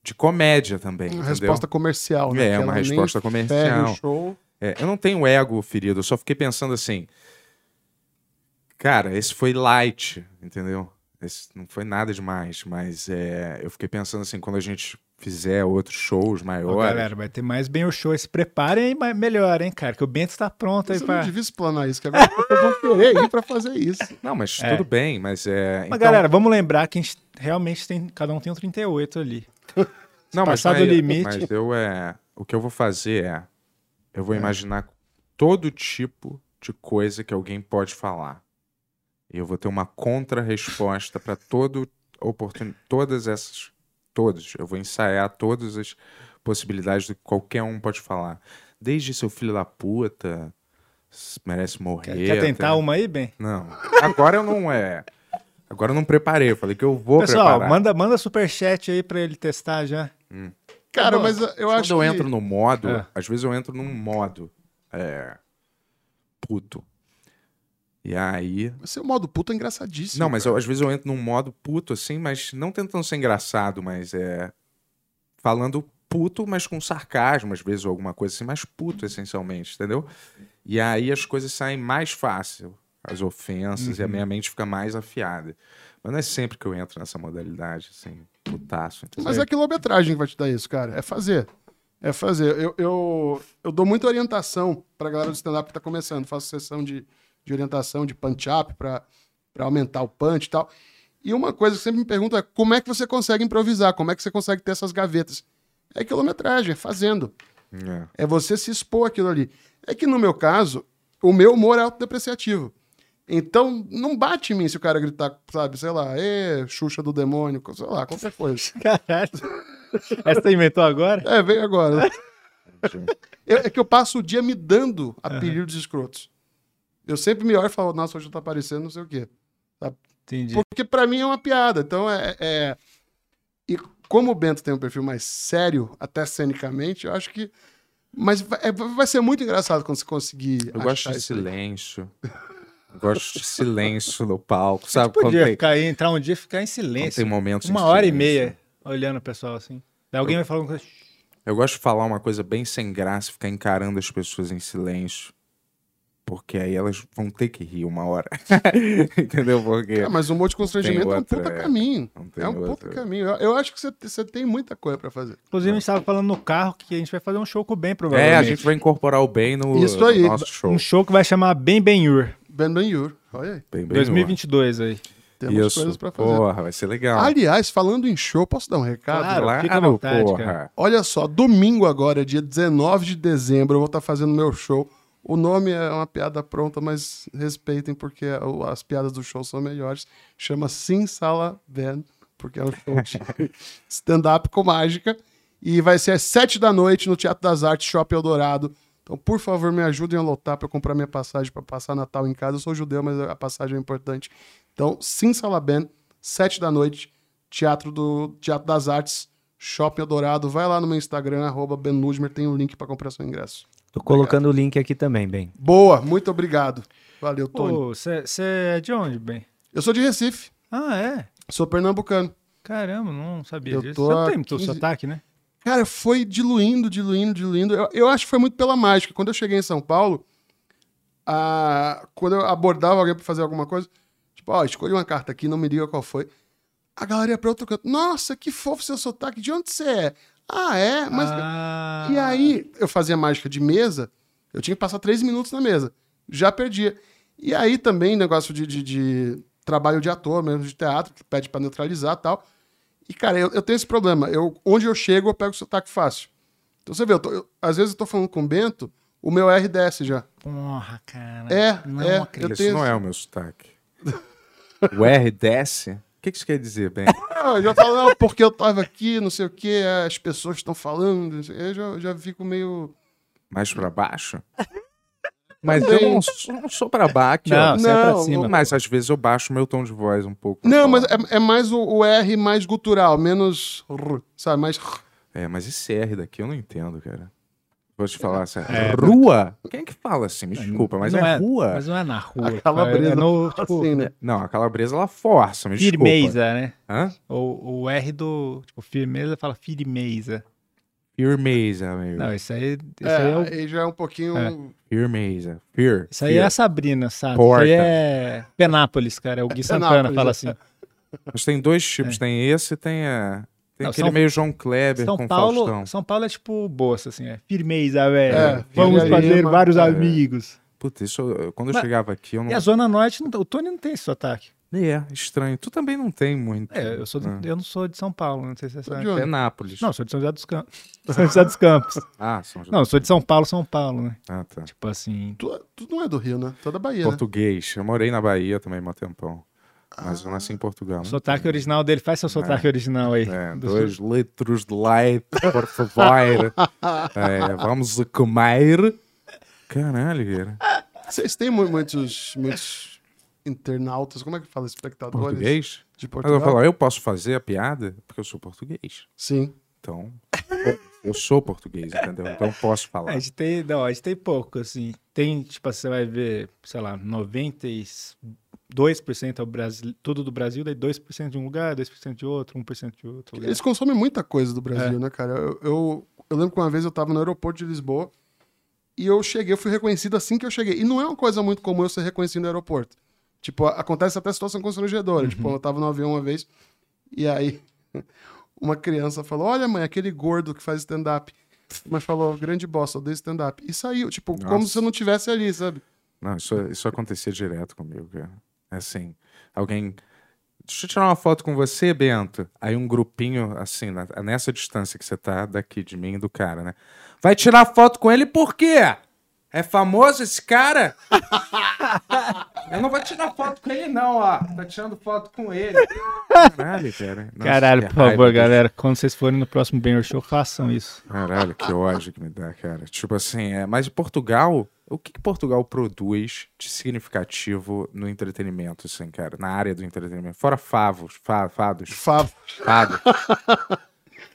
C: de comédia também.
E: Uma
C: entendeu?
E: resposta comercial, né?
C: É,
E: Que
C: uma
E: ela nem
C: resposta
E: ferre
C: comercial.
E: o show.
C: É, eu não tenho ego ferido, eu só fiquei pensando assim. Cara, esse foi light, entendeu? Esse não foi nada demais, mas é, eu fiquei pensando assim, quando a gente fizer outros shows
B: Ó,
C: maiores.
B: galera, vai ter mais bem o show. Se preparem e ma- melhor, hein, cara. Que o Bento tá pronto aí
E: Você
B: pra.
E: não devia explanar isso, que agora as pessoas vão querer ir pra fazer isso.
C: Não, mas
B: É.
C: tudo bem, mas é.
B: Mas
C: então-
B: galera, vamos lembrar que a gente realmente tem. Cada um tem um 38 ali.
C: não, mas
B: passado
C: não é-
B: o limite-
C: Mas eu é. O que eu vou fazer é. Eu vou imaginar todo tipo de coisa que alguém pode falar. E eu vou ter uma contra-resposta para todo oportun... todas essas. Todos. Eu vou ensaiar todas as possibilidades do que qualquer um pode falar. Desde seu filho da puta, s- merece morrer.
B: Quer, quer tentar
C: até-
B: uma aí, bem?
C: Não. Agora eu não é. Agora eu não preparei. Eu falei que eu vou
B: Pessoal,
C: preparar.
B: manda, manda superchat aí pra ele testar já.
E: Cara,
B: bom.
E: mas eu
C: Quando
E: acho
C: eu
E: que...
C: entro no modo,
B: É.
C: às vezes eu entro num modo é, puto. E aí.
E: Seu modo puto é engraçadíssimo.
C: não, mas eu- às vezes eu entro num modo puto assim, mas não tentando ser engraçado, mas é. Falando puto, mas com sarcasmo, às vezes, ou alguma coisa assim, mas puto
E: Uhum.
C: essencialmente, entendeu? E aí as coisas saem mais fácil, as ofensas, e
E: Uhum.
C: a minha mente fica mais afiada. Mas não é sempre que eu entro nessa modalidade, assim, putaço, entendeu?
E: Mas é a quilometragem que vai te dar isso, cara. É fazer. É fazer. Eu, eu, eu dou muita orientação pra galera do stand-up que tá começando. Faço sessão de, de orientação, de punch-up, pra, pra aumentar o punch e tal. E uma coisa que sempre me pergunta é como é que você consegue improvisar? Como é que você consegue ter essas gavetas? É quilometragem, é fazendo.
C: É.
E: É você se expor aquilo ali. É que no meu caso, o meu humor é autodepreciativo. Então, não bate em mim se o cara gritar, sabe, sei lá, ê, Xuxa do demônio, sei lá, qualquer coisa.
B: Caralho. Essa você inventou agora?
E: É, veio agora. Eu- é que eu passo o dia me dando apelidos escrotos. Eu sempre me olho e falo, nossa, hoje eu tô aparecendo não sei o quê.
B: Entendi.
E: Porque pra mim é uma piada. Então, é, é- E como o Bento tem um perfil mais sério, até cenicamente, eu acho que... Mas vai, é- vai ser muito engraçado quando você conseguir
C: Eu gosto
E: achar
C: de
E: isso aí.
C: silêncio. Gosto de silêncio no palco, sabe? Quando
B: Podia
C: tem,
B: ficar aí, entrar um dia e ficar em
C: quando tem
B: silêncio.
C: momentos.
B: Uma
C: de
B: hora e
C: silêncio.
B: meia olhando o pessoal assim. Daí alguém vai falar alguma coisa.
C: Eu gosto de falar uma coisa bem sem graça, ficar encarando as pessoas em silêncio. Porque aí elas vão ter que rir uma hora. Entendeu por quê?
E: Ah, mas um monte de constrangimento é um
C: É, outra,
E: puta
C: é.
E: caminho.
C: Não tem
E: É um
C: outra.
E: puta caminho. Eu, eu acho que você- você tem muita coisa pra fazer.
B: Inclusive, a gente tava falando no carro que a gente vai fazer um show com o Ben, provavelmente.
C: É, a gente vai incorporar o bem no,
E: Isso aí.
C: no nosso show.
B: Um show que vai chamar Ben Benhur.
E: Ben Ben Yur. Olha aí.
C: Bem, bem
B: 2022 aí.
E: Temos
C: Isso.
E: coisas pra fazer.
C: Porra, vai ser legal. Ah,
E: Aliás, falando em show, posso dar um recado?
B: Claro. fica à vontade, cara.
E: Olha só, domingo agora, dia 19 de dezembro, eu vou estar fazendo meu show. O nome é uma piada pronta, mas respeitem porque o- as piadas do show são melhores. Chama Sim Sala Van, porque é um show de stand-up com mágica. E vai ser às 7 da noite no Teatro das Artes, Shopping Eldorado. Então, por favor, me ajudem a lotar para eu comprar minha passagem para passar Natal em casa. Eu sou judeu, mas a passagem é importante. Então, Sim Sala Van, 7 da noite, Teatro, do, Teatro das Artes, Shopping Eldorado. Vai lá no meu Instagram, arroba Ben Ludmer, tem um link para comprar seu ingresso.
F: Tô colocando o link aqui também, bem.
E: Boa, muito obrigado. Valeu, Tony.
B: Pô, você é de onde, Ben?
E: Eu sou de Recife,
B: Ah, é?
E: sou pernambucano.
B: Caramba, não sabia
E: Eu
B: disso.
E: tô
B: Você não
E: há
B: tem muito
E: 15
B: sotaque, né?
E: Cara, foi diluindo, diluindo, diluindo. Eu, eu acho que foi muito pela mágica. Quando eu cheguei em São Paulo, a- quando eu abordava alguém para fazer alguma coisa, tipo, ó, escolhi uma carta aqui, não me diga qual foi. A galera ia pra outro canto. Nossa, que fofo seu sotaque, de onde você é? Ah, é? Mas.
B: Ah,
E: E aí, eu fazia mágica de mesa, eu tinha que passar três minutos na mesa. Já perdia. E aí também, negócio de, de- de trabalho de ator, mesmo de teatro, que pede pra neutralizar e tal. E, cara, eu, eu tenho esse problema. Eu, onde eu chego, eu pego o sotaque fácil. Então você vê, eu tô- eu- às vezes eu tô falando com o Bento, o meu R desce já.
B: Porra, cara.
E: É,
B: não
E: é,
B: acredito.
E: eu
C: Isso
E: tenho-
C: não é o meu sotaque. o R desce? O que que isso quer dizer, Ben?
E: Ah, eu já falo, não, porque eu tava aqui, não sei o quê, as pessoas estão falando. não sei- Eu já, já fico meio.
C: Mais pra baixo? Mas eu não sou, não sou pra baixo.
B: Não, você é pra
E: Não,
B: cima.
C: Mas às vezes eu baixo meu tom de voz um pouco.
E: Não, mas é, é mais o, o R mais gutural, menos. r, Sabe, mais. r.
C: É, mas esse R daqui eu não entendo, cara. Vou te falar, sério. Rua? Quem é que fala assim? Me desculpa, mas
B: tá. não
C: é, rua.
B: Mas não é na rua.
E: A calabresa
B: É no,
E: fala
B: tipo,
E: assim, né?
C: Não, a calabresa ela força, me desculpa.
B: firmeza, né?
C: Hã?
B: Ou o R do, tipo, firmeza fala firmeza.
C: Firmeza, amigo.
B: Não, isso aí, isso
E: é,
B: aí é o-
E: aí já é um pouquinho.
B: É.
C: Firmeza. Fear.
B: Isso aí é
C: fear.
B: a Sabrina, sabe?
C: Porta.
B: Isso aí é Penápolis, cara. É o Gui Santana
E: Penápolis,
B: fala
E: é.
B: assim.
C: Mas tem dois tipos, tem esse e tem a. Tem
B: É. Não,
C: aquele
B: São-
C: meio João Kleber
B: São
C: com
B: Paulo,
C: Faustão.
B: São Paulo é tipo bolsa, assim, é firmeza, velho.
E: É,
B: Vamos
E: firmeza,
B: fazer
E: mano.
B: vários
E: É.
B: amigos.
C: Puta, isso eu- quando eu
B: Mas-
C: chegava aqui, eu não.
B: E a Zona Norte, não- tá, o Tony não tem esse sotaque.
C: É, estranho. Tu também não tem muito.
B: É, eu, sou do-
C: Ah.
B: eu não sou de São Paulo, não sei se é
E: Sou de
B: sabe.
E: onde?
C: Penápolis.
B: Não, sou de São José dos Campos. São José dos Campos.
C: Ah, São João.
B: Não, sou de São Paulo, São Paulo, né?
C: Ah, tá.
B: Tipo assim.
E: Tu, tu não é do Rio, né? Tu é da Bahia, né?
C: Português. Eu morei na Bahia também há um tempão. Mas eu nasci em Portugal.
B: Ah. O
C: né?
B: sotaque é original dele, faz seu sotaque original aí.
C: É,
B: Do-
C: dois litros de leite, por favor. É, vamos a comer. Caralho, cara.
E: né? Vocês têm mu- muitos, muitos internautas, como é que fala? Espectadores
C: Português?
E: de
C: Mas eu
E: Portugal?
C: falo, eu posso fazer a piada porque eu sou português.
E: Sim.
C: Então, eu sou português, entendeu? Então eu posso
B: É,
C: falar.
B: A gente tem, não, a gente tem pouco, assim. Tem, tipo, você vai ver, sei lá, 92% é o Brasil, tudo do Brasil, daí 2% de um lugar, 2% de outro, 1% de outro lugar.
E: Eles consomem muita coisa do Brasil, né, cara? Eu, eu, eu lembro que uma vez eu tava no aeroporto de Lisboa e eu cheguei, eu fui reconhecido assim que eu cheguei. E não é uma coisa muito comum eu ser reconhecido no aeroporto. Tipo, a- acontece até situação constrangedora. Tipo, eu tava no avião uma vez e aí uma criança falou: Olha, mãe, aquele gordo que faz stand-up. Mas falou, grande bosta, odeio stand-up. E saiu, tipo, como
C: Nossa.
E: se eu não tivesse ali, sabe?
C: Não, isso, isso acontecia direto comigo, cara. Assim, alguém. Deixa eu tirar uma foto com você, Bento. Aí um grupinho, assim, na- nessa distância que você tá daqui de mim e do cara, né? Vai tirar foto com ele por quê? É famoso esse cara? Eu não vou tirar foto com ele, não, ó. Tá tirando foto com ele. Caralho, cara. Nossa,
B: Caralho,
C: que
B: por favor,
C: raiva,
B: galera, quando vocês forem no próximo Banger Show, façam isso.
C: Caralho, que ódio que me dá, cara. Tipo assim, é, mas Portugal, o que, que Portugal produz de significativo no entretenimento, assim, cara? Na área do entretenimento? Fora favos, fa, fados,
E: Favo.
C: fados.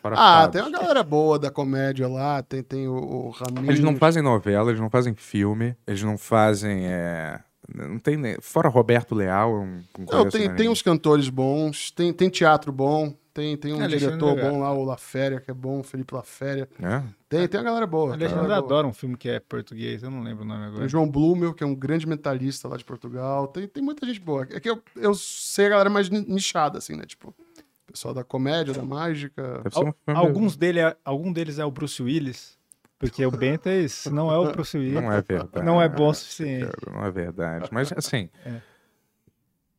C: Fora
E: Ah,
C: fados.
E: tem uma galera boa da comédia lá, tem, tem o, o Ramiro.
C: Eles não fazem novela, eles não fazem filme, eles não fazem é, Não tem, nem- fora Roberto Leal, é um, eu não
E: Não,
C: conheço
E: tem,
C: mais
E: tem
C: ninguém.
E: uns cantores bons, tem, tem teatro bom, tem, tem um
B: É, Alexandre
E: diretor
B: Legato.
E: bom lá, o Laféria, que é bom, Felipe Laféria.
C: É?
E: Tem, tem uma galera boa.
C: tá
B: Aliás,
E: tem uma
B: eles
E: galera boa.
B: adoram um filme que é português, eu não lembro o nome
E: Tem o
B: agora.
E: João Blumel, que é um grande mentalista lá de Portugal. Tem, tem muita gente boa. É que eu, eu sei a galera mais ni- nichada, assim, né? Tipo, pessoal da comédia, da mágica.
C: Deve ser
B: Al-
C: um filme-
B: alguns dele é- algum deles é o Bruce Willis, porque o Bentas não é o Bruce Willis.
C: Não é verdade.
B: Não é bom o suficiente.
C: cara, Não é verdade. Mas assim.
B: É.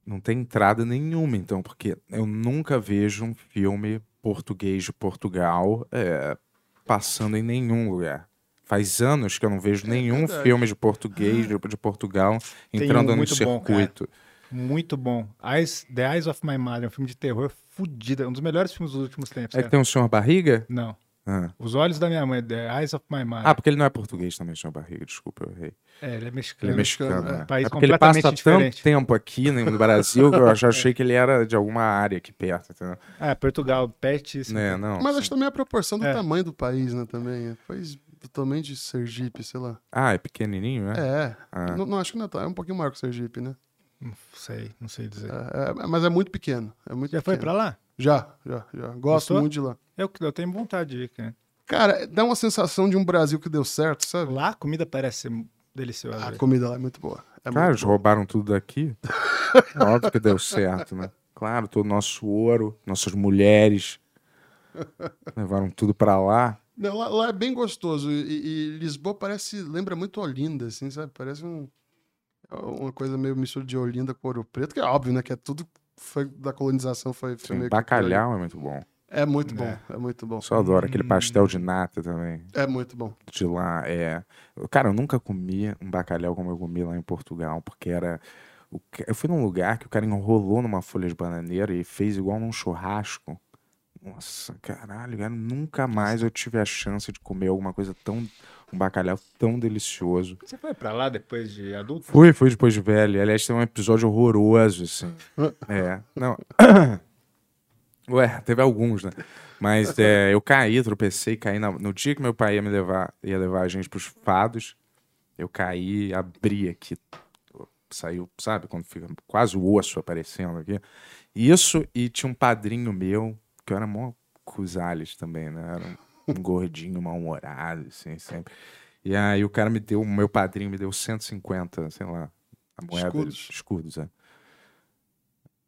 C: Não tem entrada nenhuma, então, porque eu nunca vejo um filme português de Portugal é, passando em nenhum lugar. Faz anos que eu não vejo nenhum
E: verdade.
C: filme de português de, de Portugal
B: um
C: entrando no
B: muito bom, cara.
C: circuito.
B: Muito bom. Eyes, The Eyes of My Mother, é um filme de terror fudido. é Um dos melhores filmes dos últimos tempos.
C: é que
B: cara.
C: tem o Senhor Barriga?
B: Não.
C: Ah.
B: Os Olhos da Minha Mãe, The Eyes of My Mother.
C: Ah, porque ele não é português também, Senhor Barriga, desculpa, eu errei.
B: é, ele é
C: Ele
B: mexicano.
C: é mexicano. né?
B: País
C: é porque ele passa
B: completamente
C: tanto
B: diferente.
C: tempo aqui né, no Brasil que eu já achei que ele era de alguma área aqui perto, entendeu?
B: Ah, Portugal, pertíssimo.
C: Né, não,
E: Mas
C: sim.
E: acho também a proporção do
B: É.
E: tamanho do país, né? Também. É país do tamanho de Sergipe, sei lá.
C: Ah, é pequenininho, né?
E: É.
C: Ah.
E: Não, não, acho que não é, tão- é um pouquinho maior que o Sergipe, né?
B: Não sei, não sei
C: Ah,
B: dizer.
E: É, é, mas é muito pequeno. É muito
B: Já foi pra
E: pequeno.
B: lá?
E: Já, já, já. Gosto
B: Gostou?
E: muito de lá.
B: Eu, eu tenho vontade de ir, cara.
E: Cara, dá uma sensação de um Brasil que deu certo, sabe?
B: Lá a comida parece ser deliciosa.
C: Ah,
E: A comida lá é muito boa. É
C: Claro,
E: muito
C: eles roubaram tudo daqui. É Óbvio que deu certo, né? Claro, todo o nosso ouro, nossas mulheres. Levaram tudo pra lá.
E: Não, lá, lá é bem gostoso. E, e Lisboa parece, lembra muito Olinda, assim, sabe? Parece um, uma coisa meio mistura de Olinda com Ouro Preto, que é óbvio, né? Que é tudo foi da colonização, foi, foi
C: Sim,
E: meio que- tá
C: bacalhau é muito bom.
E: É muito bom, é muito bom.
C: Eu só adoro
E: Hum.
C: aquele pastel de nata também.
E: É muito bom.
C: De lá, é. Cara, eu nunca comi um bacalhau como eu comi lá em Portugal, porque era. o ca- Eu fui num lugar que o cara enrolou numa folha de bananeira e fez igual num churrasco. Nossa, caralho, cara, nunca mais eu tive a chance de comer alguma coisa tão. um bacalhau tão delicioso.
B: Você foi pra lá depois de adulto?
C: Fui, fui depois de velho. Aliás, tem um episódio horroroso, assim. É, não. Ué, teve alguns, né? Mas é, eu caí, tropecei, caí na- no dia que meu pai ia me levar, ia levar a gente pros fados, eu caí, abri aqui, saiu, sabe, quando fica quase o osso aparecendo aqui. Isso, e tinha um padrinho meu, que eu era mó cusales também, né? Era um, um gordinho mal-humorado, assim, sempre. E aí o cara me deu, o meu padrinho me deu 150, sei lá, a moeda.
E: Escudos.
C: escudos é.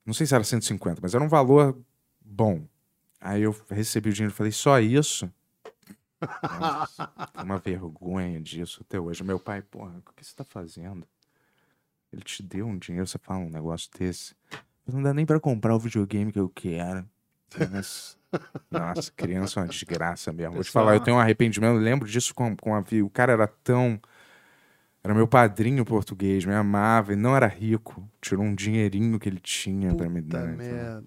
C: Não sei se era 150, mas era um valor bom. Aí eu recebi o dinheiro e falei, só isso? Nossa, foi uma vergonha disso até hoje. Meu pai, porra, o que você tá fazendo? Ele te deu um dinheiro, você fala um negócio desse. Não dá nem pra comprar o videogame que eu quero. Nossa, nossa, criança é uma desgraça mesmo. Vou te falar, eu tenho um arrependimento. Eu lembro disso com, com a Vi. O cara era tão. Era meu padrinho português, me amava e não era rico. Tirou um dinheirinho que ele tinha pra me
E: Puta
C: dar. então.
E: merda.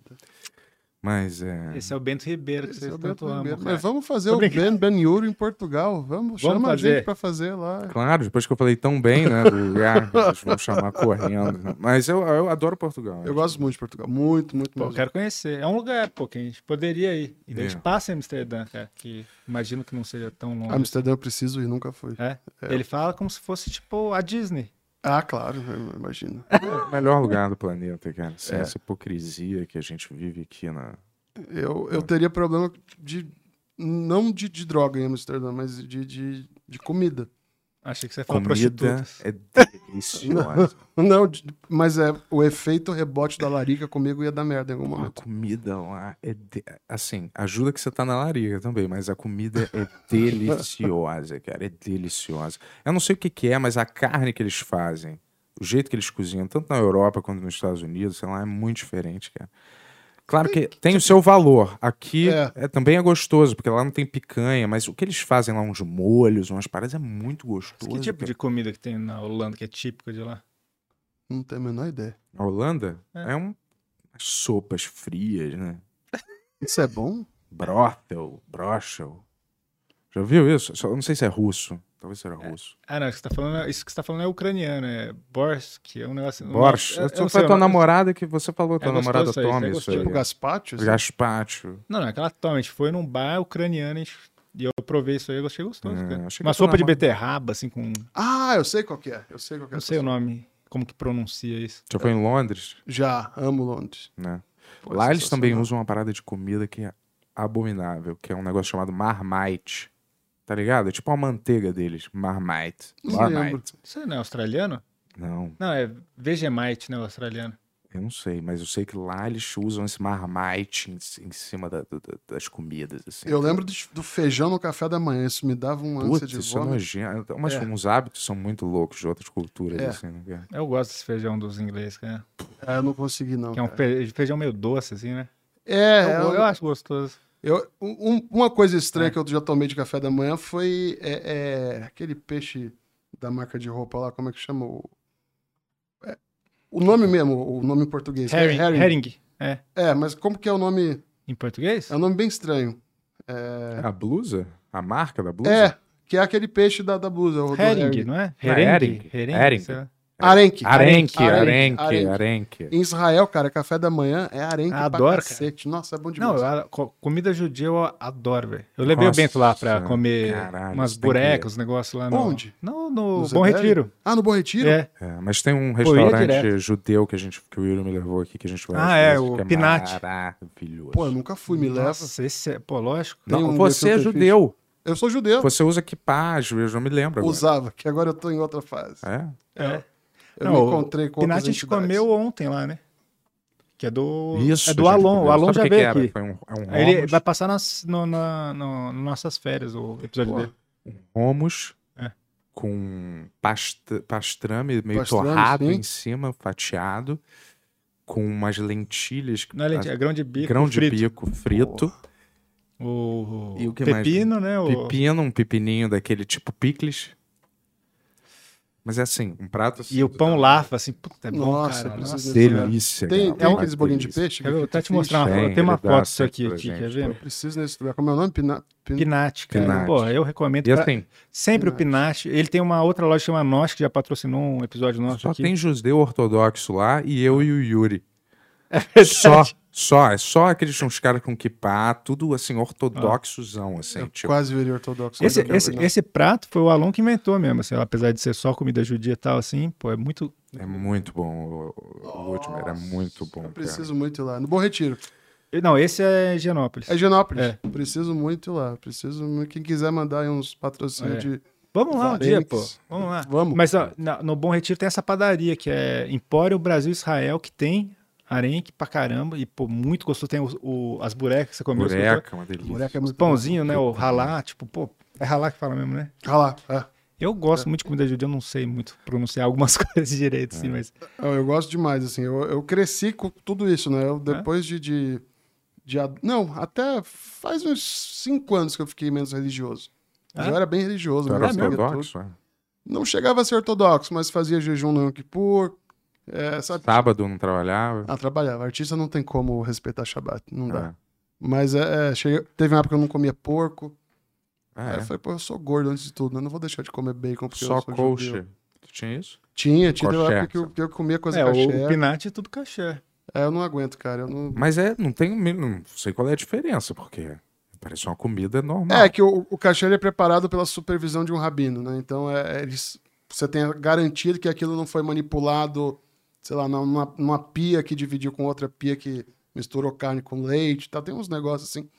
C: Mas é.
B: Esse é o Bento Ribeiro que
E: Esse é
B: vocês
E: o
B: tanto
E: Beto
B: amam.
E: Ribeiro.
B: cara.
E: Mas vamos fazer
B: Tô
E: o Ben
B: brincando.
E: Ben Yuro em Portugal.
B: Vamos
E: Vamos, chama a gente
B: fazer.
E: pra fazer lá.
C: Claro, depois que eu falei tão bem, né? Do lugar, eles vão chamar correndo. né. Mas eu, eu adoro Portugal.
E: Eu gosto muito de Portugal. Muito, muito,
B: Pô, eu
E: mesmo.
B: quero conhecer. É um lugar, pô, que a gente poderia ir. E daí a
C: É.
B: gente passa em Amsterdã, cara, que imagino que não seja tão longe.
E: Amsterdã eu preciso ir, nunca fui.
B: É? Ele fala como se fosse, tipo, a Disney.
E: Ah, claro, eu imagino. É,
C: é O melhor lugar do planeta, cara. Sem essa hipocrisia que a gente vive aqui na.
E: Eu, eu teria problema de. Não de, de droga em Amsterdã, mas de, de, de comida.
B: Achei que você falou
C: Comida
B: prostitutas.
C: é deliciosa.
E: Não, de- mas é o efeito rebote da larica comigo ia dar merda em algum
C: A
E: momento.
C: comida lá é. de- Assim, ajuda que você tá na lariga também, mas a comida é deliciosa, cara. É deliciosa. Eu não sei o que, que é, mas a carne que eles fazem, o jeito que eles cozinham, tanto na Europa quanto nos Estados Unidos, sei lá, é muito diferente, cara. Claro que tem o seu valor. Aqui
E: É.
C: é, também é gostoso, porque lá não tem picanha, mas o que eles fazem lá, uns molhos, umas paradas, é muito gostoso.
B: Que tipo de comida que tem na Holanda que é típico de lá?
E: Não tenho a menor ideia.
C: A Holanda é,
B: É.
C: um umas sopas frias, né?
E: Isso é bom?
C: Brothel, brochel. Já viu isso? Só, eu não sei se é russo. Talvez seja russo.
B: Ah, não, isso que você tá falando, isso que você tá falando é ucraniano, é Borsk, é um negócio...
C: Borsch.
B: eu- eu
C: Só
B: não
C: foi
B: sei
C: a
B: o
C: tua
B: nome.
C: namorada que você falou, tua
B: gostoso
C: namorada
B: isso aí,
C: toma
B: isso
C: isso
B: é
C: aí.
E: Tipo gaspacho? assim?
C: Gaspacho.
B: Não, é não, aquela totalmente. foi num bar ucraniano e a gente- e eu provei isso aí, eu achei gostoso.
C: É,
B: cara.
C: achei que
B: Uma
C: eu tô
B: sopa de
C: namorando.
B: beterraba, assim, com.
E: Ah, eu sei qual que é. Eu sei qual que é.
B: Não sei o nome. como que pronuncia isso.
C: Já foi em Londres,
E: Já, amo Londres.
C: né?
E: Pô,
B: é
C: Lá eles também
E: sensacional.
C: usam uma parada de comida que é abominável, que é um negócio chamado marmite. Tá ligado? É tipo uma manteiga deles, marmite.
E: Não lembro.
C: Marmite.
B: Isso não é australiano?
C: Não,
B: Não, é Vegemite, né, o australiano.
C: eu não sei, mas eu sei que lá eles usam esse marmite em, em cima da- da- da- das comidas, assim.
E: Eu lembro do, do feijão no café da manhã, isso me dava um ânsia
C: Putz,
E: de
C: isso é
E: vômito.
C: nojento. Mas
E: É.
C: uns hábitos são muito loucos de outras culturas,
E: É.
C: assim, né? cara?
B: Eu gosto desse feijão dos ingleses, cara.
E: É, eu não consegui, não.
B: Que é um
E: cara.
B: fe- feijão meio doce, assim, né?
E: É,
B: eu,
E: eu-
B: eu acho gostoso.
E: eu- um- uma coisa
B: É.
E: estranha que eu já tomei de café da manhã foi é, é, aquele peixe da marca de roupa lá, como é que chama? O, é, o nome mesmo, o nome em português. né?
B: Herring,
E: herring.
B: herring,
E: É, mas como que é o nome?
B: em português?
E: É um nome bem estranho.
B: É.
C: É A blusa? A marca da blusa?
E: É, que é aquele peixe da, da blusa. o do
B: Herring, não é?
C: Não, é herring. Herring.
B: sei lá.
E: Arenque.
C: Arenque,
E: Arenque,
C: arenque,
E: arenque.
C: arenque.
E: Em Israel, cara, café da manhã é arenque
B: Ah,
E: pra
B: adoro,
E: cacete. Nossa, é bom demais.
B: Não, eu a- co- comida judia eu adoro, velho. Eu levei
C: Nossa,
B: o Bento lá pra comer
C: caralho,
B: umas
C: você tem que-
B: burecas, uns negócios lá. No,
E: Onde?
B: Não, no
E: No
B: Bom
E: Zé Velho?
B: Retiro.
E: Ah, no Bom Retiro?
B: É.
C: É, mas tem um
B: Pô, eu ia
C: restaurante
B: direto.
C: judeu que a gente que o Yuri me levou aqui que a gente vai
B: Ah,
C: às
B: é,
C: vezes,
B: o
C: que
B: Pinat.
C: Maravilhoso.
E: Pô, eu nunca fui, me leva.
B: Nossa, esse é, pô, lógico.
E: tem
C: Não,
E: um
C: você é
E: desse eu fiz.
C: judeu.
E: Eu sou judeu.
B: um
C: Você usa kippah, eu não me lembro agora.
E: Usava, que agora eu tô em outra fase.
C: É?
B: É.
E: Eu
B: Não,
E: me
B: o
E: encontrei com
B: Pinat a
E: outras
B: gente
E: entidades.
B: comeu ontem lá, né? Que é do.
C: Isso.
B: É do
C: gente,
B: Alon.
C: entendeu?
B: O Alon
C: Sabe
B: já
C: o que que
B: veio
C: era?
B: aqui.
C: Foi um, é um
B: Aí ele
C: homus,
B: vai passar nas no- na- no- nas nossas férias o episódio
E: Pô,
B: dele.
C: homus
B: É.
C: com past, pastrame meio
E: Pastrame,
C: torrado
E: sim.
C: em cima, fatiado, com umas lentilhas. que-
B: Não é lentilha, é grão de bico.
C: grão de
B: frito.
C: bico frito,
B: O,
C: E o que mais?
B: pepino, né? O...
C: pepino, um pepininho daquele tipo picles. Mas é assim, um prato assim,
B: E o pão larva, assim, puta, é bom,
E: Nossa,
B: cara.
E: preciso
B: Nossa.
E: desse lugar.
C: delícia.
E: Tem,
C: cara,
E: tem
C: uma
E: aqueles bolinhos de
C: delícia.
E: peixe?
B: Eu vou até te
E: Fish?
B: mostrar uma
C: Tem,
B: foto. Eu tenho uma
C: ele dá
B: foto disso
C: certo
B: aqui,
C: pra
B: aqui quer
C: gente,
B: ver?
E: Preciso nesse lugar. Como é o nome? Pina... Pin-
B: Pinat, cara.
C: Pinat.
B: Pô, eu recomendo.
C: E
B: pra-
C: assim,
B: Sempre o Pinat. Ele tem uma outra loja que chama Nós, que já patrocinou um episódio nosso
C: Só
B: aqui.
C: tem judeu ortodoxo lá e eu e o Yuri.
B: É
C: só, só, é só aqueles uns caras com kippah, tudo assim,
B: Ah.
C: ortodoxozão, assim,
E: Eu
C: tipo.
E: quase virei ortodoxo.
B: Esse,
E: mas eu
B: esse,
C: né?
E: não.
B: esse prato foi o Alon que inventou mesmo, assim, apesar de ser só comida judia e tal, assim, pô, é muito.
C: É muito bom. O, o- o último era muito bom.
E: Eu
C: cara.
E: preciso muito ir lá. No Bom Retiro.
B: Não, esse é Higienópolis.
E: É Genópolis.
B: É.
E: Preciso muito ir lá. Preciso... muito- Quem quiser mandar aí uns patrocínios
B: É.
E: de...
B: Vamos lá um
E: Valente.
B: dia, pô. Vamos lá.
E: Vamos.
B: Mas ó, na- no Bom Retiro tem essa padaria que é Empório Brasil Israel, que tem arenque pra caramba e, pô, muito gostoso. Tem o- o- as burecas que você comeu. escutou?
C: Bureca, uma delícia.
E: Moleque é
B: Os
E: muito...
B: pãozinhos, né? O ralá, tipo, pô, é ralá que fala mesmo, né?
E: Ah lá. é.
B: Eu gosto muito de comida judia, eu não sei muito pronunciar algumas coisas direito, assim, mas.
E: Eu, eu gosto demais, assim. Eu, eu cresci com tudo isso, né? Eu, depois de... de... de ad- Não, até faz uns cinco anos que eu fiquei menos religioso.
B: Ah.
E: Eu era bem religioso.
C: Tu era
E: mas eu sabia tudo.
C: ortodoxo? é?
E: não chegava a ser ortodoxo, mas fazia jejum no Yom Kippur. É, sabe?
C: Sábado não trabalhava.
E: Ah, trabalhava. Artista não tem como respeitar Shabbat, não dá.
C: É.
E: Mas é, é, cheguei- teve uma época que eu não comia porco.
C: Ah,
E: Aí
C: é.
E: eu falei, pô, eu sou gordo antes de tudo, né? Eu não vou deixar de comer bacon porque
C: Só
E: eu sou judeu.
C: coach. Tu tinha isso?
E: Tinha, tinha uma
C: Kosher.
E: época que eu, que eu comia coisa
B: É, o,
E: caché.
B: o pinat é tudo caché.
E: É, eu não aguento, cara. Eu não...
C: Mas é, não tem. Não sei qual é a diferença, porque parece uma comida normal.
E: É que o, o caché ele é preparado pela supervisão de um rabino, né? Então é, é, eles, você tem a garantia de que aquilo não foi manipulado, sei lá, numa, numa pia que dividiu com outra pia que misturou carne com leite, tá? Tem uns negócios assim.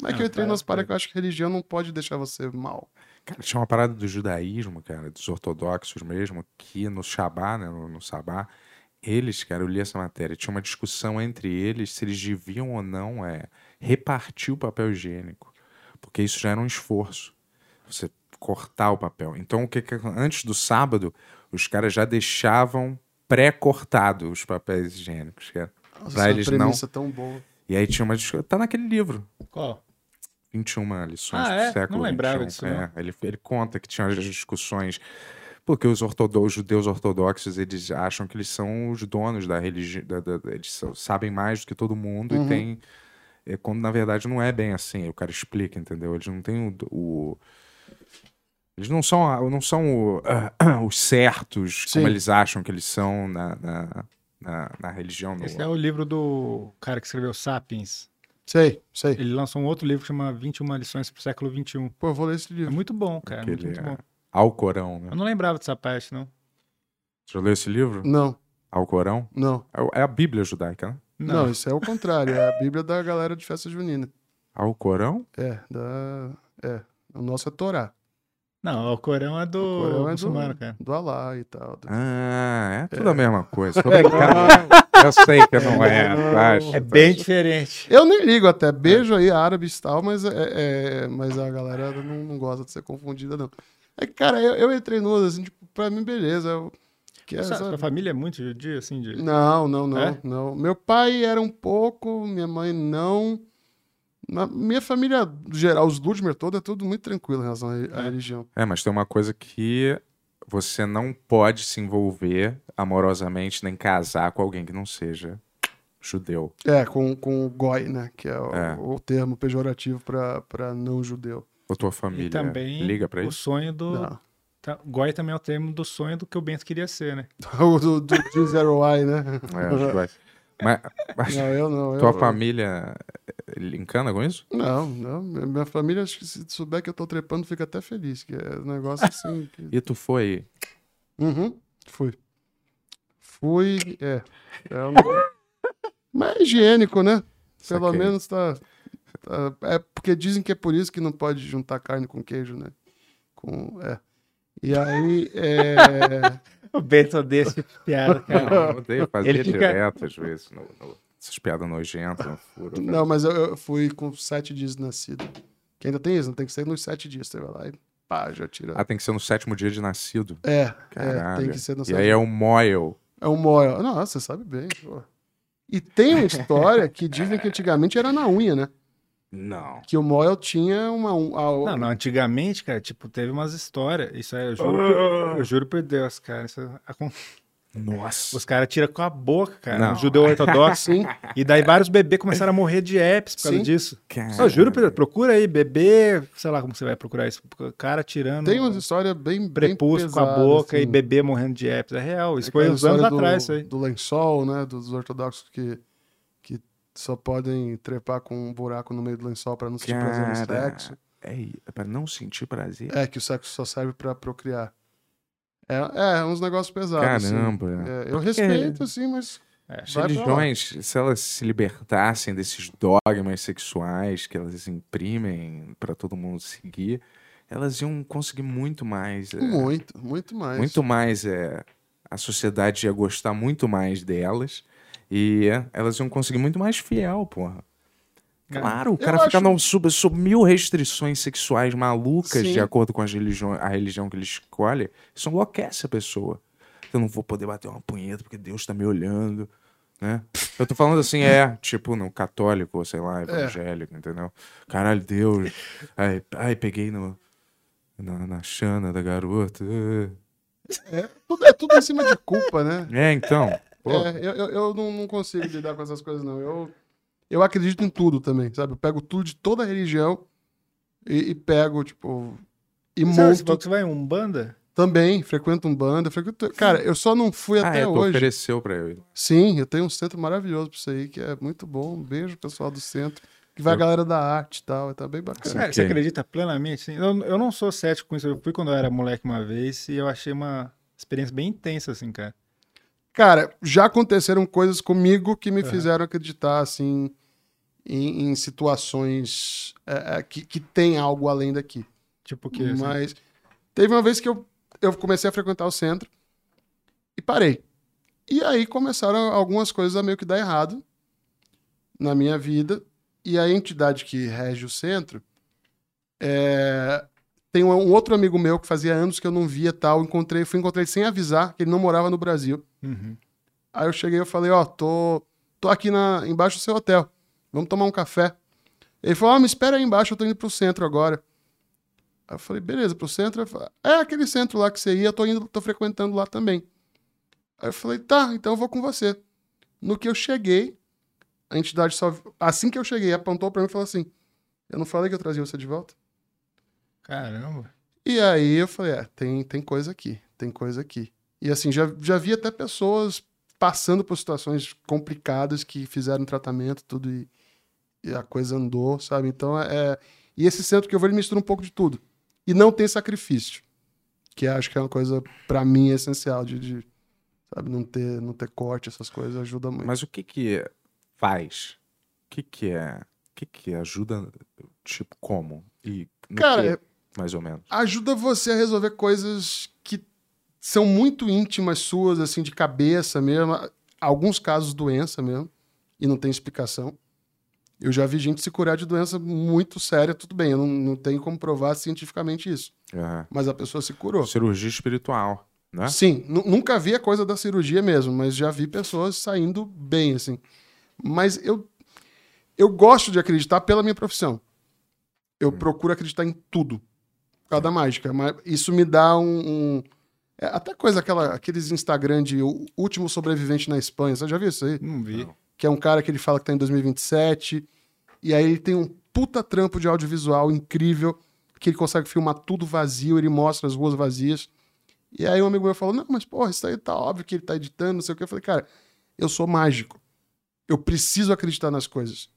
E: Mas é que eu
C: tá,
E: entrei nas paradas que eu acho que religião não pode deixar você mal.
C: Cara, tinha uma parada do judaísmo, cara, dos ortodoxos mesmo, que no Shabá, né, no, no Sabá, eles, cara, eu li essa matéria, tinha uma discussão entre eles se eles deviam ou não é, repartir o papel higiênico, porque isso já era um esforço, você cortar o papel. Então, o que, que antes do sábado, os caras já deixavam pré-cortado os papéis higiênicos, cara.
E: Nossa,
C: Pra
E: essa
C: eles não.
E: premissa tão boa.
C: E aí tinha uma discussão, tá naquele livro,
B: Qual?
C: 21 lições
B: Ah,
C: do
B: é?
C: século
B: Não lembrava
C: 21.
B: disso,
C: É, ele, ele conta que tinha as discussões. Porque os, ortodo- os judeus ortodoxos, eles acham que eles são os donos da religião. Eles são- sabem mais do que todo mundo e tem. é, quando na verdade não é bem assim. O cara explica, entendeu? Eles não têm o. o- eles não são, a- não são o- os certos
E: Sim.
C: como eles acham que eles são na, na, na- na religião. no-
B: Esse é o livro do cara que escreveu Sapiens.
E: Sei, sei.
B: Ele lançou um outro livro que chama 21 lições pro século XXI.
E: Pô, eu vou ler esse
B: É
E: livro.
B: muito bom, cara.
C: Aquele,
B: Muito, muito
C: é.
B: bom.
C: ao Corão, né?
B: Eu não lembrava dessa parte, não.
C: Já leu esse livro?
E: Não,
C: Alcorão?
E: não.
C: É o- É a Bíblia judaica, né?
E: Não, isso é o contrário. É a Bíblia da galera de festa junina.
C: Alcorão?
E: É, da. É. O nosso é Torá.
B: Não, o Corão é do
E: O Corão é
B: muçulmano,
E: do,
B: cara.
E: do Alá e tal. do-
C: Ah, é tudo a mesma coisa. Tô brincando. Eu sei que não é, acho.
B: É bem diferente.
E: Eu nem ligo até. Beijo aí, árabes e tal, mas, é, é- mas a galera não, não gosta de ser confundida, não. É que, cara, eu, eu entrei nuas, assim, tipo, pra mim, beleza. eu- que é,
B: Sua,
E: sabe?
B: sua família é muito judia, assim, de...
E: Não, não, não,
B: É?
E: não. Meu pai era um pouco, minha mãe não. Na minha família geral, os Ludmer todo, é tudo muito tranquilo em relação à, à religião.
C: É, mas tem uma coisa que você não pode se envolver amorosamente nem casar com alguém que não seja judeu.
E: É, com, com o goi, né? Que é o,
C: É.
E: o termo pejorativo pra, pra não judeu.
C: Ou tua família.
B: E também
C: Liga pra
B: o
C: isso.
B: sonho do...
E: Não.
B: tá- Goi também é o termo do sonho do que o Bento queria ser, né?
E: O do, do, do Zero Eye, né?
C: É, acho que vai. Mas, mas
E: Não, eu não.
B: É.
E: Eu,
C: tua família eh, encana com isso?
E: Não, não. Minha família, acho que se souber que eu tô trepando, fica até feliz. Que é um negócio assim. que-
C: E tu foi.
E: Uhum. Fui. Fui. É. é um... Mas é higiênico, né? Pelo
C: Saquei.
E: menos tá, tá- É porque dizem que é por isso que não pode juntar carne com queijo, né? Com. É. E aí. É...
B: O Bento desse piada, cara.
C: Não, eu odeio fazer
B: É. Ele fica-
C: direto às vezes. No, no- essas piadas nojentas, no furo.
E: não, mas eu, eu fui com sete dias de nascido. Que ainda tem isso, não tem que ser nos sete dias. Você vai lá e pá, já tira.
C: Ah, tem que ser no sétimo dia de nascido.
E: É, é,
C: Caralho.
E: tem que ser no
C: E
E: sete
C: aí é o Moyle.
E: É um Moyle. Nossa, você sabe bem. pô. E tem uma história que dizem que antigamente era na unha, né?
C: Não.
E: Que o Moyle tinha uma. Um, a-
B: Não, não, antigamente, cara, tipo, teve umas histórias. Isso aí, eu juro, por, eu juro por Deus, cara. isso acon-
C: Nossa.
B: os caras tiram com a boca, cara.
C: Não.
B: Um judeu ortodoxo.
E: Sim,
B: e daí vários bebês começaram a morrer de herpes por causa
E: Sim. É.
B: disso.
C: Cara.
B: Eu juro por Deus, procura aí, bebê. Sei lá como você vai procurar isso. Cara tirando
E: tem uma história bem. bem
B: prepúcio com a
E: pesada,
B: boca
E: assim.
B: e bebê morrendo de herpes. É real. Isso
E: Aquela
B: foi uns
E: história
B: anos
E: do-
B: atrás, isso aí.
E: Do lençol, né? Dos ortodoxos que, que só podem trepar com um buraco no meio do lençol pra não sentir prazer no
C: Cara.
E: sexo.
C: É, pra não sentir prazer.
E: É, que o sexo só serve pra procriar. É, é uns negócios pesados. assim.
C: Caramba.
E: É, eu respeito, assim, mas.
B: É,
C: As
E: vai pra lá.
C: religiões, se elas se libertassem desses dogmas sexuais que elas imprimem pra todo mundo seguir, elas iam conseguir muito mais. é,
E: Muito, muito mais.
C: muito mais. É, a sociedade ia gostar muito mais delas. E é, elas iam conseguir muito mais fiel, porra. Claro, o cara
E: É. acho-
C: fica não, sob, sob mil restrições sexuais malucas,
E: Sim.
C: de acordo com as religiões, a religião que ele escolhe, isso enlouquece a pessoa. Eu não vou poder bater uma punheta porque Deus tá me olhando, né? Eu tô falando assim, é, tipo, no católico, sei
E: É.
C: lá, evangélico, entendeu? Caralho, Deus. Ai, ai peguei no, na, na chana da garota.
E: É, tudo, é tudo em cima de culpa, né?
C: É, então. Pô,
E: É, eu, eu, eu não, não consigo lidar com essas coisas, não. Eu, eu acredito em tudo também, sabe? Eu pego tudo de toda religião e, e pego, tipo. E
B: Sabe, Você
E: monto
B: falou que você vai em Umbanda?
E: também, frequento um banda, frequento. Cara, eu só não fui
C: ah,
E: até
C: é, tu
E: hoje.
C: ofereceu pra eu.
E: Sim, eu tenho um centro maravilhoso pra isso aí, que é muito bom. Um beijo, pessoal do centro. Que vai a galera da arte e tal, tá bem bacana.
B: Cara, você
C: Ok.
B: acredita plenamente? Sim. Eu, eu não sou cético com isso. Eu fui quando eu era moleque uma vez e eu achei uma experiência bem intensa, assim, cara.
E: Cara, já aconteceram coisas comigo que me fizeram acreditar, assim, em, em situações é, é, que, que tem algo além daqui.
B: Tipo que. assim,
E: Mas teve uma vez que eu, eu comecei a frequentar o centro e parei. E aí começaram algumas coisas a meio que dar errado na minha vida. E a entidade que rege o centro é, tem um, um outro amigo meu que fazia anos que eu não via tal. Encontrei, fui encontrar ele sem avisar, que ele não morava no Brasil.
B: uhum.
E: Aí eu cheguei e falei, ó, tô, tô aqui na, embaixo do seu hotel. Vamos tomar um café. Ele falou, ó, me espera aí embaixo, eu tô indo pro centro agora. Aí eu falei, beleza, pro centro? Ele falou, é aquele centro lá que você ia, eu tô indo, tô frequentando lá também. Aí eu falei, tá, então eu vou com você. No que eu cheguei, a entidade só. Assim que eu cheguei, apontou pra mim e falou assim: Eu não falei que eu trazia você de volta?
B: Caramba.
E: E aí eu falei, é, tem, tem coisa aqui, tem coisa aqui. E assim, já, já vi até pessoas passando por situações complicadas que fizeram tratamento, tudo, e, e a coisa andou, sabe? Então, é, é- E esse centro que eu vou, ele mistura um pouco de tudo. E não tem sacrifício, que acho que é uma coisa, pra mim, essencial de, de, Sabe, não ter, não ter corte, essas coisas ajuda muito.
C: Mas o que que é, faz? O que que é? O que que ajuda? Tipo, como? E no
E: Cara,
C: quê,
E: é-
C: mais ou menos.
E: ajuda você a resolver coisas que são muito íntimas suas, assim, de cabeça mesmo. Alguns casos, doença mesmo, e não tem explicação. Eu já vi gente se curar de doença muito séria, tudo bem, eu não, não tenho como provar cientificamente isso.
C: Aham.
E: Mas a pessoa se curou.
C: Cirurgia espiritual, né?
E: Sim, nu- nunca vi a coisa da cirurgia mesmo, mas já vi pessoas saindo bem, assim. Mas eu, eu gosto de acreditar pela minha profissão. Eu procuro acreditar em tudo, por causa da mágica. Mas isso me dá um. um- é, até coisa, aquela, aqueles Instagram de o último sobrevivente na Espanha, você já viu isso aí?
B: Não vi.
E: Que é um cara que ele fala que tá em 2027, e aí ele tem um puta trampo de audiovisual incrível, que ele consegue filmar tudo vazio, ele mostra as ruas vazias. E aí um amigo meu falou: Não, mas porra, isso aí tá óbvio que ele tá editando, não sei o que. Eu falei, cara, eu sou mágico. Eu preciso acreditar nas coisas.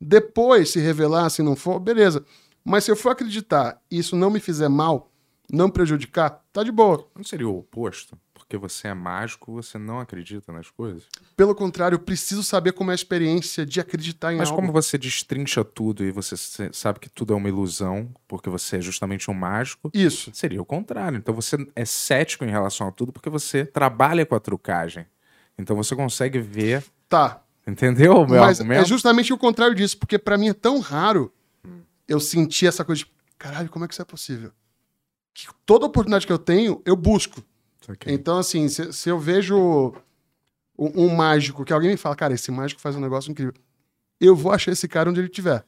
E: Depois, se revelar, se não for, beleza. Mas se eu for acreditar e isso não me fizer mal, não me prejudicar, tá de boa.
C: Não seria o oposto? Porque você é mágico, você não acredita nas coisas.
E: Pelo contrário, eu preciso saber como é a experiência de acreditar em
C: Mas
E: algo.
C: como você destrincha tudo e você se- sabe que tudo é uma ilusão, porque você é justamente um mágico,
E: Isso.
C: seria o contrário. Então você é cético em relação a tudo porque você trabalha com a trucagem. Então você consegue ver,
E: Tá.
C: entendeu o meu
E: Mas é
C: argumento?
E: justamente o contrário disso, porque pra mim é tão raro eu sentir essa coisa de caralho, como é que isso é possível? Que toda oportunidade que eu tenho, eu busco.
C: Isso aqui.
E: Então, assim, se, se eu vejo um, um mágico, que alguém me fala, cara, esse mágico faz um negócio incrível, eu vou achar esse cara onde ele estiver.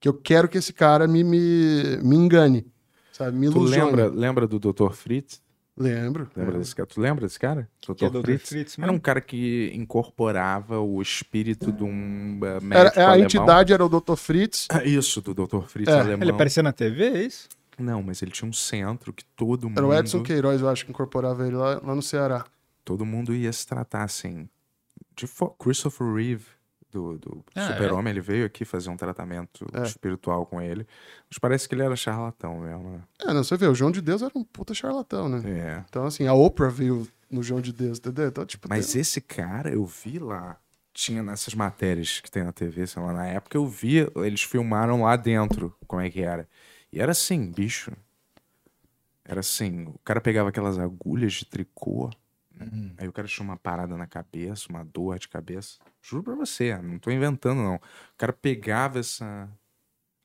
E: Que eu quero que esse cara me, me, me engane. Sabe? Me
C: Tu
E: ilusione.
C: lembra, lembra do Dr. Fritz?
E: Lembro.
C: Lembra desse cara? Tu lembra desse cara? Dr.
B: Que é Dr.
C: Fritz?
B: Fritz,
C: Era
B: mano.
C: um cara que incorporava o espírito de um eh, médico
E: Era, é a
C: alemão.
E: entidade era o Dr. Fritz.
C: Ah, Isso, do Dr. Fritz
E: É,
C: alemão.
B: Ele apareceu na TV, é isso?
C: Não, mas ele tinha um centro que todo mundo...
E: Era o Edson Queiroz, eu acho, que incorporava ele lá, lá no Ceará.
C: Todo mundo ia se tratar, assim... De fo- Christopher Reeve, do, do
B: Ah,
C: Super-Homem, ele veio aqui fazer um tratamento
E: É.
C: espiritual com ele. Mas parece que ele era charlatão mesmo. né?
E: É, não, você vê, o João de Deus era um puta charlatão, né?
C: É...
E: Então, assim, a Oprah veio no João de Deus, entendeu? Então, tipo,
C: Mas
E: tem-
C: esse cara, eu vi lá. Tinha nessas matérias que tem na TV, sei lá, na época eu vi, eles filmaram lá dentro como é que era. E era assim, bicho. Era assim, o cara pegava aquelas agulhas de tricô, aí o cara tinha uma parada na cabeça, uma dor de cabeça. Juro pra você, não tô inventando não. O cara pegava essa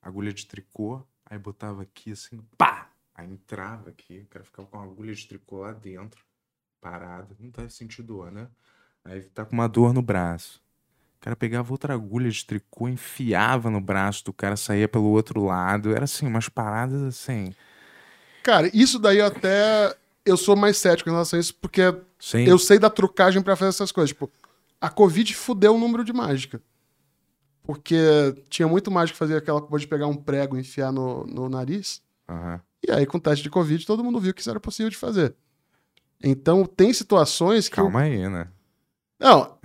C: agulha de tricô, aí botava aqui assim, pá! Aí entrava aqui, o cara ficava com a agulha de tricô lá dentro parado, não tá sentindo dor, né? Aí tá com uma dor no braço. O cara pegava outra agulha de tricô, enfiava no braço do cara, saía pelo outro lado. Era assim, umas paradas assim.
E: Cara, isso daí eu até. Eu sou mais cético em relação a isso, porque
C: Sem...
E: Eu sei da trucagem pra fazer essas coisas. Tipo, a Covid fudeu o número de mágica. Porque tinha muito mágico que fazia aquela coisa de pegar um prego e enfiar no, no nariz.
C: Aham.
E: E aí, com o teste de Covid, todo mundo viu que isso era possível de fazer. Então, tem situações que.
C: Calma aí, né?
E: Não,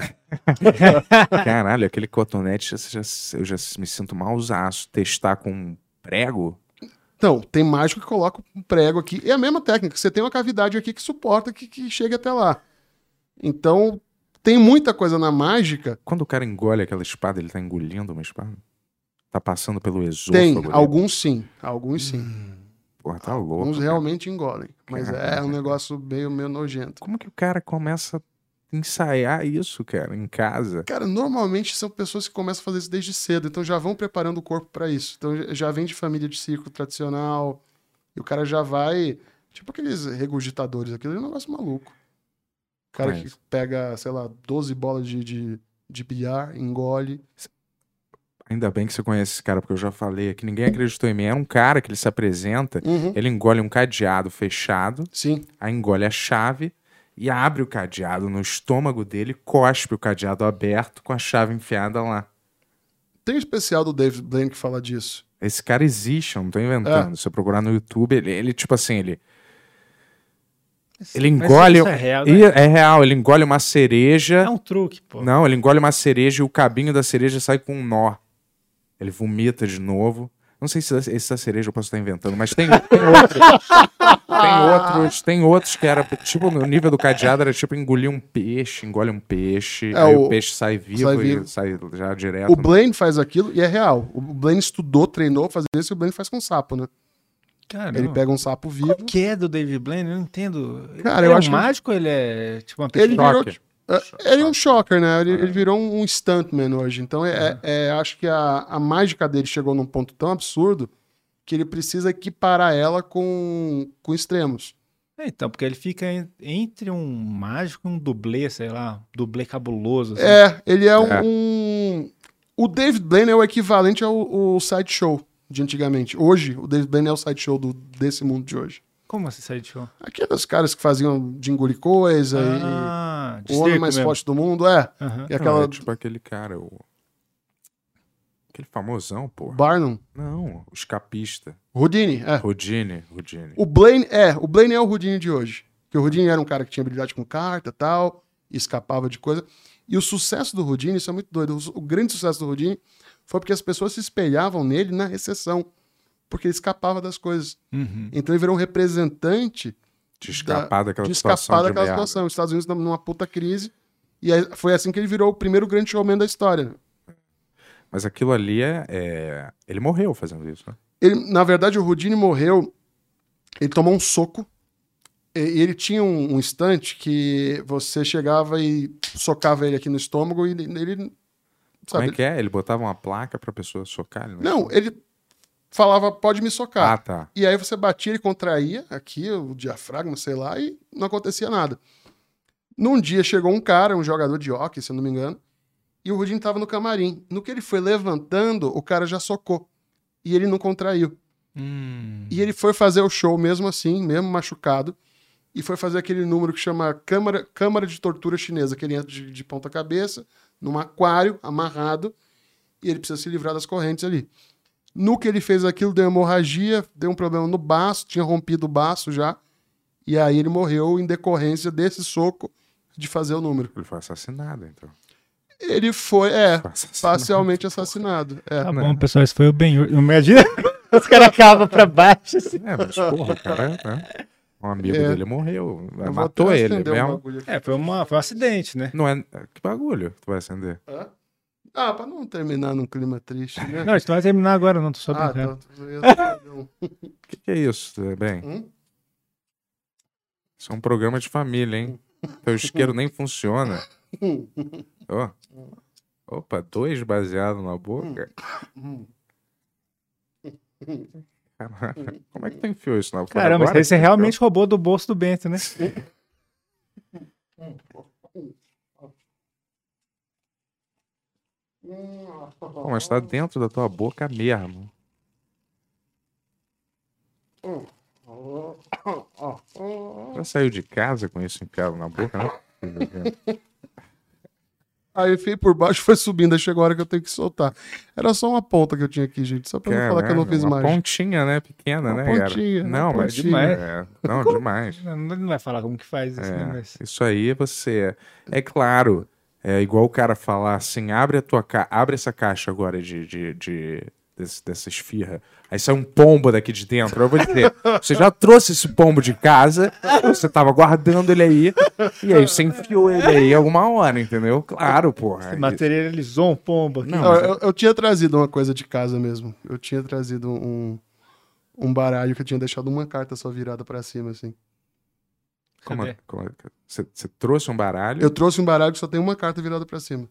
C: Caralho, aquele cotonete, eu já, eu já me sinto malzaço. Testar com um prego?
E: Então, tem mágico que coloca um prego aqui. É a mesma técnica. Você tem uma cavidade aqui que suporta que, que chegue até lá. Então, tem muita coisa na mágica.
C: Quando o cara engole aquela espada, ele tá engolindo uma espada? Tá passando pelo esôfago?
E: Tem.
C: dele?
E: Alguns sim. Alguns sim.
C: Porra, tá louco.
E: Alguns
C: cara.
E: realmente engolem. Mas é um negócio meio, meio nojento.
C: Como que o cara começa a ensaiar isso, cara, em casa?
E: Cara, normalmente são pessoas que começam a fazer isso desde cedo, então já vão preparando o corpo pra isso. Então já- já vem de família de circo tradicional, e o cara já vai. Tipo aqueles regurgitadores, aquele negócio maluco. O cara
C: Mas-
E: que pega, sei lá, 12 bolas de, de, de bilhar, engole.
C: Ainda bem que você conhece esse cara, porque eu já falei aqui, ninguém acreditou em mim. Era um cara que ele se apresenta,
E: Uhum.
C: ele engole um cadeado fechado,
E: Sim.
C: aí engole a chave e abre o cadeado no estômago dele, cospe o cadeado aberto com a chave enfiada lá.
E: Tem um especial do David Blaine que fala disso.
C: Esse cara existe, eu não tô inventando.
B: É.
C: Se eu procurar no YouTube, ele, ele, tipo assim, ele. Ele
B: Mas
C: engole.
B: isso é real,
C: Ih,
B: né?
C: é real, ele engole uma cereja.
B: É um truque, pô.
C: Não, ele engole uma cereja e o cabinho da cereja sai com um nó. Ele vomita de novo. Não sei se esse da cereja eu posso estar inventando, mas tem, tem outros. tem outros. Tem outros que era. Tipo, no nível do cadeado era tipo engolir um peixe, engole um peixe.
E: É,
C: aí o,
E: o-
C: peixe sai vivo
E: sai
C: e
E: vivo.
C: sai já direto.
E: O Blaine faz aquilo e é real. O Blaine estudou, treinou fazer isso e o Blaine faz com sapo, né?
B: Cara,
E: Ele pega um sapo vivo.
B: O que é do David Blaine? Eu não entendo.
E: Cara,
B: ele
E: eu
B: é
E: acho
B: um
E: que-
B: mágico ou ele é tipo uma pessoa?
E: Ele virou.
C: Choque.
E: eh, Ele é um shocker, né? Ele, ele virou um, um stuntman hoje. Então, é, é- acho que a, a mágica dele chegou num ponto tão absurdo que ele precisa equiparar ela com, com extremos.
B: É, então, porque ele fica en- entre um mágico e um dublê, sei lá, dublê cabuloso. assim.
E: É, ele é um.
C: É.
E: um- O David Blaine é o equivalente ao, ao sideshow de antigamente. Hoje, o David Blaine é o sideshow do, desse mundo de hoje.
B: Como assim sai de show?
E: Aqueles caras que faziam de engolir coisa
B: Ah,
E: e o homem mais forte do mundo, é.
B: Aham.
E: E
C: Não,
E: aquela.
C: é tipo aquele cara, o. Aquele famosão, porra.
E: Barnum.
C: Não, o escapista.
E: Houdini, é.
C: Rodine, Rodine.
E: O Blaine é, o Blaine é o Rudinho de hoje. Porque o Rudinho era um cara que tinha habilidade com carta e tal, e escapava de coisa. E o sucesso do Rudinho, isso é muito doido. o su- O, grande sucesso do Rudinho foi porque as pessoas se espelhavam nele na recessão, porque ele escapava das coisas.
B: Uhum.
E: Então ele virou um representante
C: De escapar daquela
E: de
C: situação.
E: escapar
C: de
E: daquela
C: merda.
E: situação. Os Estados Unidos numa puta crise. E aí foi assim que ele virou o primeiro grande showman da história.
C: Mas aquilo ali é, é- Ele morreu fazendo isso, né?
E: Ele, na verdade, o Rudine morreu. Ele tomou um soco. E e ele tinha um, um estante que você chegava e socava ele aqui no estômago e ele. ele- sabe,
C: Como é que é? Ele botava uma placa pra pessoa socar? Ele né?
E: Não, ele falava, pode me socar.
C: Ah, tá.
E: E aí você batia, ele contraía aqui o diafragma, sei lá, e não acontecia nada. Num dia chegou um cara, um jogador de hockey, se eu não me engano, e o Rudinho tava no camarim. No que ele foi levantando, o cara já socou. E ele não contraiu.
B: Hum.
E: E ele foi fazer o show mesmo assim, mesmo machucado, e foi fazer aquele número que chama Câmara, Câmara de Tortura Chinesa, que ele entra de, de ponta cabeça, num aquário, amarrado, e ele precisa se livrar das correntes ali. No que ele fez aquilo, deu hemorragia, deu um problema no baço, tinha rompido o baço já, e aí ele morreu em decorrência desse soco de fazer o número.
C: Ele foi assassinado, então.
E: Ele foi, é,
C: Foi assassinado.
E: parcialmente assassinado. É.
B: Tá bom, pessoal, esse foi o Ben. Imagina os caras cavam pra baixo. assim.
C: É, mas porra, o cara, né? Um amigo
E: É.
C: dele morreu.
E: Eu vou
C: matou
E: até
C: ele
E: acender um
C: mesmo.
E: bagulho aqui.
B: É, foi, uma, foi um acidente, né?
C: Não é. Que bagulho que tu vai acender?
E: Hã? Ah, pra não terminar num clima triste, né?
B: Não, a gente não vai terminar agora, não, tô só
E: Ah,
B: brincando.
E: tá. Eu ia fazer um-
C: O que, que é isso, bem?
E: Hum?
C: Isso é um programa de família, hein? Teu isqueiro nem funciona. Ó. Opa, dois baseados na boca? Caralho, como é que tu enfiou isso na boca?
B: Caramba,
C: agora?
B: esse você realmente roubou do bolso do Bento, né?
C: Pô, mas tá dentro da tua boca mesmo. Já saiu de casa com isso enfiado na boca, né?
E: Aí eu fui por baixo, foi subindo, aí chegou a hora que eu tenho que soltar. Era só uma ponta que eu tinha aqui, gente, só pra não falar que eu não
C: Caramba,
E: fiz
C: uma
E: mais.
C: pontinha, né? Pequena,
E: Uma
C: né, cara?
E: pontinha, uma
C: Não, mas
E: pontinha.
C: demais. É, não, demais.
B: Não, não vai falar como que faz isso, né? Mas...
C: É, isso aí você. É claro, é igual o cara falar assim: abre a tua ca... abre essa caixa agora de. de, de... Desse, dessa esfirra. Aí sai um pombo daqui de dentro. Eu vou dizer: você já trouxe esse pombo de casa, você tava guardando ele aí, e aí você enfiou ele aí alguma hora, entendeu? Claro, porra.
B: Você materializou um pombo aqui.
E: Não, é
C: né?
E: eu, eu tinha trazido uma coisa de casa mesmo. Eu tinha trazido um, um baralho que eu tinha deixado uma carta só virada pra cima, assim.
C: Como- é?
B: Cadê?
C: como- você, você trouxe um baralho?
E: Eu trouxe um baralho que só tem uma carta virada pra cima.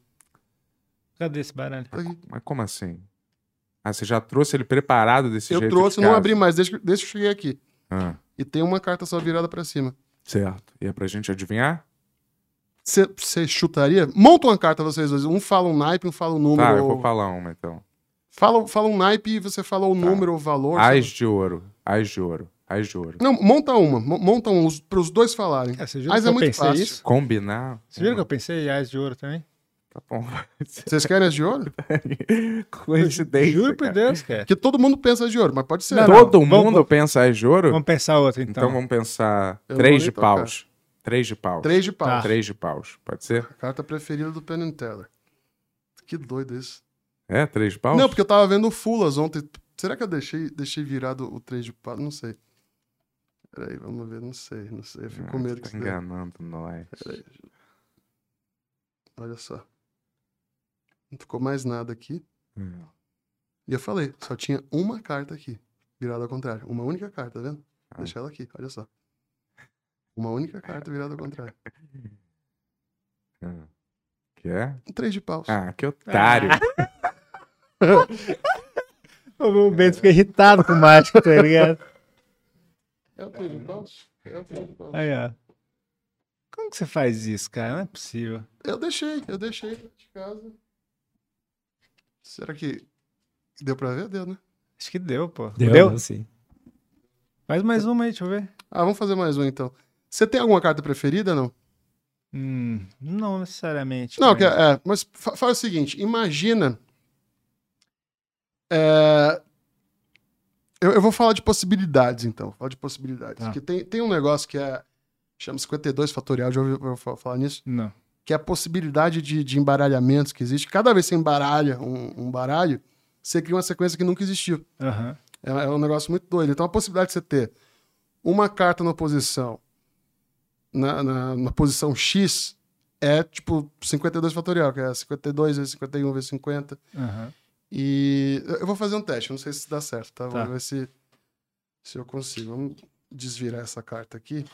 B: Cadê esse baralho?
C: Ah,
E: Tá aqui.
C: Mas como assim? Ah, você já trouxe ele preparado desse
E: Eu
C: jeito? de
E: trouxe, não
C: casa?
E: abri mais, desde que, desde que eu cheguei aqui.
C: Ah,
E: E tem uma carta só virada pra cima.
C: certo. E é pra gente adivinhar?
E: Você chutaria? Monta uma carta vocês dois. Um fala um naipe, um fala um número.
C: Tá, eu
E: ou-
C: vou falar uma então.
E: Fala, fala um naipe e você fala
C: Tá.
E: o número ou o valor.
C: As
E: sabe?
C: de ouro. As de ouro. As de ouro.
E: Não, monta uma. mo- Monta um para os dois falarem.
B: É, você viu
E: Mas
B: que
E: é
B: eu
E: muito
B: pensei
E: fácil.
B: isso?
C: Combinar.
B: Você viu que eu pensei em ás de ouro também?
C: Tá bom.
E: Vocês querem as de ouro?
C: Coincidência.
B: Juro por
C: cara.
B: Deus, cara.
E: Porque todo mundo pensa as de ouro, mas pode ser. né?
C: Todo
B: Não,
C: mundo
B: vamos-
C: pensa as de ouro?
B: Vamos pensar outra, então.
C: então vamos pensar
E: Eu
C: três
E: vou
C: de
E: nem tocar.
C: paus. Três de paus.
E: Três de pau.
B: Tá.
C: Três de paus. Pode ser?
E: Carta preferida do Penn and Teller. Que doido isso.
C: É, três de paus?
E: Não, porque eu tava vendo o Fulas ontem Será que eu deixei, deixei virado o 3 de pato? Não sei. Peraí, vamos ver. Não sei, não sei. Eu fico com medo que
C: tá
E: isso dê.
C: enganando nós.
E: Olha só. Não ficou mais nada aqui.
C: Hum.
E: E eu falei, só tinha uma carta aqui. Virada ao contrário. Uma única carta, tá vendo?
C: Ah.
E: Deixa ela aqui, olha só. Uma única carta virada ao contrário.
C: Hum. Quer?
E: Um 3 de paus.
C: Ah, que otário.
B: O Bento fica irritado com o mágico, tá ligado?
E: É o 3 de paus? É o 3 de paus.
B: Aí, ó. Como que você faz isso, cara? Não é possível.
E: Eu deixei, eu deixei de casa. Será que deu pra ver? Deu, né?
B: Acho que deu, pô.
F: Deu,
B: Deu?
F: deu sim.
B: Faz mais uma aí, deixa eu ver.
E: Ah, vamos fazer mais um então. Você tem alguma carta preferida, não?
B: Hum, não necessariamente.
E: Não,
B: mas-
E: que- é, mas fa- faz o seguinte, imagina. É, eu, eu vou falar de possibilidades, então. Vou Falar de possibilidades.
B: Tá.
E: Porque tem, tem um negócio que é. Chama 52 fatorial, já ouviu eu fa- falar nisso?
B: Não.
E: que é a possibilidade de, de embaralhamentos que existe. Cada vez que você embaralha um, um baralho, você cria uma sequência que nunca existiu.
B: Aham.
E: É, é um negócio muito doido. Então, a possibilidade de você ter uma carta na posição, na, na, na posição X, é tipo 52 fatorial, que é 52 vezes 51 vezes 50.
B: Aham.
E: E eu- eu vou fazer um teste, não sei se dá certo, tá? Vamos
B: Tá.
E: ver se, se eu consigo. Vamos desvirar essa carta aqui.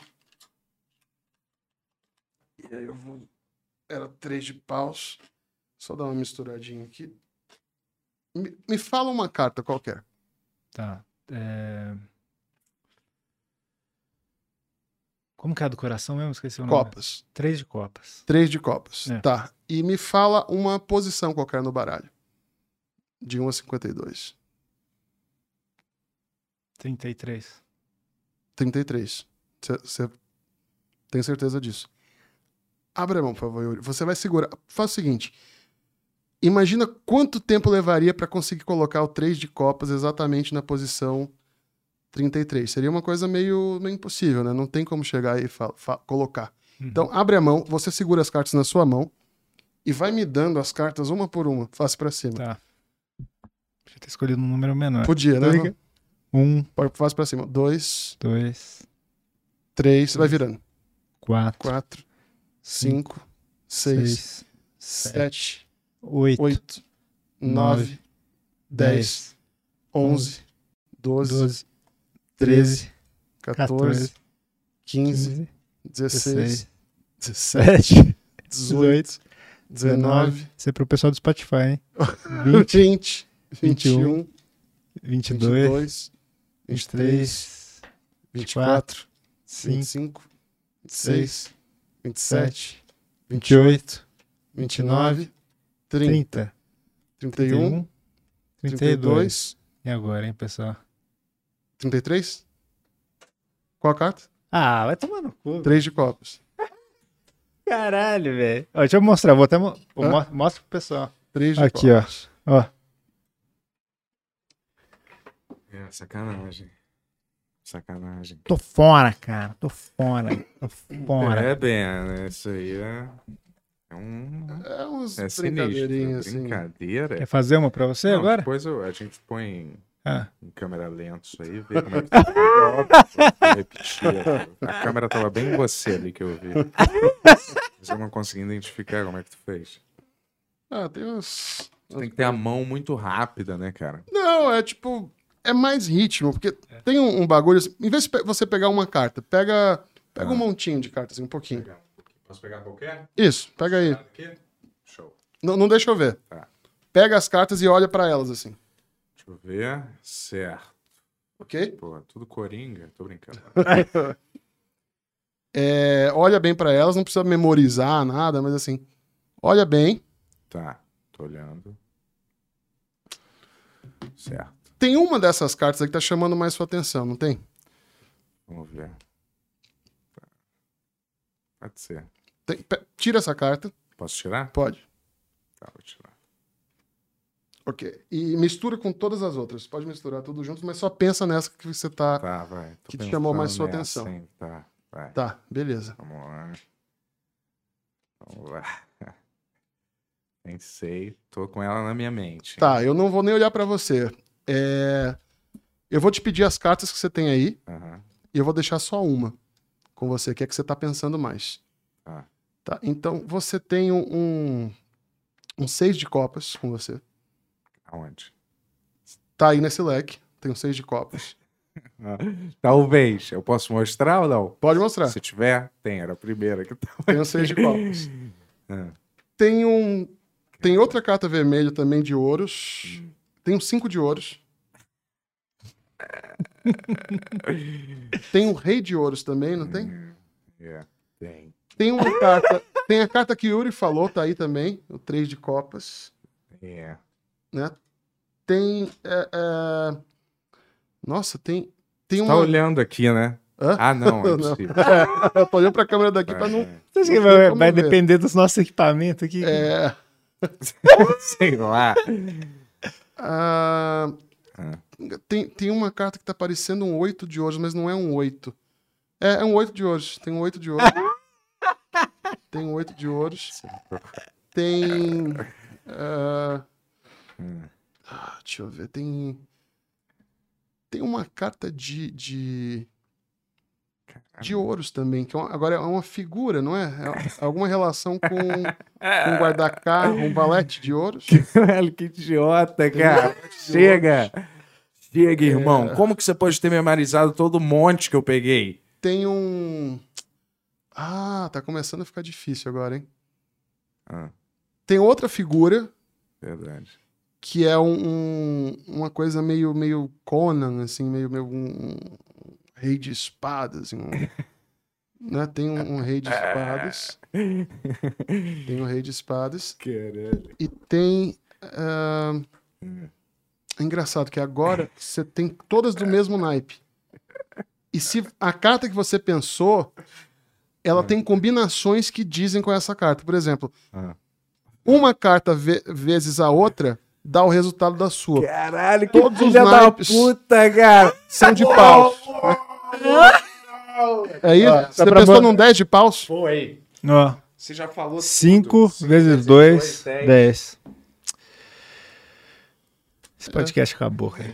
E: E aí eu vou. Era três de paus. Só dar uma misturadinha aqui. Me, me fala uma carta qualquer.
B: Tá. É... Como que é a do coração mesmo? Esqueci o nome.
E: Copas.
B: Três de copas.
E: Três de copas.
B: É.
E: Tá. E me fala uma posição qualquer no baralho. De 1 a 52.
B: 33.
E: 33. Você tem certeza disso? Abre a mão, por favor, Yuri. Você vai segurar. Faz o seguinte. Imagina quanto tempo levaria para conseguir colocar o 3 de copas exatamente na posição 33. Seria uma coisa meio, meio impossível, né? Não tem como chegar e fa- fa- colocar.
B: Uhum.
E: Então, abre a mão, você segura as cartas na sua mão e vai me dando as cartas uma por uma, face para cima.
B: Tá. Podia ter escolhido um número menor.
E: Podia,
B: Tô
E: né?
B: ligado. Um,
E: Face para cima. Dois,
B: dois,
E: três, você
B: Uhum.
E: vai virando.
B: quatro,
E: Quatro, cinco, seis.
B: seis,
E: 7,
B: oito,
E: 8, 9, 10, 11, 12,
B: doze,
E: 13, 14,
B: quatorze,
E: 15,
B: quinze,
E: 16,
B: dezesseis,
E: 17,
B: sete.
E: 18, 19,
B: Isso é pro pessoal do Spotify, hein? 20,
E: 20, 21,
B: 22,
E: 22, 23,
B: 23,
E: 24,
B: 5,
E: 25, 26, 27,
B: 28,
E: 29, 30,
B: 30,
E: 31,
B: 32.
E: 32,
B: um, E agora, hein, pessoal?
E: 33? Qual a carta?
B: Ah, vai tomar no cu.
E: 3 de copas.
B: Caralho, velho. Ó, Deixa eu mostrar, vou até. mo- Pô,
E: Hã?
B: mo- Mostra pro pessoal.
E: 3 de
B: Aqui, ó.
E: copas.
B: Ó,
C: É, sacanagem. Sacanagem.
B: tô fora, cara. Tô fora. Tô fora.
C: É, bem, né, isso aí é, é um...
E: É uns
C: É sinistro.
E: brincadeirinhas assim.
C: Brincadeira.
B: Quer fazer uma pra você
C: Não,
B: agora?
C: Depois eu- a gente põe
B: Ah.
C: em câmera lenta isso aí, ver como é que tá. Óbvio, vou repetir. A câmera tava bem em você ali que eu vi. Mas eu não consegui identificar como é que tu fez.
E: Ah, tem uns.
C: Tu tem que ter a mão muito rápida, né, cara?
E: Não, é tipo. É mais ritmo, porque tem um, um bagulho. assim, Em vez de pe- você pegar uma carta, pega. Pega
C: Tá.
E: um montinho de cartas, assim, um pouquinho.
C: Posso pegar qualquer?
E: Isso, pega aí.
C: Aqui? Show.
E: Não, não deixa eu ver.
C: Tá.
E: Pega as cartas e olha pra elas, assim.
C: Deixa eu ver. Certo.
E: Ok?
C: Pô, é tudo coringa? Tô brincando.
E: É, olha bem pra elas, não precisa memorizar nada, mas assim. Olha bem.
C: Tá, tô olhando. Certo.
E: Tem uma dessas cartas aí que tá chamando mais sua atenção, não tem?
C: Vamos ver. Tá. Pode ser.
E: Tem- pe- tira essa carta.
C: Posso tirar?
E: Pode.
C: Tá, vou tirar.
E: Ok. E mistura com todas as outras. Pode misturar tudo junto, mas só pensa nessa que você tá. Tá,
C: Tá, vai. Tô
E: Que te chamou mais
C: pensando
E: sua
C: nessa,
E: atenção.
C: hein. Tá, vai.
E: beleza.
C: Vamos lá. Vamos lá. Pensei, tô com ela na minha mente.
E: Tá, eu não vou nem olhar pra você. É, Eu vou te pedir as cartas que você tem aí
C: Aham.
E: e eu vou deixar só uma com você, que é que você tá pensando mais.
C: Tá.
E: Tá, então você tem um, um, um seis de copas com você.
C: Aonde?
E: Tá aí nesse leque, tem um seis de copas.
C: Talvez. Eu posso mostrar ou não?
E: Pode mostrar,
C: Se tiver, tem. Era a primeira que tá. tava.
E: tem um seis de copas.
C: Ah.
E: Tem um. Tem outra carta vermelha também de ouros. Tem um cinco de ouros. tem um rei de ouros também, não tem?
C: É, tem.
E: Tem uma carta. Tem a carta que Yuri falou, tá aí também. O 3 de Copas.
C: É.
E: Tem. é, é, Nossa, tem. Tem
C: Tá
E: uma.
C: olhando aqui, né?
E: Hã?
C: Ah, não. É
E: Não.
C: possível.
E: Eu tô olhando pra câmera daqui pra não.
B: Você acha que
E: Não
B: vai,
E: tem como
B: vai
E: ver.
B: depender dos nossos equipamentos aqui?
E: É.
C: Sei lá.
E: ah,
C: Ah.
E: Tem, tem uma carta que tá parecendo um 8 de ouros, mas não é um 8. É, é um 8 de ouros. Tem um 8 de ouros. tem um 8 de ouros. Tem. ah, Ah, deixa eu ver, tem. Tem uma carta de. de, de ouros também, que é uma- agora é uma figura, não é? É alguma relação com, com um guarda-carro, um valete de ouros?
C: Caralho, que idiota, cara. Chega. Chega, irmão. Como que você pode ter memorizado todo o monte que eu peguei?
E: Tem um. Ah, tá começando a ficar difícil agora, hein?
C: Ah.
E: Tem outra figura
C: Verdade.
E: que é um, um- uma coisa meio, meio Conan, assim, meio, meio um, um rei de espadas, assim, um- né? Tem um, um rei de espadas. Tem um rei de espadas.
C: Caralho.
E: E tem. ah, É engraçado que agora você tem todas do mesmo naipe. E se a carta que você pensou,
F: Ah.
E: ela tem combinações que dizem com essa carta. Por exemplo,
C: Ah.
E: uma carta ve- vezes a outra dá o resultado da sua.
C: Caralho, que
E: Todos os
C: filha da
E: naipes.
C: puta, cara.
E: São de paus. É isso?
F: Ah,
B: Ó,
E: você
F: tá
B: dá pra
E: pensou
B: bo-
E: num 10 de paus?
C: Foi.
B: Ó,
C: Você já falou
B: 5 vezes 2, 10. Esse podcast acabou, cara.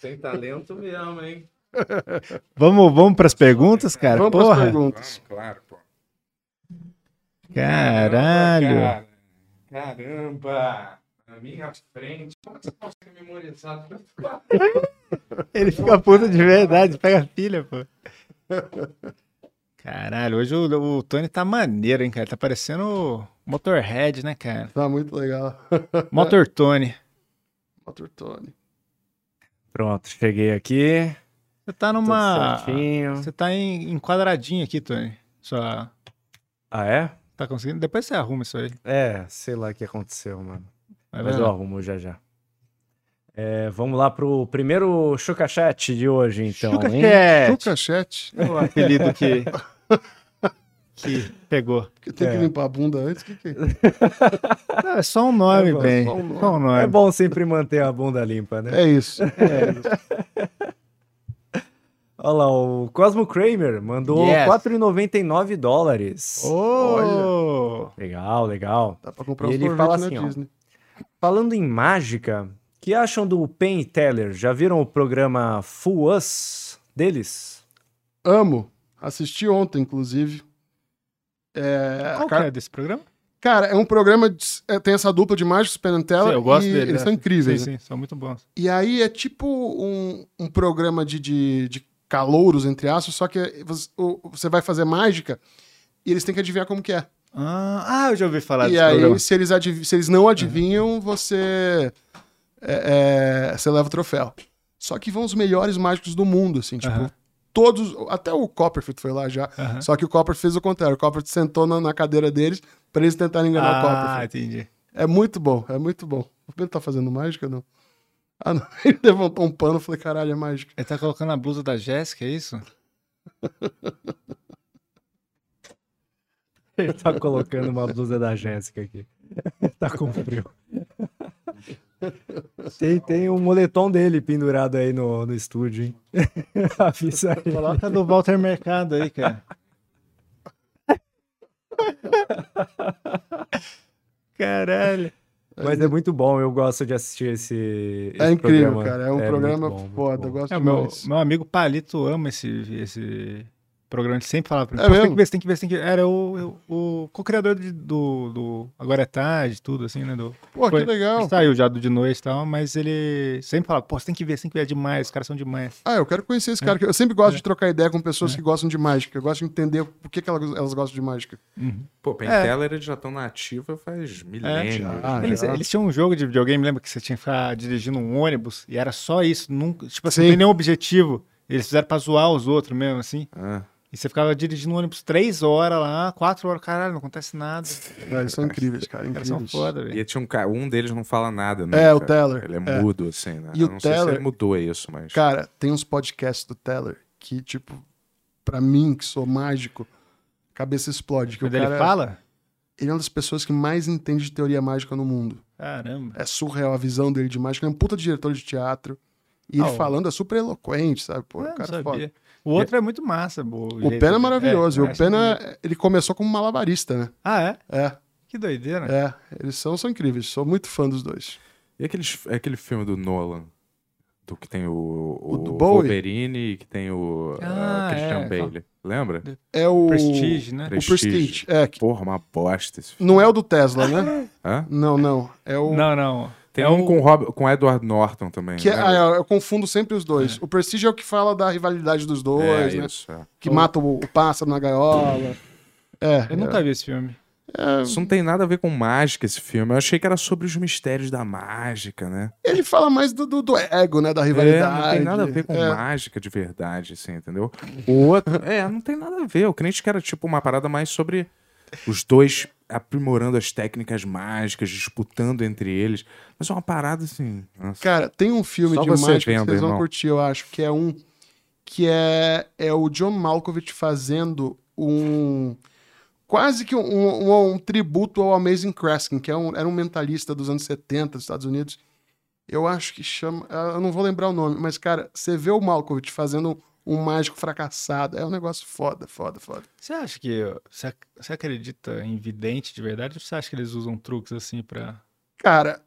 F: Tem talento mesmo, hein?
B: Vamos, vamos pras perguntas, cara?
E: Vamos para as
B: Porra!
E: perguntas.
C: Claro, pô.
B: Caralho!
C: Cara. Caramba. Na minha frente. Como que você consegue memorizar tudo?
B: Ele fica puto de verdade, pega a filha, pô. Caralho, hoje o, o Tony tá maneiro, hein, cara? Tá parecendo o Motorhead, né, cara?
E: Tá muito legal.
B: Motor Tony.
E: Motor Tony.
F: Pronto, cheguei aqui.
B: Você tá
F: Tudo
B: numa.
F: certinho.
B: Você tá em, enquadradinho aqui, Tony. Só.
F: Ah, é?
B: Tá conseguindo? Depois você arruma isso aí.
F: É, sei lá o que aconteceu, mano.
B: Vai
F: Mas
B: vendo?
F: eu arrumo já já. É, vamos lá pro primeiro Chuca Chat de hoje, então.
B: Chuca
F: hein?
B: Cat,
E: Chuca Chat.
B: o apelido que. que pegou.
E: Porque tem que
F: É.
E: limpar a bunda antes. Que que é? isso?
B: Não, é só um nome,
F: É bom,
B: bem.
E: só um nome.
B: Só um
F: É
B: nome.
F: bom sempre manter a bunda limpa, né?
E: É isso.
F: Olha lá, o Cosmo Kramer mandou
B: Yes. Oh.
F: 4,99 dólares.
B: Ô!
F: Legal, legal.
E: Dá pra comprar
F: E
E: um
F: ele
E: sorvete
F: fala
E: na
F: assim, ó.
E: Disney.
F: Falando em mágica, que acham do Penn e Teller? Já viram o programa Full Us deles?
E: Amo. Assisti ontem, inclusive. É,
B: Qual que
E: cara,
B: é desse programa?
E: cara, é um programa. De, é, tem essa dupla de mágicos Penantella.
B: Sim, eu gosto
E: e
B: dele,
E: Eles
B: né?
E: são incríveis. né?
B: Sim, sim, são muito bons.
E: E aí é tipo um, um programa de, de, de calouros, entre aspas, só que você, o- você vai fazer mágica e eles têm que adivinhar como que é.
B: Ah, ah, eu já ouvi falar
E: e
B: desse
E: aí,
B: programa.
E: se eles, adiv- se eles não adivinham, você. é, é, você leva o troféu. Só que vão os melhores mágicos do mundo, assim, tipo.
B: Aham.
E: Todos, até o Copperfield foi lá já.
B: Aham.
E: Só que o Copperfield fez o contrário. O Copperfield sentou na, na cadeira deles pra eles tentarem enganar o
B: Ah,
E: Copperfield.
B: entendi.
E: É muito bom, é muito bom. Ele tá fazendo mágica, não? Ah, não. Ele levantou um pano e falei, caralho, é mágica.
B: Ele tá colocando a blusa da Jéssica, é isso?
F: Ele tá colocando uma blusa da Jéssica aqui. tá com frio. Tem, tem um moletom dele pendurado aí no, no estúdio, hein? Avisa aí.
B: Coloca a do Walter Mercado aí, cara. Caralho.
C: Mas é muito bom, eu gosto de assistir esse,
E: É
C: esse
E: incrível,
C: programa.
E: cara. É um
C: muito
E: programa
C: bom, muito
E: foda.
C: bom.
E: Eu gosto
B: É, o meu,
E: demais.
B: meu amigo Palito ama esse, esse programa. Ele sempre falava pra mim:
E: É
B: "Pô, tem
E: mesmo?
B: que ver, você tem que ver, você tem que ver. Era o, o, o co-criador de- do, do Agora é Tarde, tudo assim, né? Do,
E: Pô,
B: Foi.
E: que legal.
B: Ele saiu já do de noite e tal, mas ele sempre falava: pô, você tem que ver, você tem que ver, é demais, os caras são demais.
E: Ah, eu quero conhecer esse cara. que Eu sempre gosto de trocar ideia com pessoas que gostam de mágica. Eu gosto de entender por que, que elas, elas gostam de mágica. É.
F: Pô, Penteller, eles já estão na ativa faz milênios. né?
E: já. É. Ah,
B: eles, eles tinham um jogo de videogame, lembra que você tinha que ficar dirigindo um ônibus e era só isso, nunca, tipo assim,
E: Sim.
B: não tem nenhum objetivo. Eles fizeram pra zoar os outros mesmo, assim.
E: é.
F: Ah.
B: E você ficava dirigindo um ônibus três horas lá, quatro horas, caralho, não acontece nada. Os
E: Ah, eles são incríveis, cara.
B: caras são
E: Incríveis.
B: foda, velho.
F: E tinha um, ca- um deles não fala nada, né?
E: É, o
F: cara?
E: Teller,
F: Ele é,
E: é.
F: mudo, assim, né?
E: E
F: Eu
E: o
F: não sei se
E: Teller-
F: ele mudou isso, mas.
E: Cara, tem uns podcasts do Teller que, tipo, pra mim, que sou mágico, cabeça explode. Que o
B: Quando ele
E: cara,
B: fala?
E: ele é uma das pessoas que mais entende de teoria mágica no mundo.
B: Caramba.
E: É surreal a visão dele de mágica. Ele é um puta diretor de teatro. E
B: Ah,
E: ele
B: o-
E: falando é super eloquente, sabe? Pô,
B: Ah,
E: o
B: não
E: cara é
B: sabia.
E: foda.
B: O outro é muito massa, boa.
E: O Pena é maravilhoso. o Pena, ele começou como malabarista, né?
B: Ah, é?
E: É,
B: Que doideira.
E: é. Eles são, são incríveis. Sou muito fã dos dois.
F: E aqueles, é aquele filme do Nolan? Do que tem o, o,
E: O do Bowie?
F: Wolverine e que tem o
B: Ah,
F: ah, Christian
B: é,
F: Bale. Lembra?
E: É o...
B: Prestige, né?
E: O Prestige. É, que
F: Porra, uma bosta esse filme.
E: não é o do Tesla, né?
F: Hã?
E: não, não. É o...
B: Não, não.
F: Tem
B: É
F: um
B: o-
F: com, Rob, com Edward Norton também.
E: Que é-
F: lembra?
E: ah, eu, eu confundo sempre os dois. O Prestige é o que fala da rivalidade dos dois,
F: É,
E: né?
F: isso. é.
E: Que mata o, o pássaro na gaiola. É.
B: Eu nunca vi esse filme.
F: Isso não tem nada a ver com mágica, esse filme. Eu achei que era sobre os mistérios da mágica, né?
E: Ele fala mais do, do, do ego, né? Da
F: É,
E: rivalidade.
F: não tem nada a ver com
E: É.
F: mágica de verdade, assim, entendeu? O outro. É, não tem nada a ver. Eu crente que era tipo uma parada mais sobre os dois aprimorando as técnicas mágicas, disputando entre eles. Mas é uma parada assim. nossa.
E: Cara, tem um filme
F: Só
E: de
F: você
E: mágica que
F: vendo,
E: vocês vão
F: irmão.
E: curtir, eu acho, que é um. Que é, é o John Malkovich fazendo um. Quase que um, um- um tributo ao Amazing Kraskin, que é um- era um mentalista dos anos 70 dos Estados Unidos. Eu acho que chama. ah, Eu não vou lembrar o nome, mas, cara, você vê o Malkovich fazendo um mágico fracassado. É um negócio foda, foda, foda.
B: Você acha que. Você ac- você acredita em vidente de verdade? Ou você acha que eles usam truques assim pra.
E: Cara,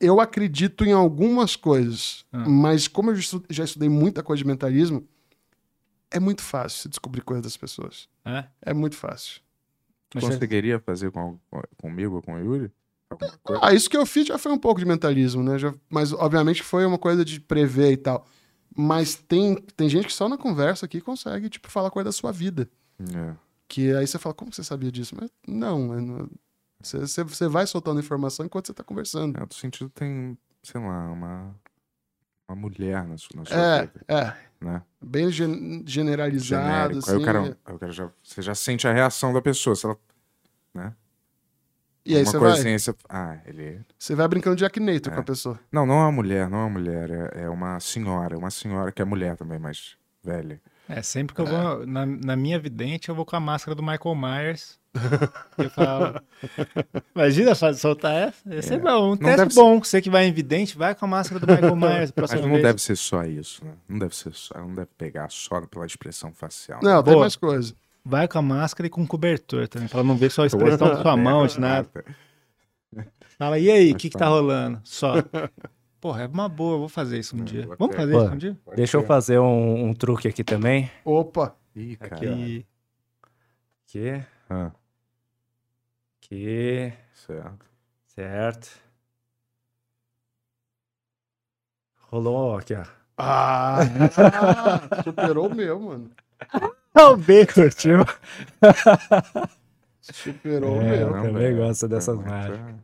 E: eu acredito em algumas coisas,
B: Ah.
E: mas como eu já estu- já estudei muita coisa de mentalismo, é muito fácil se descobrir coisas das pessoas.
B: É?
E: É muito fácil.
F: Tu
B: Mas
E: é
B: é,
F: conseguiria fazer com, com- comigo ou com o Yuri? Alguma coisa?
E: Ah, isso que eu fiz já foi um pouco de mentalismo, né? Já- mas obviamente foi uma coisa de prever e tal. Mas tem, tem gente que só na conversa aqui consegue, tipo, falar coisa da sua vida.
F: É.
E: Que aí você fala, como você sabia disso? Mas não, eu não- você, você- você vai soltando informação enquanto você tá conversando.
F: É, outro sentido tem, sei lá, uma, uma mulher na sua, na sua
E: É,
F: vida,
E: é.
F: né?
E: Bem gen- generalizado,
F: Genérico. Aí
E: assim.
F: o cara, aí o cara já, você já sente a reação da pessoa. Se ela,
E: E aí
F: uma
E: você vai.
F: coisinha, você- ah, ele
E: Você vai brincando de Akinator com a pessoa.
F: Não, não é uma mulher, não é uma mulher. É, é uma senhora. Uma senhora que é mulher também, mas velha.
B: É, sempre que eu vou. Na, na minha vidente, eu vou com a máscara do Michael Myers. E eu falo. Imagina só soltar essa? Esse é, bom, um
F: deve
B: teste
F: ser-
B: bom. Você que vai em vidente, vai com a máscara do Michael Myers.
F: Mas
B: Próxima
F: não
B: vez.
F: deve ser só isso, né? Não deve ser só. Não deve pegar só pela expressão facial.
E: Não, tem
B: Boa.
E: mais coisa.
B: Vai com a máscara e com cobertor também, pra não ver só a expressão da sua mão, de nada. Fala, e aí, o que, que tá rolando? Só. Porra, é uma boa, eu vou fazer isso um dia.
F: vou
B: Vamos
F: até-
B: fazer isso
C: Pô.
B: um dia?
C: Deixa eu fazer um, um truque aqui também.
E: Opa,
F: Ih, cara.
B: E...
C: Que,
F: Ah,
C: que,
F: certo.
C: certo. Rolou aqui, ó.
E: Ah, superou o meu, mano.
C: Ah, o B curtiu.
E: Superou o
C: É,
E: meu.
C: eu
F: Não,
C: também
F: velho,
C: gosto
F: foi
C: dessas
F: muito-
C: mágicas.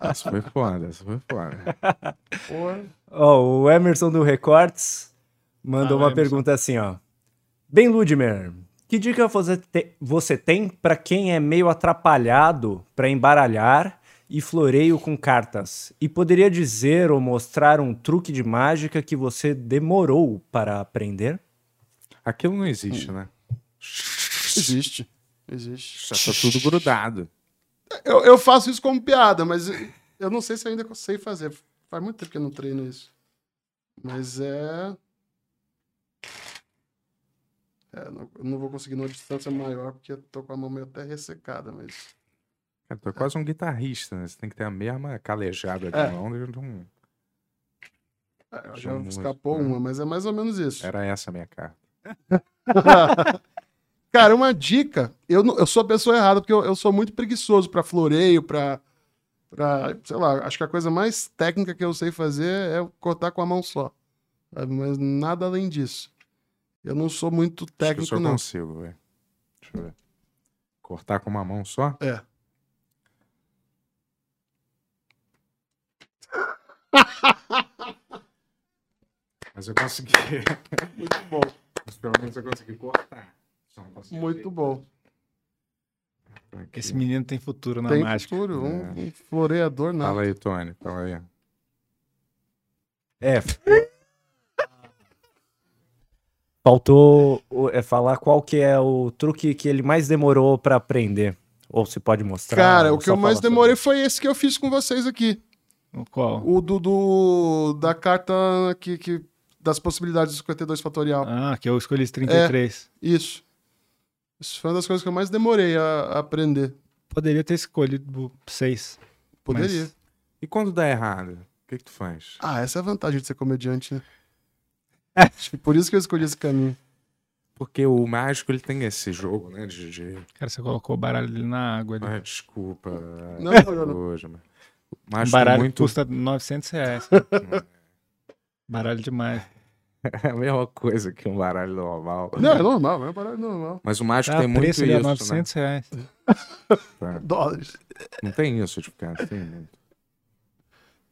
F: Essa foi foda, essa foi foda.
E: Porra.
C: Ó, o Emerson do Recortes mandou
B: Fala,
C: uma
B: Emerson.
C: pergunta assim, ó. Bem, Ludmer, que dica você, te- você tem pra quem é meio atrapalhado pra embaralhar e floreio com cartas? E poderia dizer ou mostrar um truque de mágica que você demorou para aprender?
F: Aquilo não existe, né?
E: Existe. Existe.
F: Já tá tudo grudado.
E: Eu, eu faço isso como piada, mas eu não sei se ainda sei fazer. Faz muito tempo que eu não treino isso. Mas é. É, não, eu não vou conseguir numa distância maior, porque eu tô com a mão meio até ressecada, mas.
F: Cara, tu é quase um guitarrista, né? Você tem que ter a mesma calejada de
E: É.
F: mão de um...
E: Ah,
F: São
E: Já
F: músicas,
E: escapou
F: né?
E: uma, mas é mais ou menos isso.
F: Era essa a minha carta.
E: Cara, uma dica. Eu, não- eu sou a pessoa errada, porque eu, eu sou muito preguiçoso pra floreio, pra, pra. Sei lá, acho que a coisa mais técnica que eu sei fazer é cortar com a mão só. sabe? Mas nada além disso. Eu não sou muito
F: Acho que eu
E: técnico,
F: só
E: não.
F: consigo, velho. Deixa eu ver. Cortar com uma mão só?
E: É.
F: Mas eu consegui.
E: Muito bom.
F: Pelo menos eu consegui cortar. Só não consegui
E: Muito bom.
F: abrir. Aqui.
B: Esse menino tem futuro na
E: Tem
B: mágica.
E: futuro. Um,
F: É.
E: um floreador, não.
F: Fala aí, Tony. Fala aí.
C: É. f- Faltou o- é, falar qual que é o truque que ele mais demorou pra aprender. Ou se pode mostrar.
E: Cara,
C: ou
E: o que
C: só
E: eu
C: falar
E: mais
C: sobre.
E: demorei foi esse que eu fiz com vocês aqui.
B: O Qual?
E: O do, do- da carta que, que- das possibilidades do 52 fatorial.
B: Ah, que eu escolhi esse 33.
E: Isso. Isso foi uma das coisas que eu mais demorei a, a aprender.
B: Poderia ter escolhido 6.
E: Poderia.
B: Mas-
F: E quando dá errado? O que, que tu faz?
E: Ah, essa é a vantagem de ser comediante, né? Acho que por isso que eu escolhi esse caminho.
F: Porque o mágico ele tem esse jogo, né? De. de...
B: Cara, você colocou o baralho ali na água. Ali.
F: Ah, desculpa.
E: Não, não, não.
F: Hoje, mas... O
B: Um
F: mágico
B: baralho
F: muito.
B: custa 900 reais. baralho demais.
F: É a mesma coisa que um baralho normal.
E: Não, Ah, é normal, é um baralho normal.
F: Mas o mágico
B: Tá,
F: tem muito
B: preço
F: isso.
B: ali é
F: Né? É.
B: 900 reais.
E: Dólares.
F: Não tem isso de ficar assim.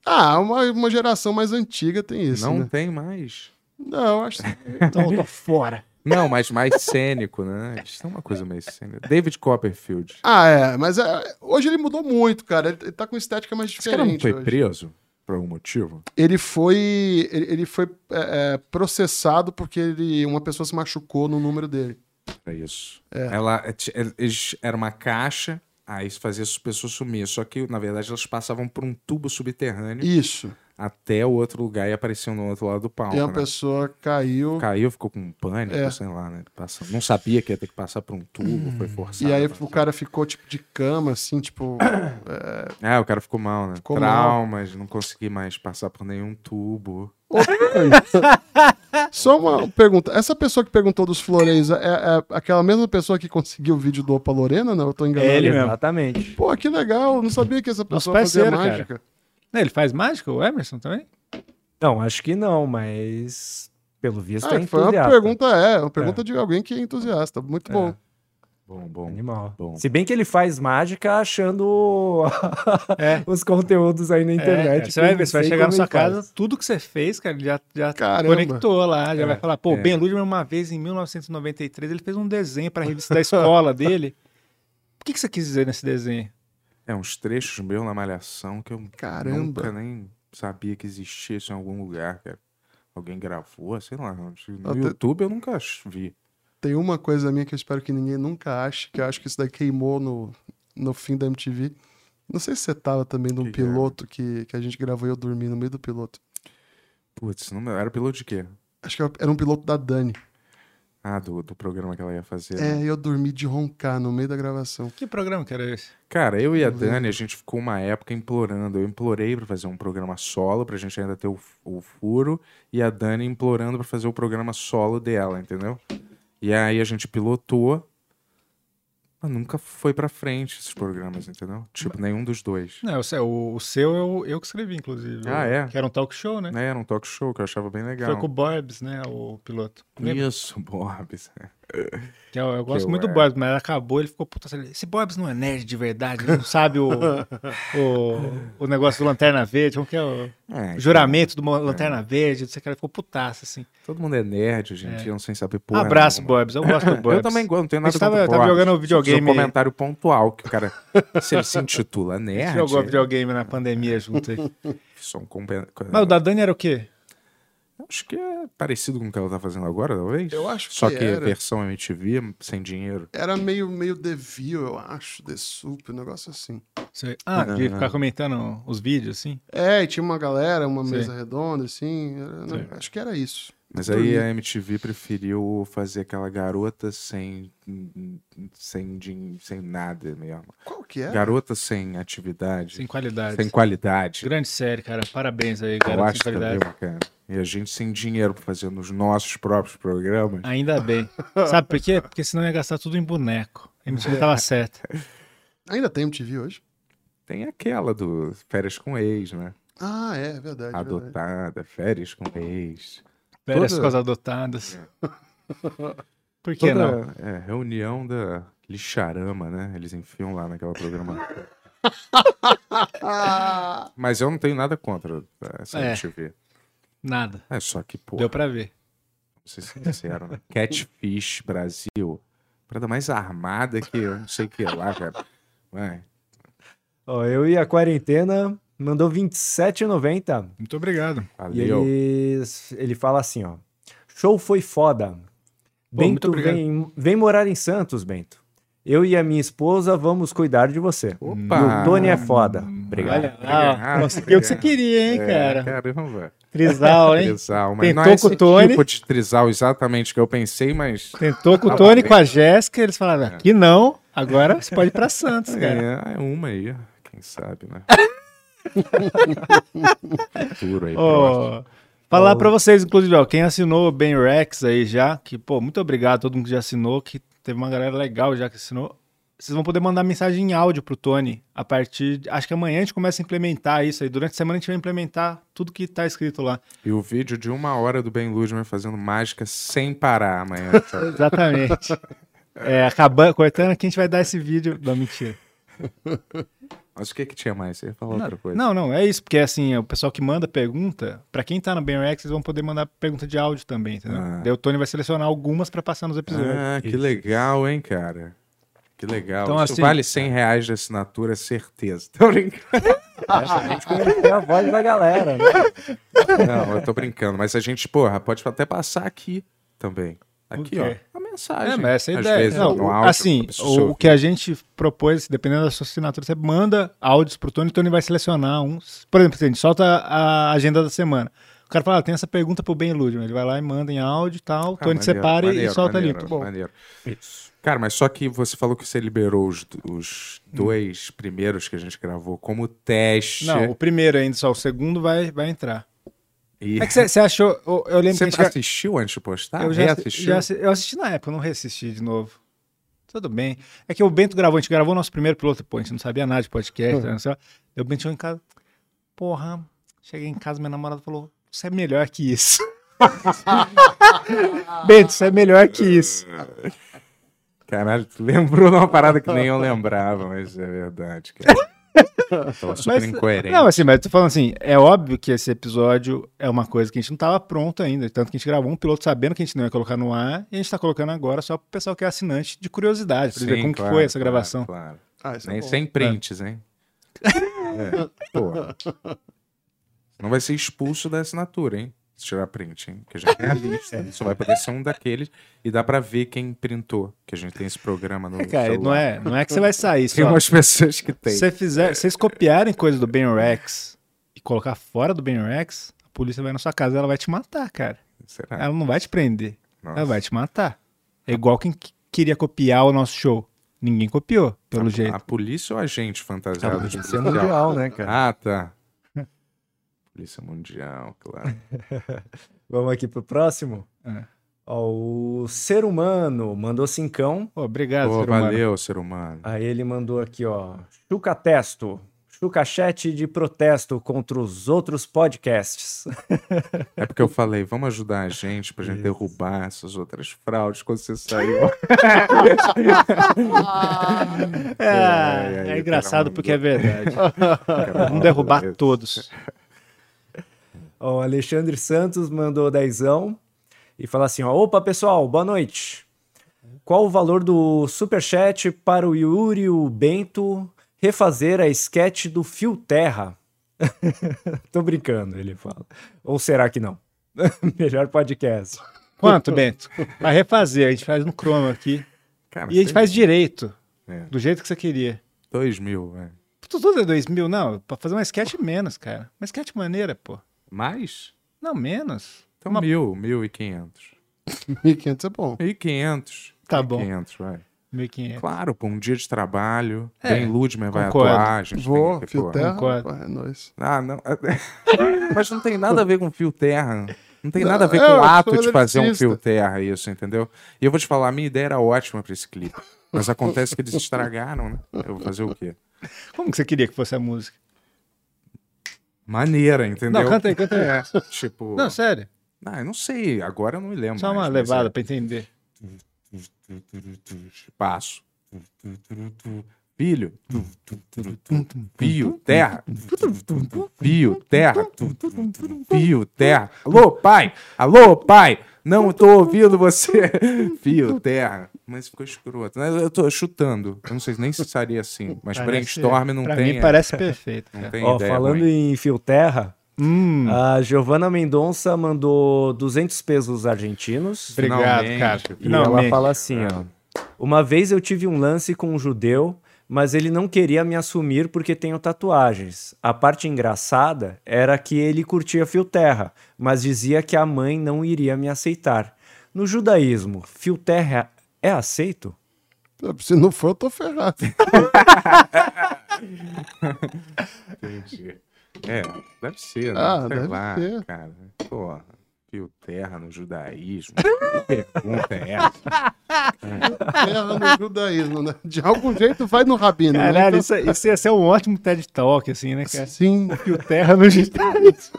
E: Ah, uma, uma geração mais antiga tem isso,
F: não
E: né?
F: tem mais.
E: Não, acho assim. que...
B: Então eu tô fora.
F: Não, mas mais cênico, né? Eles têm uma coisa meio cênica. David Copperfield.
E: Ah, é, mas é, hoje ele mudou muito, cara. Ele, ele tá com estética mais
F: Esse cara não
E: diferente
F: foi
E: hoje.
F: preso por algum motivo?
E: Ele foi, ele, ele foi é, é, processado porque ele, uma pessoa se machucou no número dele.
F: É isso. Ela é, eles- era uma caixa, aí isso fazia as pessoas sumir. Só que, na verdade, elas passavam por um tubo subterrâneo
E: Isso.
F: até o outro lugar e apareciam no outro lado do palco.
E: e uma
F: né?
E: pessoa caiu...
F: Caiu, ficou com um pânico,
E: É. Hum.
F: sei lá, né? Passa- Não sabia que ia ter que passar por um tubo, foi forçado.
E: E aí
F: né?
E: o cara ficou, tipo, de cama, assim, tipo...
F: É, o cara ficou mal, né?
E: Ficou
F: Traumas, não consegui mais passar por nenhum tubo.
E: Outra coisa. Só uma pergunta. Essa pessoa que perguntou dos floreios é, é aquela mesma pessoa que conseguiu o vídeo do Opa Lorena? Não, eu tô enganado.
B: É ele mesmo.
C: Exatamente.
E: Pô, que legal. Não sabia que essa
B: Nosso
E: pessoa fazia
B: parceiro,
E: mágica.
B: Não, Ele faz mágica, o Emerson também?
C: Não, acho que não, mas pelo visto
E: Ah,
C: é
E: foi uma
C: entusiasta.
E: pergunta, é, uma pergunta de alguém que é entusiasta. Muito bom.
F: Bom, bom.
C: É um Animal.
F: Bom.
C: Se bem que ele faz mágica achando
B: É.
C: os conteúdos aí na
B: É,
C: internet.
B: cara, você vai ver, você vai
C: Sei
B: chegar na
C: como
B: sua
C: ele faz.
B: casa, tudo que você fez, cara, ele já, já
E: Caramba.
B: conectou lá, já
F: É,
B: vai falar, pô,
F: é.
B: o Ben Ludman uma vez em 1993, ele fez um desenho pra revista da escola dele. O que, que você quis dizer nesse desenho?
F: É, uns trechos meus na malhação que eu
E: Caramba.
F: nunca nem sabia que existia isso em algum lugar, cara. Alguém gravou, sei lá. No
E: Até-
F: YouTube eu nunca ach- vi.
E: Tem uma coisa minha que eu espero que ninguém nunca ache, que eu acho que isso daí queimou no, no fim da MTV. Não sei se você tava também num
F: Que que era?
E: piloto que, que a gente gravou e eu dormi no meio do piloto.
F: Putz, não era piloto de quê?
E: Acho que era um piloto da Dani.
F: Ah, do, do programa que ela ia fazer. né?
E: É, eu dormi de roncar no meio da gravação.
B: Que programa que era esse?
F: Cara, eu e a Dani, a gente ficou uma época implorando. Eu implorei pra fazer um programa solo, pra gente ainda ter o, o furo, e a Dani implorando pra fazer o programa solo dela, entendeu? E aí a gente pilotou, mas nunca foi pra frente esses programas, entendeu? Tipo, nenhum dos dois.
B: Não, o seu, o- o seu eu, eu que escrevi, inclusive.
F: Ah, é?
B: Que era um talk show, né?
F: Né, Era um talk show que eu achava bem
B: Foi
F: legal.
B: com o Borbs, né, o piloto. Lembra?
F: Isso, Bobs. É,
B: Que eu, eu gosto
F: eu
B: muito do
F: era.
B: Borbs, mas acabou, ele ficou puta. assim, Esse Borbs não é nerd de verdade, ele não sabe o, o, o negócio do Lanterna Verde, como que é o...
F: É,
B: O juramento do Mo- Lanterna Verde, não sei o que, ele ficou putaço, assim. Um
F: Todo mundo é nerd hoje em dia, não sem saber porra
B: Abraço,
F: nenhuma.
B: Borbs, eu gosto do Borbs.
F: é Eu também gosto, não tenho
B: A
F: nada
B: gente tava-
F: contra o
B: tava
F: Bob.
B: jogando
F: Só preciso
B: videogame-
F: Um comentário pontual que o cara, se ele se intitula
B: A gente
F: nerd,
B: jogou videogame na
F: É.
B: pandemia junto aí.
F: só um compen-
B: Mas o da Dani era o quê?
F: Acho que é parecido com o que ela tá fazendo agora, talvez.
E: Eu acho
F: Só
E: que
F: que,
E: era.
F: versão MTV, sem dinheiro.
E: Era meio, meio The View, eu acho, The Soup, um negócio assim.
B: Você- Ah, de ficar comentando os vídeos, assim.
E: É, e tinha uma galera, uma
B: Sim.
E: mesa redonda, assim. era- não, né, acho que era isso.
F: Mas aí é a MTV preferiu fazer aquela garota sem. sem, din- sem nada mesmo.
E: Qual que é?
F: Garota sem atividade,
B: Sem qualidade.
F: sem qualidade.
B: Grande série, cara. Parabéns aí,
F: Eu
B: garoto.
F: acho é
B: Sem qualidade.
F: mesmo, cara. E a gente sem dinheiro pra fazer nos nossos próprios programas.
B: Ainda bem. Sabe por quê? Porque senão ia gastar tudo em boneco. A MTV
F: É.
B: tava certa.
E: Ainda tem MTV hoje?
F: Tem aquela do Férias com Ex, né?
E: Ah, é, verdade. verdade.
F: Adotada, Férias com Ex.
B: Férias
F: Toda-
B: com as adotadas. Por que não?
F: Toda é, reunião da lixarama, né? Eles enfiam lá naquela programação.
E: Ah,
F: Mas eu não tenho nada contra tá? essa
B: É.
F: MTV.
B: Nada.
F: É só que, pô,
B: Deu pra ver.
F: Vou ser sincero, né? Catfish Brasil. Parada mais armada que eu não sei o que lá, cara. Ué,
C: Ó, eu e a quarentena mandou 27,90.
B: Muito obrigado.
C: E
F: valeu.
C: ele, ele fala assim, ó. Show foi foda.
B: muito
C: Bento,
B: obrigado.
C: vem, vem morar em Santos, Bento. Eu e a minha esposa vamos cuidar de você.
F: Opa!
C: E o Tony é foda. Obrigado.
B: Olha lá.
F: Obrigado.
B: Conseguiu o que você queria, hein,
F: É,
B: cara?
F: Caramba.
B: Trisal, hein?
F: Trisal, mas não é
B: Tentou
F: esse
B: com o Tony.
F: tipo de trisal exatamente que eu pensei, mas...
B: Tentou com o Tony, com a Jéssica, eles falaram, aqui não, agora você pode ir pra Santos, cara.
F: É, é uma aí, quem sabe, né? Futuro aí, próximo.
B: Ó, falar pra vocês, inclusive, ó, quem assinou o Ben Rex aí já, que, pô, muito obrigado a todo mundo que já assinou, que teve uma galera legal já que assinou. Vocês vão poder mandar mensagem em áudio pro Tony a partir. de- acho que amanhã a gente começa a implementar isso aí. Durante a semana a gente vai implementar tudo que tá escrito lá.
F: E o vídeo de uma hora do Ben Ludman fazendo mágica sem parar amanhã. tá?
B: Exatamente. É, acabando, cortando aqui, a gente vai dar esse vídeo. Não, mentira.
F: Mas o que que tinha mais? Você ia falar outra coisa.
B: Não, não, é isso, porque assim, o pessoal que manda pergunta, pra quem tá no BNRX, eles vão poder mandar pergunta de áudio também, entendeu?
F: Ah.
B: Daí o Tony vai selecionar algumas pra passar nos episódios.
F: Ah, que legal, hein, cara? Que
B: é
F: legal.
B: Então,
F: Isso
B: assim-
F: vale 100 reais de assinatura, certeza. Tô brincando.
C: É a voz da galera, né?
F: Não, eu tô brincando. Mas a gente, porra, pode até passar aqui também. Aqui,
B: O
F: ó.
B: quê?
F: A mensagem.
B: É, mas essa é a
F: Às
B: ideia.
F: vezes,
B: Não,
F: no
B: o-
F: áudio,
B: assim,
F: pra pessoa
B: o, o que a gente propôs, assim, dependendo da sua assinatura, você manda áudios pro Tony, o Tony vai selecionar uns. Por exemplo, assim, a gente solta a agenda da semana. O cara fala, ah, tem essa pergunta pro Ben Ludman. Ele vai lá e manda em áudio e tal, o
F: Ah,
B: Tony
F: maneiro,
B: separa e-
F: maneiro,
B: e solta
F: maneiro,
B: ali. Muito bom.
F: Maneiro. Cara, mas só que você falou que você liberou os, os dois primeiros que a gente gravou como teste.
B: Não, o primeiro ainda, só o segundo vai, vai entrar.
F: E-
B: É que você achou. Eu, eu lembro que a
F: Você
B: gente gra-
F: assistiu antes de postar?
B: eu já, assi-
F: Ah, Reassistiu?
B: já assi- eu assisti na época, eu não reassisti de novo. Tudo bem. É que o Bento gravou, a gente gravou o nosso primeiro piloto, pô, a gente não sabia nada de podcast,
F: Hum.
B: né, não sei lá. Daí o Bento chegou em casa. Porra, cheguei em casa, minha namorada falou: Você é melhor que isso. Bento, você é melhor que isso.
F: Caralho, tu lembrou de uma parada que nem eu lembrava, mas é verdade, cara. Tava super
B: Mas-
F: incoerente.
B: Não, assim, mas eu tô falando assim, é óbvio que esse episódio é uma coisa que a gente não tava pronto ainda. Tanto que a gente gravou um piloto sabendo que a gente não ia colocar no ar, e a gente tá colocando agora só pro pessoal que é assinante de curiosidade, pra
F: Sim,
B: ver como
F: claro,
B: que foi essa
F: claro,
B: gravação.
F: Claro,
E: ah, isso é
F: Nem-
E: bom.
F: né? sem prints, hein? É, porra. Não vai ser expulso da assinatura, hein? Se tirar print, hein? Porque já tem a lista.
B: É.
F: Só vai poder ser um daqueles e dá pra ver quem printou, que a gente tem esse programa no
B: Cara,
F: celular.
B: não é, não é que você vai sair.
F: Tem
B: Só,
F: umas pessoas que tem.
B: se você fizer, se vocês copiarem coisa do Ben Rex e colocar fora do Ben Rex, a polícia vai na sua casa e ela vai te matar, cara.
F: Será?
B: Ela não vai te prender.
F: Ah. Nossa.
B: Ela Ah, vai te matar. É igual quem qu- queria copiar o nosso show. Ninguém copiou, pelo
F: A
B: jeito. Ah,
F: polícia ou a gente fantasiado
C: Isso
F: de
C: é
F: policial?
C: mundial, né, cara?
F: Ah, tá. Polícia Mundial, claro.
C: Vamos aqui pro próximo?
B: É.
C: Ó, o ser humano mandou cincão.
B: Pô, obrigado,
F: Pô,
B: Ah, ser humano.
F: valeu, ser humano.
C: Aí ele mandou aqui, ó. Chuca testo. Chuca chat de protesto contra os outros podcasts.
F: É porque eu falei, vamos ajudar a gente pra gente derrubar essas outras fraudes quando você saiu. É,
B: É, é
F: é, é,
B: engraçado
F: cara,
B: porque é verdade. Vamos derrubar todos.
C: Ó, o Alexandre Santos mandou dezão e fala assim, ó. Opa, pessoal, boa noite. Qual o valor do superchat para o Yuri o Bento refazer a sketch do Fio Terra? Tô brincando, ele fala. Ou será que não? Melhor podcast.
B: Quanto, Bento? Vai refazer, a gente faz no chroma aqui.
F: Cara,
B: E a gente faz direito,
F: É.
B: do jeito que você queria.
F: dois mil, velho.
B: Tu- Tudo é 2000, não. Pra fazer uma sketch menos, cara. Uma sketch maneira, pô.
F: Mais?
B: Não, menos.
F: Então, mil, mil e quinhentos.
E: 1.500 é bom.
F: Mil e quinhentos.
B: Tá bom.
F: 500, vai.
B: 1.500.
F: Claro, pô, um dia de trabalho. Bem, Ludmer vai
B: É, concordo.
F: atuar, a gente
E: Vou,
F: tem que,
E: fio
F: pô,
E: terra,
B: concordo.
E: rapaz, é nóis.
F: Ah, não. é, Mas não tem nada a ver com fio terra. Não tem nada a ver
E: Não, é,
F: com
E: eu
F: o
E: sou
F: ato de fazer um
E: eletricista.
F: fio terra, isso, entendeu? E eu vou te falar, a minha ideia era ótima pra esse clipe. Mas acontece que eles estragaram, né? Eu vou fazer o quê?
B: Como que você queria que fosse a música?
F: Maneira, entendeu?
B: Não, canta aí, canta aí.
F: Tipo.
B: Não, sério.
F: Ah, eu não sei, agora eu não me lembro.
B: Só uma
F: mais, mas
B: levada pra entender.
F: é- Passo. Filho. Fio, terra. Fio, terra. Fio, terra. Alô, pai! Alô, pai! Não tô ouvindo você. Fio, terra. Mas ficou escroto. né? Eu tô chutando. Eu não sei nem se seria assim. Mas
B: Parece-
F: brainstorm não
B: pra
F: tem.
B: mim
F: é,
B: parece perfeito.
F: Não
B: cara.
F: tem Ah,
C: Ó,
F: ideia é
C: falando
F: ruim.
C: em fio terra,
B: Hum,
C: a Giovanna Mendonça mandou 200 pesos argentinos.
B: obrigado,
F: finalmente,
B: cara.
F: cara.
C: E ela
B: Finalmente.
C: fala assim, ó. Uma vez eu tive um lance com um judeu, mas ele não queria me assumir porque tenho tatuagens. A parte engraçada era que ele curtia fio terra, mas dizia que a mãe não iria me aceitar. No judaísmo, fio terra é aceito?
E: Se não for, eu tô ferrado.
F: Entendi. É, deve ser, né?
E: Ah,
F: Sei
E: deve
F: lá,
E: ser.
F: cara. Porra, fio terra no judaísmo. que pergunta é essa?
E: Ferra no judaísmo, né? De algum jeito vai no rabino. né?
B: Caralho,
E: Então,
B: isso, isso ia ser um ótimo TED Talk, assim, né,
F: é
B: cara?
E: Sim,
B: E o Terra no Gitarismo.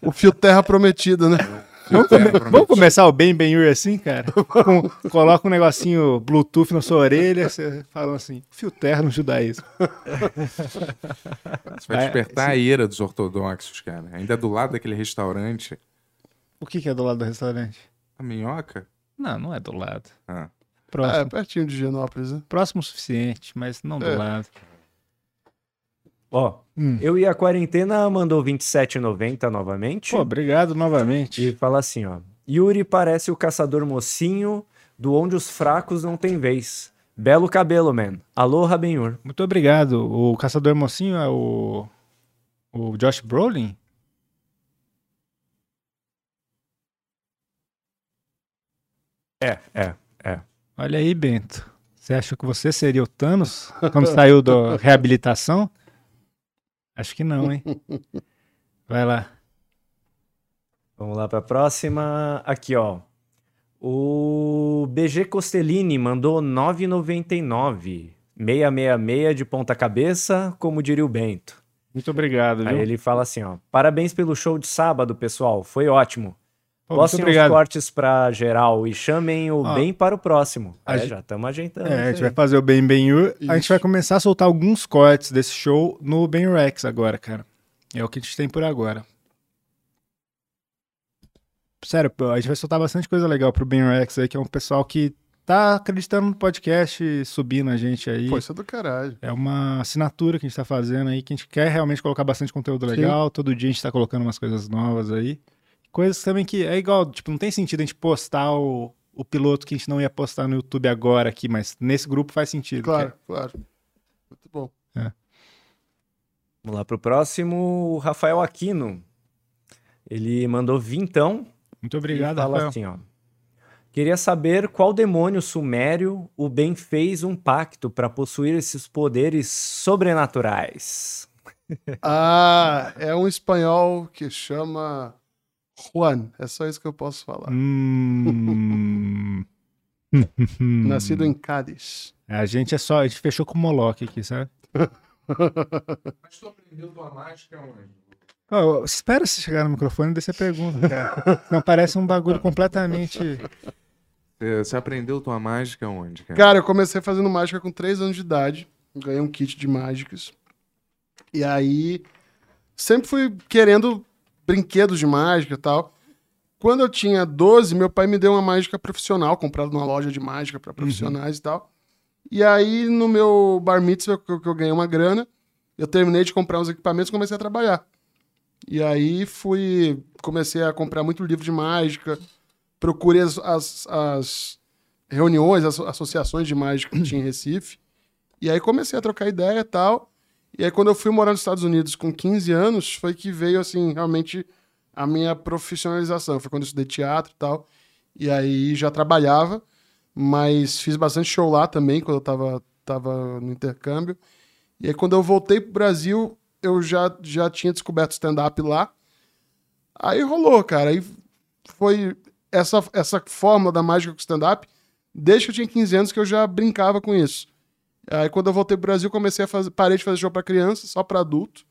E: o fio terra prometido, né?
F: Fio terra pra mim.
B: Vamos começar o Ben Ben Yur assim, cara? Com- coloca um negocinho Bluetooth na sua orelha, você fala assim, fio terra no judaísmo.
F: Isso vai
B: É,
F: despertar a ira dos ortodoxos, cara. Ainda do lado daquele restaurante,
B: O que, que é do lado do restaurante?
F: a minhoca.
B: Não, não é do lado.
E: Ah,
F: Ah.
E: é
B: Próximo.
E: pertinho de Genópolis, né?
B: Próximo o suficiente, mas não do
E: É.
B: lado.
C: Ó,
B: Hum.
C: eu e a quarentena mandou 27,90 novamente.
B: Pô, obrigado
C: E
B: novamente.
C: fala assim, ó. Yuri parece o caçador mocinho do onde os fracos não têm vez. Belo cabelo, man. Aloha, Benhur.
B: Muito obrigado. O Caçador Mocinho é o. O Josh Brolin?
C: É, é.
B: Olha aí, Bento. Você achou que você seria o Thanos quando saiu da reabilitação? Acho que não, hein? Vai lá.
C: Vamos lá pra próxima. Aqui, ó. O BG Costellini mandou 9,99. 666 de ponta cabeça, como diria o Bento.
B: Muito obrigado,
C: Aí
B: viu?
C: ele fala assim, ó. Parabéns pelo show de sábado, pessoal. Foi ótimo.
B: Pô, muito
C: Postem os
B: obrigado.
C: cortes pra geral e chamem o
B: Ó,
C: bem para o próximo.
B: a
C: É,
B: gen-
C: já estamos ajeitando.
B: É, a
C: isso
B: gente
C: aí.
B: vai fazer o Ben Ben Yur. A gente
E: Isso.
B: vai começar a soltar alguns cortes desse show no Ben Rex agora, cara. É o que a gente tem por agora. Sério, pô, a gente vai soltar bastante coisa legal pro Ben Rex aí, que é um pessoal que tá acreditando no podcast, e subindo a gente aí.
E: Pô, isso é do caralho.
B: É uma assinatura que a gente tá fazendo aí, que a gente quer realmente colocar bastante conteúdo legal. Todo dia a gente tá colocando umas coisas novas aí. Coisas também que é igual, tipo, não tem sentido a gente postar o, o piloto que a gente não ia postar no YouTube agora aqui, mas nesse grupo faz sentido.
E: Claro,
B: que
E: claro. Muito bom.
C: Vamos lá pro próximo, o Rafael Aquino. Ele mandou vintão
B: é- Muito
C: e
B: obrigado,
C: fala
B: Rafael.
C: assim, ó. Queria saber qual demônio sumério o Ben fez um pacto para possuir esses poderes sobrenaturais.
E: Ah, é um espanhol que chama Juan. É só isso que eu posso falar.
B: Hum.
E: Nascido em Cádiz.
B: A gente é só, a gente fechou com o Moloch aqui, sabe?
F: Mas tu aprendeu tua mágica onde?
B: Ó, eu- espera se chegar no microfone e daí você pergunta, cara. Não parece um bagulho completamente.
F: Você aprendeu tua mágica onde, cara?
E: Cara, eu comecei fazendo mágica com 3 anos de idade. Ganhei um kit de mágicas. E aí, sempre fui querendo brinquedos de mágica e tal. Quando eu tinha 12, meu pai me deu uma mágica profissional, comprada numa loja de mágica para profissionais e tal. E aí, no meu bar mitzvah, que eu, que eu ganhei uma grana, eu terminei de comprar uns equipamentos e comecei a trabalhar. E aí, fui... Comecei a comprar muito livro de mágica. Procurei as- as- as reuniões, asso- associações de mágica que tinha em Recife. E aí comecei a trocar ideia e tal. E aí quando eu fui morar nos Estados Unidos com 15 anos, foi que veio assim, realmente a minha profissionalização. Foi quando eu estudei teatro e tal. E aí já trabalhava, mas fiz bastante show lá também, quando eu tava, tava no intercâmbio. E aí quando eu voltei pro Brasil, eu já, já tinha descoberto stand-up lá. Aí rolou, cara. Aí foi essa, essa fórmula da mágica com stand-up. Desde que eu tinha 15 anos que eu já brincava com isso. Aí quando eu voltei pro Brasil, comecei a fazer, parei de fazer show pra criança, só pra adulto.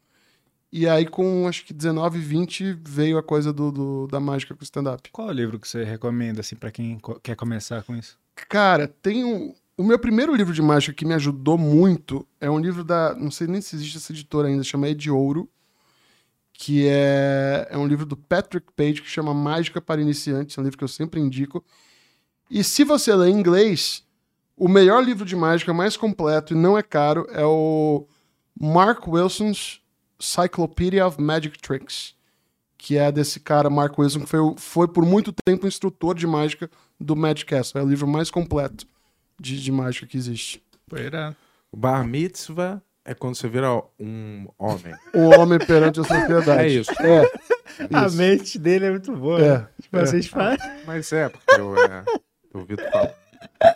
E: E aí com acho que 19, 20 veio a coisa do, do- da mágica com stand-up.
B: Qual é o livro que você recomenda, assim, pra quem co- quer começar com isso?
E: Cara, tem um. O meu primeiro livro de mágica que me ajudou muito é um livro da. Não sei nem se existe essa editora ainda, chama É de Ouro. Que é, é um livro do Patrick Page que chama Mágica para Iniciantes. É um livro que eu sempre indico. E se você lê em inglês, o melhor livro de mágica mais completo e não é caro é o Mark Wilson's Cyclopedia of Magic Tricks. Que é desse cara, Mark Wilson, que foi, o- foi por muito tempo instrutor de mágica do Magic Castle. É o livro mais completo de, de mágica que existe.
B: Poeira.
F: O Bar mitzvah é quando você vira um homem.
E: O homem perante a sociedade.
F: É isso.
E: É,
B: A mente dele é muito boa.
E: É,
B: Tipo, vocês falam.
F: Mas é, porque eu, é, eu ouvi tu falar.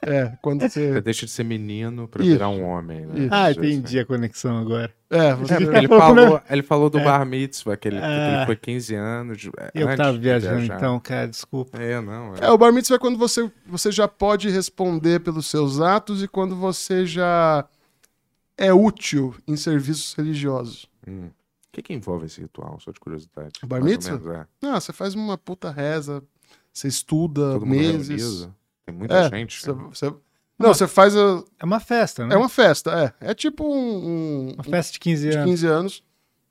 E: é. Quando
F: Você
E: você.
F: deixa de ser menino pra
E: Isso.
F: virar um homem, né?
E: Isso.
B: Ah, entendi a conexão agora.
E: É, você.
F: É, porque ele falou, ele falou do bar mitzvah, que ele, que ele
B: É. Ah.
F: foi 15 anos. de- é,
B: Eu
F: antes
B: tava
F: de
B: viajando,
F: viajar.
B: então, cara, desculpa.
F: É, não. É.
E: É, o bar mitzvah é quando você, você já pode responder pelos seus atos e quando você já é útil em serviços religiosos.
F: Hum. O que, que envolve esse ritual? Só de curiosidade.
E: O bar
F: Mais ou
E: mitzvah?
F: menos, é.
E: Não, Ah, você faz uma puta reza, você estuda
F: Todo mundo
E: meses.
F: reunido. Tem muita
E: É,
F: gente. né?
E: você- você- Não, você faz. a-
B: É uma festa, né?
E: É uma festa, é. É tipo um- um,
B: Uma festa de 15
E: de
F: É.
B: anos.
E: 15 anos.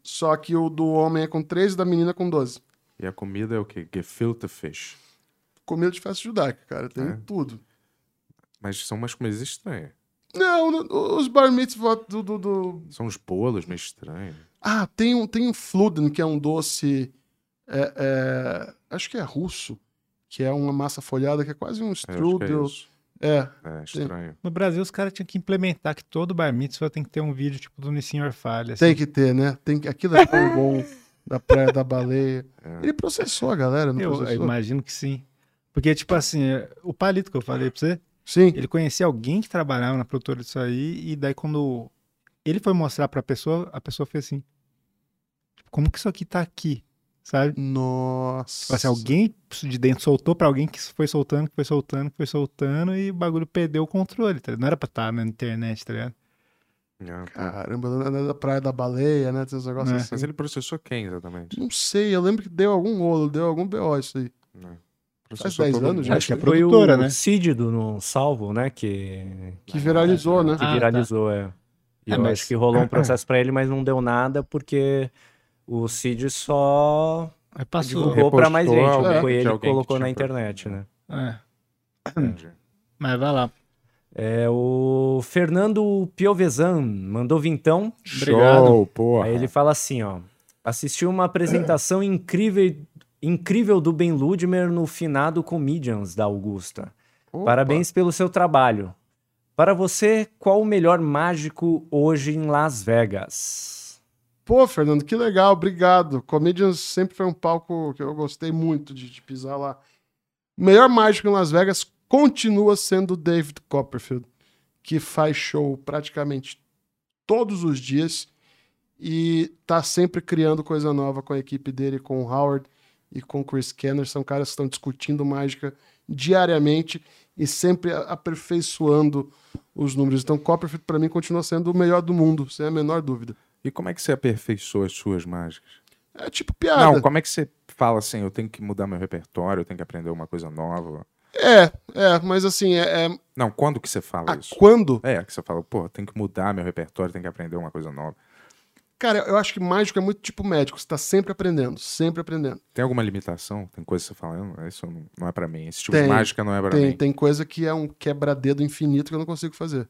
E: Só que o do homem é com 13 da menina com 12.
F: E a comida é o quê? Gefilte fish.
E: Comida de festa judaica, cara. Tem
F: É.
E: tudo.
F: Mas são umas comidas estranhas.
E: Não, no- os bar mitzvah do, do, do-
F: São uns bolos meio estranhos.
E: Ah, tem um, tem um fluden, que é um doce... é, é, acho que é russo. Que é uma massa folhada, que é quase um
F: É, eu acho que é
E: strudel.
F: isso.
E: É,
F: É, estranho.
B: No Brasil, os caras tinham que implementar que todo bar mitzvah tem que ter um vídeo tipo do Nissin assim. Orfalha.
E: tem que ter, né? Tem, que- aquilo é tão bom. Da Praia da Baleia.
F: É.
E: Ele processou a galera, não
B: Eu
E: processou?
B: imagino que sim. Porque, tipo assim, o palito que eu falei pra você,
E: Sim.
B: ele conhecia alguém que trabalhava na produtora disso aí, e daí quando ele foi mostrar pra pessoa, a pessoa fez assim: tipo, Como que isso aqui tá aqui? Sabe? Tipo
E: Nossa.
B: assim, alguém de dentro soltou pra alguém que foi soltando, que foi soltando, que foi soltando, e o bagulho perdeu o controle, tá ligado? Não era pra estar na internet, tá ligado?
F: É.
E: Caramba, da, da Praia da Baleia, né? Tem uns negócios
B: Né?
E: assim.
F: Mas ele processou quem exatamente?
E: Não sei, eu lembro que deu algum rolo, deu algum BO isso aí.
F: Processou
E: 10
F: todo
E: anos
F: mundo.
E: já?
B: Acho que é
C: Foi
B: produtora,
C: o
B: né?
C: Cídido no Salvo, né? Que,
E: Que viralizou, né?
C: que
B: Ah,
C: viralizou, é. E
B: É,
C: eu
B: mas-
C: acho que rolou um processo pra ele, mas não deu nada, porque o Cid só
B: Aí passou.
C: divulgou pra mais gente.
F: Repostou
C: Não
E: alguém
C: foi
F: que
C: ele que
F: alguém que
C: colocou na
F: tinha pro-
C: internet, né?
B: É,
F: Entendi.
B: mas vai lá.
C: É o Fernando Piovesan mandou vintão.
B: Obrigado.
F: Show, porra.
C: Aí ele fala assim, ó. Assisti uma apresentação incrível, incrível do Ben Ludmer no finado Comedians da Augusta.
F: Opa.
C: Parabéns pelo seu trabalho. Para você, qual o melhor mágico hoje em Las Vegas?
E: Pô, Fernando, que legal, obrigado. Comedians sempre foi um palco que eu gostei muito de, de pisar lá. O melhor mágico em Las Vegas continua sendo o David Copperfield, que faz show praticamente todos os dias e tá sempre criando coisa nova com a equipe dele, com o Howard e com o Chris Kenner. São caras que estão discutindo mágica diariamente e sempre a- aperfeiçoando os números. Então, Copperfield, para mim, continua sendo o melhor do mundo, sem a menor dúvida.
F: E como é que você aperfeiçoa as suas mágicas?
E: É tipo piada.
F: Não, como é que você fala assim, eu tenho que mudar meu repertório, eu tenho que aprender uma coisa nova?
E: É, é, mas assim, é, é-
F: Não, quando que você fala
E: a
F: isso?
E: quando?
F: É, que você fala, pô, eu tenho que mudar meu repertório, tenho que aprender uma coisa nova.
E: Cara, eu acho que mágico é muito tipo médico, você tá sempre aprendendo, sempre aprendendo.
F: Tem alguma limitação? Tem coisa que você fala, "Não, isso não, não é pra mim, esse tipo de
E: Tem,
F: mágica não é pra
E: Tem,
F: mim.
E: tem coisa que é um quebra-dedo infinito que eu não consigo fazer.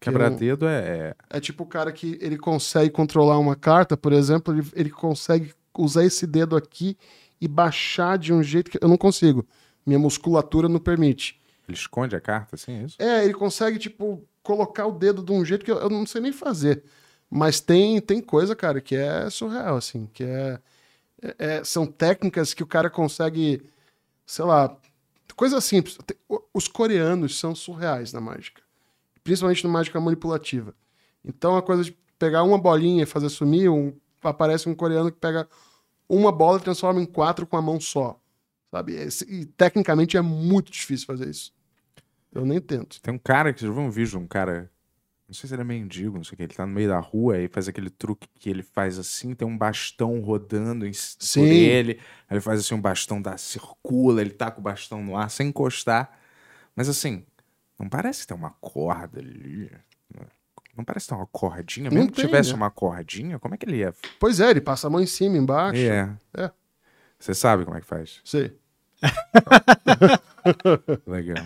F: Quebrar-dedo é, é-
E: É tipo o cara que ele consegue controlar uma carta, por exemplo, ele, ele consegue usar esse dedo aqui e baixar de um jeito que eu não consigo. Minha musculatura não permite.
F: Ele esconde a carta, assim, é isso?
E: É, ele consegue, tipo, colocar o dedo de um jeito que eu, eu não sei nem fazer. Mas tem, tem coisa, cara, que é surreal, assim, que é, é, são técnicas que o cara consegue, sei lá, coisa simples. Te- o- Os coreanos são surreais na mágica, principalmente na mágica manipulativa. Então a coisa de pegar uma bolinha e fazer sumir, um- aparece um coreano que pega uma bola e transforma em quatro com a mão só, sabe? Esse- E, tecnicamente é muito difícil fazer isso. Eu nem tento.
F: Tem um cara que vocês já viram um vídeo de um cara. Não sei se ele é mendigo, não sei o que. Ele tá no meio da rua e faz aquele truque que ele faz assim, tem um bastão rodando em, c-
E: Sim.
F: por ele. Aí ele faz assim, um bastão dá, circula, ele tá com o bastão no ar sem encostar. Mas assim, não parece que tem uma corda ali. né? Não parece que tem uma cordinha.
E: Não
F: Mesmo que
E: tem,
F: tivesse
E: né?
F: uma cordinha, como é que ele ia?
E: Pois é, ele passa a mão em cima, embaixo.
F: É.
E: É.
F: Você sabe como é que faz?
E: Sei.
F: Legal.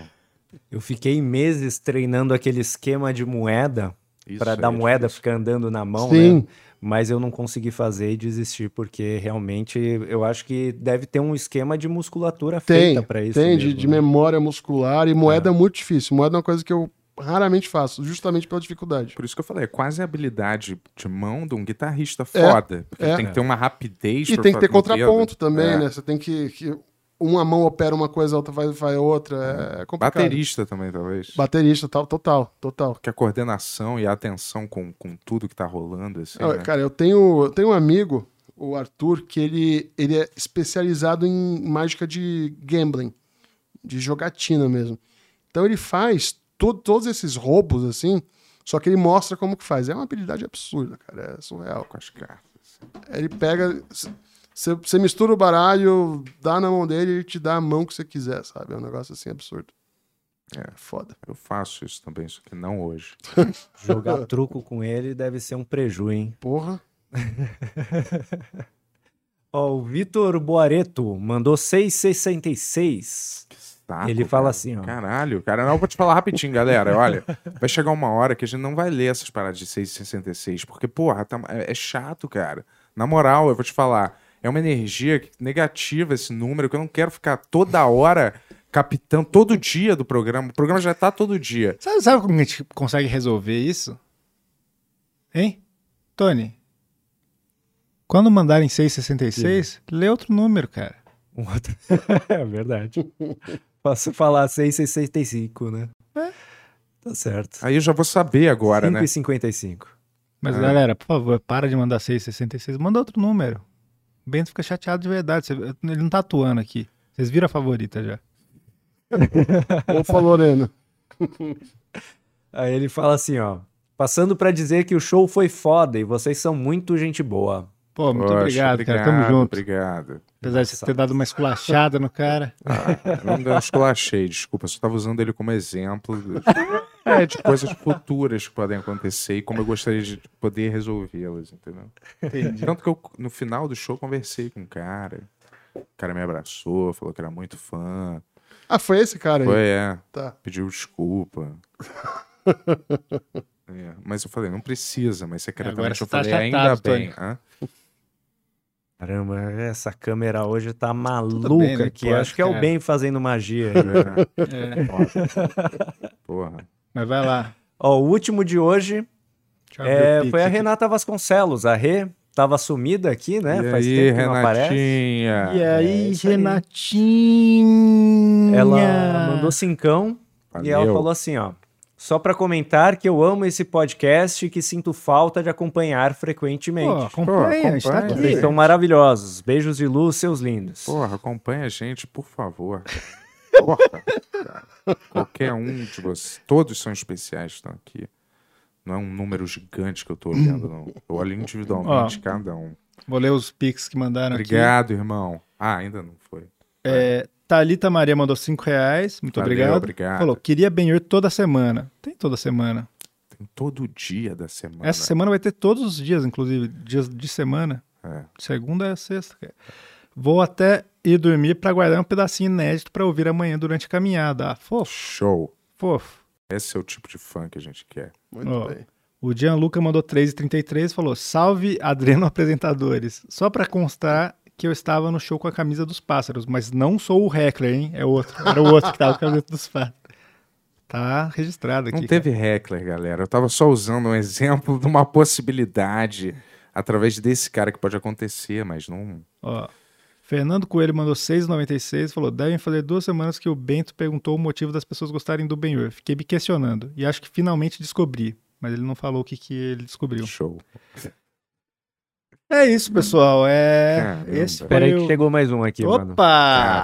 C: Eu fiquei meses treinando aquele esquema de moeda
F: Isso
C: para
F: aí
C: dar
F: é
C: moeda ficar andando na mão, né?
E: Sim.
C: Mas eu não consegui fazer e desistir porque realmente eu acho que deve ter um esquema de musculatura feita
E: Tem,
C: para isso.
E: tem de,
C: mesmo,
E: de
C: né?
E: memória muscular e moeda é. muito difícil. Moeda é uma coisa que eu raramente faço, justamente pela dificuldade.
F: Por isso que eu falei, é quase a habilidade de mão de um guitarrista foda. porque
E: é.
F: tem que ter uma rapidez
E: E
F: pra
E: tem que ter
F: fazer o dedo.
E: contraponto também,
F: É.
E: né? Você tem que, que uma mão opera uma coisa, a outra vai, vai outra. É, complicado.
F: Baterista também, talvez.
E: Baterista, tal, total, total.
F: Porque a coordenação e a atenção com, com tudo que tá rolando, assim,
E: Ah,
F: né?
E: Cara, eu tenho, eu tenho um amigo, o Arthur, que ele, ele é especializado em mágica de gambling, de jogatina mesmo. Então ele faz to- todos esses roubos assim, só que ele mostra como que faz. É uma habilidade absurda, cara, é surreal.
F: Com as cartas.
E: Ele pega, você mistura o baralho, dá na mão dele, ele te dá a mão que você quiser, sabe? É um negócio assim absurdo.
F: É.
E: foda.
F: Eu faço isso também, só que não hoje.
C: Jogar truco com ele deve ser um preju, hein?
E: Porra.
C: Ó, o Vitor Boareto mandou 666.
F: Que saco,
C: Ele fala
F: cara.
C: assim, ó.
F: Caralho, cara, não, eu vou te falar rapidinho, galera. Olha, vai chegar uma hora que a gente não vai ler essas paradas de 666, porque, porra, tá- é, é chato, cara. Na moral, eu vou te falar, é uma energia negativa esse número, que eu não quero ficar toda hora capitão, todo dia do programa. O programa já tá todo dia.
B: Sabe, sabe como a gente consegue resolver isso? Hein? Tony? Quando mandarem 666, lê outro número, cara.
C: Um outro. é verdade. Posso falar 665, né? Tá certo.
F: Aí eu já vou saber agora, né?
C: 5,55.
B: Mas
F: Ah.
B: galera, por favor, para de mandar 666, manda outro número. O Bento fica chateado de verdade, você- ele não tá atuando aqui. Vocês viram a favorita já.
E: Opa, Lorena.
C: Aí ele fala assim, ó. Passando pra dizer que o show foi foda e vocês são muito gente boa.
B: Pô, muito
F: Poxa,
B: obrigado, cara, tamo junto.
F: Obrigado.
B: Apesar de você ter dado uma esculachada no cara.
F: Ah, não me esculachei, desculpa. Só estava usando ele como exemplo de- é, de coisas futuras que podem acontecer e como eu gostaria de poder resolvê-las, entendeu?
B: Entendi.
F: Tanto que eu, no final do show, conversei com um cara. O cara me abraçou, falou que era muito fã.
E: Ah, foi esse cara aí.
F: Foi, é.
E: Tá.
F: Pediu desculpa. É, mas eu falei, não precisa, mas
B: Agora
F: secretamente
B: você
F: eu
B: tá
F: falei, "É ainda
B: achatado,
F: bem. hã?
C: Caramba, essa câmera hoje tá
B: bem,
C: maluca
B: né?
C: aqui.
B: Pô,
C: Acho que é o
B: cara.
C: bem fazendo magia.
F: É,
B: É,
F: porra.
B: mas vai lá.
C: ó, o último de hoje
B: Deixa eu abrir
C: é,
B: o Pix
C: foi a
B: aqui.
C: Renata Vasconcelos. A Rê tava sumida aqui, né?
F: e
C: Faz
F: aí,
C: tempo que não aparece.
F: Renatinha?
B: E aí,
C: É isso aí.
B: Renatinha?
C: Ela mandou cincão. E ela
F: Valeu.
C: falou assim, ó. Só pra comentar que eu amo esse podcast e que sinto falta de acompanhar frequentemente.
B: Pô, acompanha, a gente tá
F: acompanha.
B: aqui.
C: Vocês são maravilhosos. Beijos de luz, seus lindos.
F: Porra, acompanha a gente, por favor. Porra. cara. Qualquer um de vocês. Todos são especiais que estão aqui. Não é um número gigante que eu tô olhando, não. Eu olho individualmente cada um.
B: Vou ler os pics que mandaram aqui.
F: Obrigado, irmão. Ah, ainda não foi.
B: É, Thalita Maria mandou 5 reais. Muito
F: Valeu,
B: obrigado.
F: obrigado.
B: Falou, queria Benhur toda semana. Tem toda semana.
F: Tem todo dia da semana.
B: Essa é semana vai ter todos os dias, inclusive, dias de semana.
F: É.
B: Segunda a sexta. cara. Vou até ir dormir pra guardar um pedacinho inédito pra ouvir amanhã durante a caminhada. Ah, fofo,
F: Show.
B: fofo.
F: Esse é o tipo de fã que a gente quer.
E: Muito
B: Ó.
E: bem.
B: O Gianluca mandou 3,33 e falou: Salve Adreno apresentadores. Só pra constar que eu estava no show com a camisa dos pássaros, mas não sou o heckler, hein? É outro. Era o outro que tava com a camisa dos pássaros. Tá registrado aqui.
F: Não teve heckler, galera. Eu tava só usando um exemplo de uma possibilidade. através desse cara que pode acontecer, mas não.
B: Ó, Fernando Coelho mandou 6,96 e falou: Devem fazer duas semanas que o Bento perguntou o motivo das pessoas gostarem do Ben-Hur. Fiquei me questionando e acho que finalmente descobri. Mas ele não falou o que, que ele descobriu.
F: Show.
B: É isso, pessoal. É.
F: Caramba.
B: Esse foi
C: Pera aí que
B: o-
C: chegou mais um aqui, mano.
B: Opa!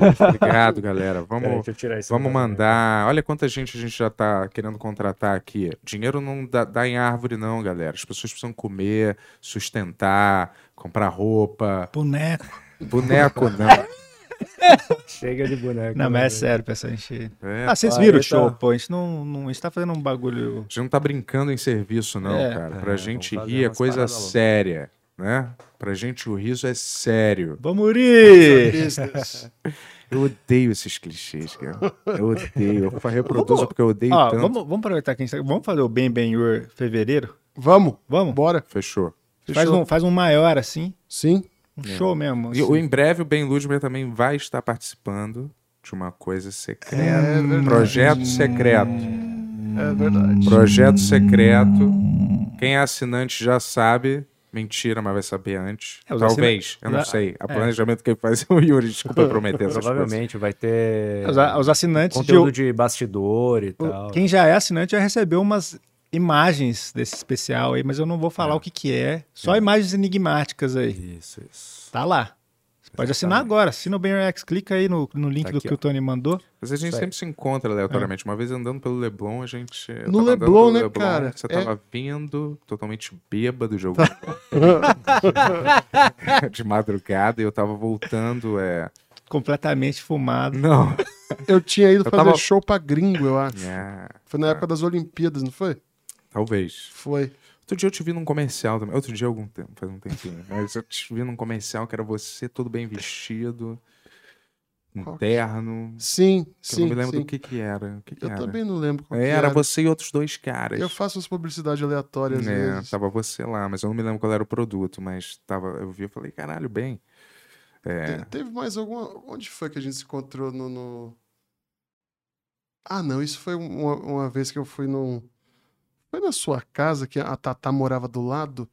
F: Caraca, obrigado,
C: Pera
F: galera.
C: aí,
F: Vamos,
C: deixa eu tirar né? isso
F: vamos
C: daqui.
F: mandar. Olha quanta gente a gente já tá querendo contratar aqui. Dinheiro não dá, dá em árvore, não, galera. As pessoas precisam comer, sustentar, comprar roupa.
B: Boneco.
F: Boneco, não.
C: Chega de boneco.
B: Não,
C: né,
B: mas é
C: velho?
B: sério, pessoal. A gente.
F: É,
B: Ah, vocês
C: Ah,
B: viram o
C: ele
B: show,
C: tá-
B: pô. A gente não, não. A gente tá fazendo um bagulho.
F: A gente não tá brincando em serviço, não,
B: É.
F: cara.
C: É,
F: Pra gente
C: vamos fazer
F: rir é
C: umas
F: coisa
C: paradas loucas.
F: séria, né? Pra gente o riso é sério.
B: Vamos rir!
E: Business.
F: Eu odeio esses clichês, cara. Eu odeio. Eu reproduzo
B: Vamos-
F: porque eu odeio
B: Ó,
F: tanto.
B: vamos, vamos aproveitar que a gente tá... Vamos fazer o Ben Ben Hur fevereiro?
E: Vamos,
B: Vamos?
E: bora.
F: Fechou.
B: Faz
E: Fechou.
B: um, faz um maior assim.
E: Sim.
B: Um show mesmo.
F: E
B: assim.
F: o- em breve o Ben Ludmer também vai estar participando de uma coisa secreta.
E: É verdade.
F: Projeto secreto.
E: É verdade.
F: Projeto secreto. Quem é assinante já sabe. Mentira, mas vai saber antes.
B: É, os
F: Talvez.
B: assina-
F: Eu não
B: os a-
F: sei. A planejamento que faz é o Yuri. Desculpa prometer essas coisas.
C: Provavelmente vai ter
B: Os, a- os assinantes de.
C: É, conteúdo né? de bastidor e
B: o-
C: tal.
B: Quem já é assinante já recebeu umas imagens desse especial aí, mas eu não vou falar o que que é. Só imagens enigmáticas aí.
C: Isso, isso.
B: Tá lá. Você pode assinar agora. Assina o BenRx. Clica aí no, no link
C: Tá
B: do
C: aqui,
B: que
C: ó.
B: o Tony mandou.
F: Mas a gente
C: Isso aí.
F: sempre se encontra aleatoriamente. Uma vez andando pelo Leblon, a gente. eu
E: É. No
F: tava andando
E: Leblon,
F: pelo
E: né, cara?
F: Você
E: É.
F: tava vindo totalmente bêbado de algum de madrugada e eu tava voltando. É...
B: Completamente fumado.
F: Não.
E: Eu tinha ido
F: Eu
E: fazer
F: tava-
E: show pra gringo, eu acho.
F: É,
E: Foi na época das Olimpíadas, não foi?
F: talvez.
E: Foi.
F: Outro dia eu te vi num comercial também. Outro dia, algum tempo, faz um tempinho. Mas eu te vi num comercial que era você todo bem vestido, um
E: Qual?
F: terno.
E: Sim,
F: que
E: sim.
F: eu não me lembro
E: sim.
F: do que que era. O que que
E: Eu
F: era?
E: também não lembro. qual
F: É,
E: que
F: era você e outros dois caras.
E: Eu faço as publicidades aleatórias às
F: É,
E: vezes.
F: tava você lá, mas eu não me lembro qual era o produto, mas tava, eu vi e falei, caralho, bem. É,
E: Te- teve mais alguma. Onde foi que a gente se encontrou no. no- Ah, não, isso foi uma, uma vez que eu fui num. Foi na sua casa que a Tatá morava do lado?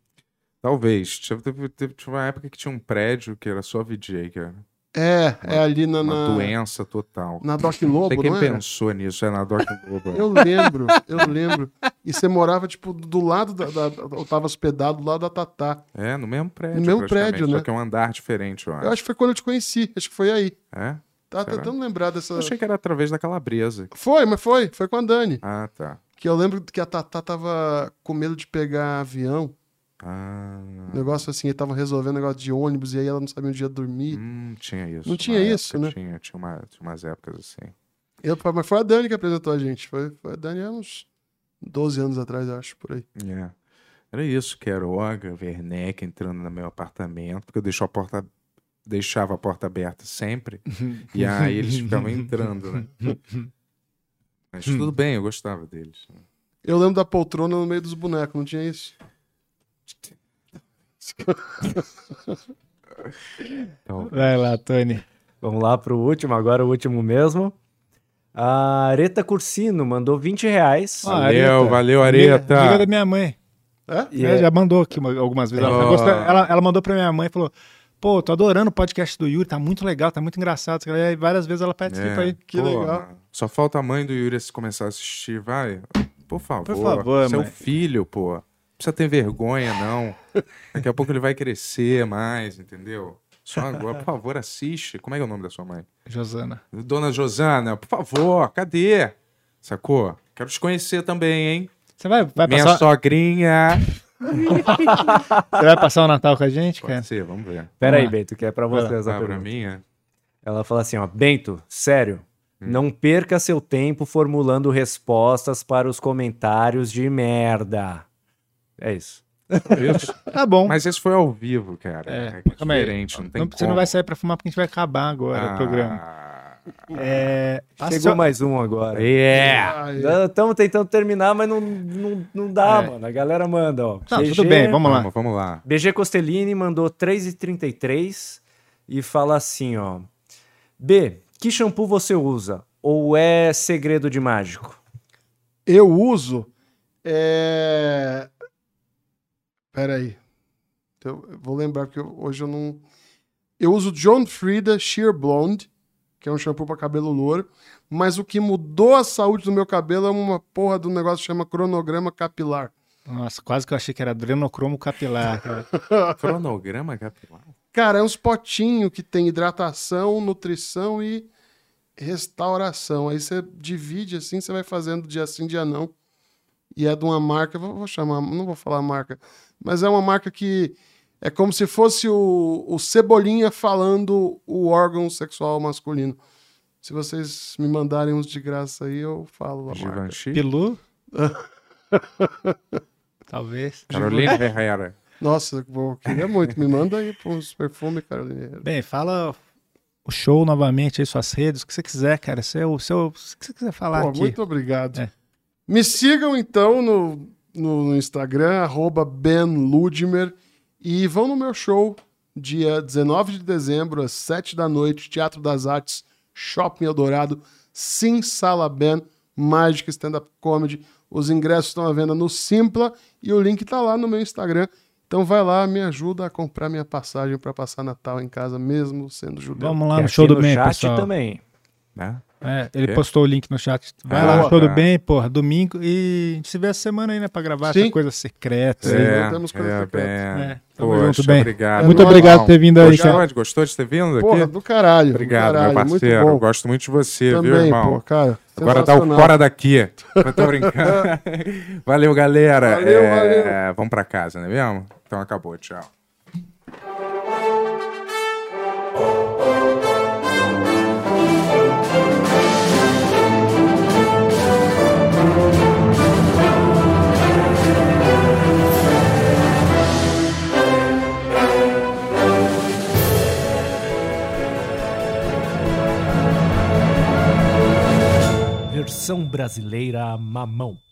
F: talvez. Teve, teve- teve- teve uma época que tinha um prédio que era só VJ, que era
E: É, é ali na.
F: uma
E: Na,
F: doença total.
E: na Doc
F: Não sei
E: Lobo,
F: quem
E: não era?
F: pensou nisso, é na Doc Lobo.
E: Eu lembro, eu lembro. E você morava, tipo, do lado da. da- eu tava hospedado do lado da Tatá.
F: É, no mesmo prédio.
E: No mesmo
F: praticamente,
E: prédio,
F: só
E: né?
F: que é um andar diferente, eu acho.
E: Eu acho que foi quando eu te conheci, acho que foi aí.
F: É?
E: Tava
F: Será?
E: tentando lembrar dessa.
F: Eu achei que era através da calabresa.
E: Foi, mas foi, foi com a Dani.
F: Ah, tá.
E: Que eu lembro que a Tatá tava com medo de pegar avião.
F: Ah,
E: Um Negócio assim, eles estavam resolvendo negócio de ônibus e aí ela não sabia onde ia dormir.
F: hum, tinha isso.
E: Não
F: uma
E: tinha isso, né?
F: Tinha, tinha, uma- tinha umas épocas assim.
E: Eu- mas foi a Dani que apresentou a gente. Foi, foi a Dani há uns 12 anos atrás, eu acho, por aí.
F: É. Era isso, Queiroga, Werneck entrando no meu apartamento, porque eu deixo a porta, deixava a porta aberta sempre, e aí eles ficavam entrando, né? Mas
B: Hum.
F: tudo bem, eu gostava deles.
E: Eu lembro da poltrona no meio dos bonecos, não tinha isso?
C: Hum.
F: Então,
B: Vai lá, Tony.
C: Vamos lá pro último, agora o último mesmo. A Areta Cursino mandou 20 reais.
B: Ah,
F: valeu,
B: Areta.
F: valeu,
B: Amiga-
F: Areta.
B: Amiga da minha mãe.
E: É?
C: tá. E
B: Ela
C: é-
B: já mandou aqui uma- algumas vezes. Ela,
F: Ah.
B: gostou- ela- ela mandou pra minha mãe e falou: Pô, tô adorando o podcast do Yuri, tá muito legal, tá muito engraçado. E aí várias vezes ela participa
F: É,
B: aí.
E: Que legal.
F: mano. Só falta a mãe do Yuri se começar a assistir, vai. Por favor.
B: Por favor,
F: Seu
B: mãe.
F: filho, pô. Não precisa ter vergonha, não. Daqui a pouco ele vai crescer mais, entendeu? Só agora, por favor, assiste. Como é que é o nome da sua mãe?
B: Josana.
F: Dona Josana, por favor, cadê? Sacou? Quero te conhecer também, hein?
B: Você vai, vai,
F: Minha
B: passar,
F: sogrinha.
B: você vai passar o Natal com a gente,
F: Pode
B: cara?
F: ser, vamos ver.
C: Pera aí,
B: Vamos lá.
C: Bento, que é pra
B: Vai
C: você essa
F: Ah, pra
C: pergunta.
F: mim, é?
C: Ela fala assim, ó, Bento, sério,
B: Hum.
C: não perca seu tempo formulando respostas para os comentários de merda. É isso.
F: Só isso.
B: Tá bom.
F: Mas isso foi ao vivo, cara.
B: É,
F: que
B: calma aí.
F: diferente, não tem
B: Não-
F: como. Ah,
B: você não vai sair pra fumar porque a gente vai acabar agora o programa. É,
C: Chegou
B: passou-
C: mais um agora.
E: É.
F: Yeah!
E: Ai,
C: Estamos tentando terminar, mas não, não, não dá,
B: É.
C: mano. A galera manda, ó.
B: Não,
C: GG,
B: tudo bem, vamos lá.
F: Vamos, vamos lá.
C: BG Costellini mandou 3,33 e fala assim, ó. B, que shampoo você usa? Ou é segredo de mágico?
E: Eu uso. É. Peraí. Então, eu vou lembrar, porque eu- hoje eu não. Eu uso John Frieda Sheer Blonde, que é um shampoo para cabelo louro. Mas o que mudou a saúde do meu cabelo é uma porra de um negócio que chama cronograma capilar.
B: Nossa, quase que eu achei que era adrenocromo capilar. cara.
F: Cronograma capilar.
E: Ah, Cara, é uns potinhos que tem hidratação, nutrição e restauração. Aí você divide assim, você vai fazendo dia sim, dia não. E é de uma marca, vou vou chamar, não vou falar a marca, mas é uma marca que é como se fosse o, o Cebolinha falando o órgão sexual masculino. Se vocês me mandarem uns de graça aí, eu falo a marca.
F: Givenchy.
B: Pilu? Talvez.
F: Carolina Herrera.
E: Nossa, eu queria muito. Me manda aí pra uns perfumes, Carolina.
B: Bem, fala o show novamente aí, suas redes, o que você quiser, cara. Seu, seu, o que você quiser falar
E: Pô,
B: aqui.
E: muito obrigado.
B: É.
E: Me sigam então no, no, no Instagram, arroba Ben Ludmer, e vão no meu show, dia 19 de dezembro, às 7 da noite, Teatro das Artes, Shopping Eldorado, Sim Sala Ben, Mágica Stand-Up Comedy. Os ingressos estão à venda no Simpla e o link tá lá no meu Instagram. Então vai lá, me ajuda a comprar minha passagem para passar Natal em casa, mesmo sendo judeu.
B: Vamos lá
G: E
B: Ah, no
G: aqui
B: show do
G: no
B: bem,
G: chat
B: pessoal.
G: também.
F: Né?
B: É, ele
F: Quê?
B: postou o link no chat. Vai
F: Ah,
B: lá no show do
F: tá.
B: bem, porra, domingo. E a gente se vê essa semana aí, né, pra gravar
E: Sim.
B: essa coisa secreta.
E: Sim.
B: aí.
E: não temos coisa secreta.
F: bem.
B: É, tamo
F: É, Poxa,
B: junto, bem.
F: obrigado.
B: Muito
E: É nóis,
B: obrigado por
E: irmão.
B: ter vindo aí,
F: Gostou,
B: cara.
F: de- gostou de ter vindo aqui?
E: Porra, do caralho. do
F: obrigado,
E: caralho,
F: meu
E: muito
F: parceiro.
E: bom.
F: Gosto muito de você,
E: Também,
F: viu, irmão?
E: pô, cara.
F: Agora tá o
E: sensacional.
F: fora daqui. Eu tô brincando. valeu, galera.
E: Valeu,
F: valeu. Vamos pra casa, não é mesmo? Então acabou, tchau.
C: Versão brasileira mamão.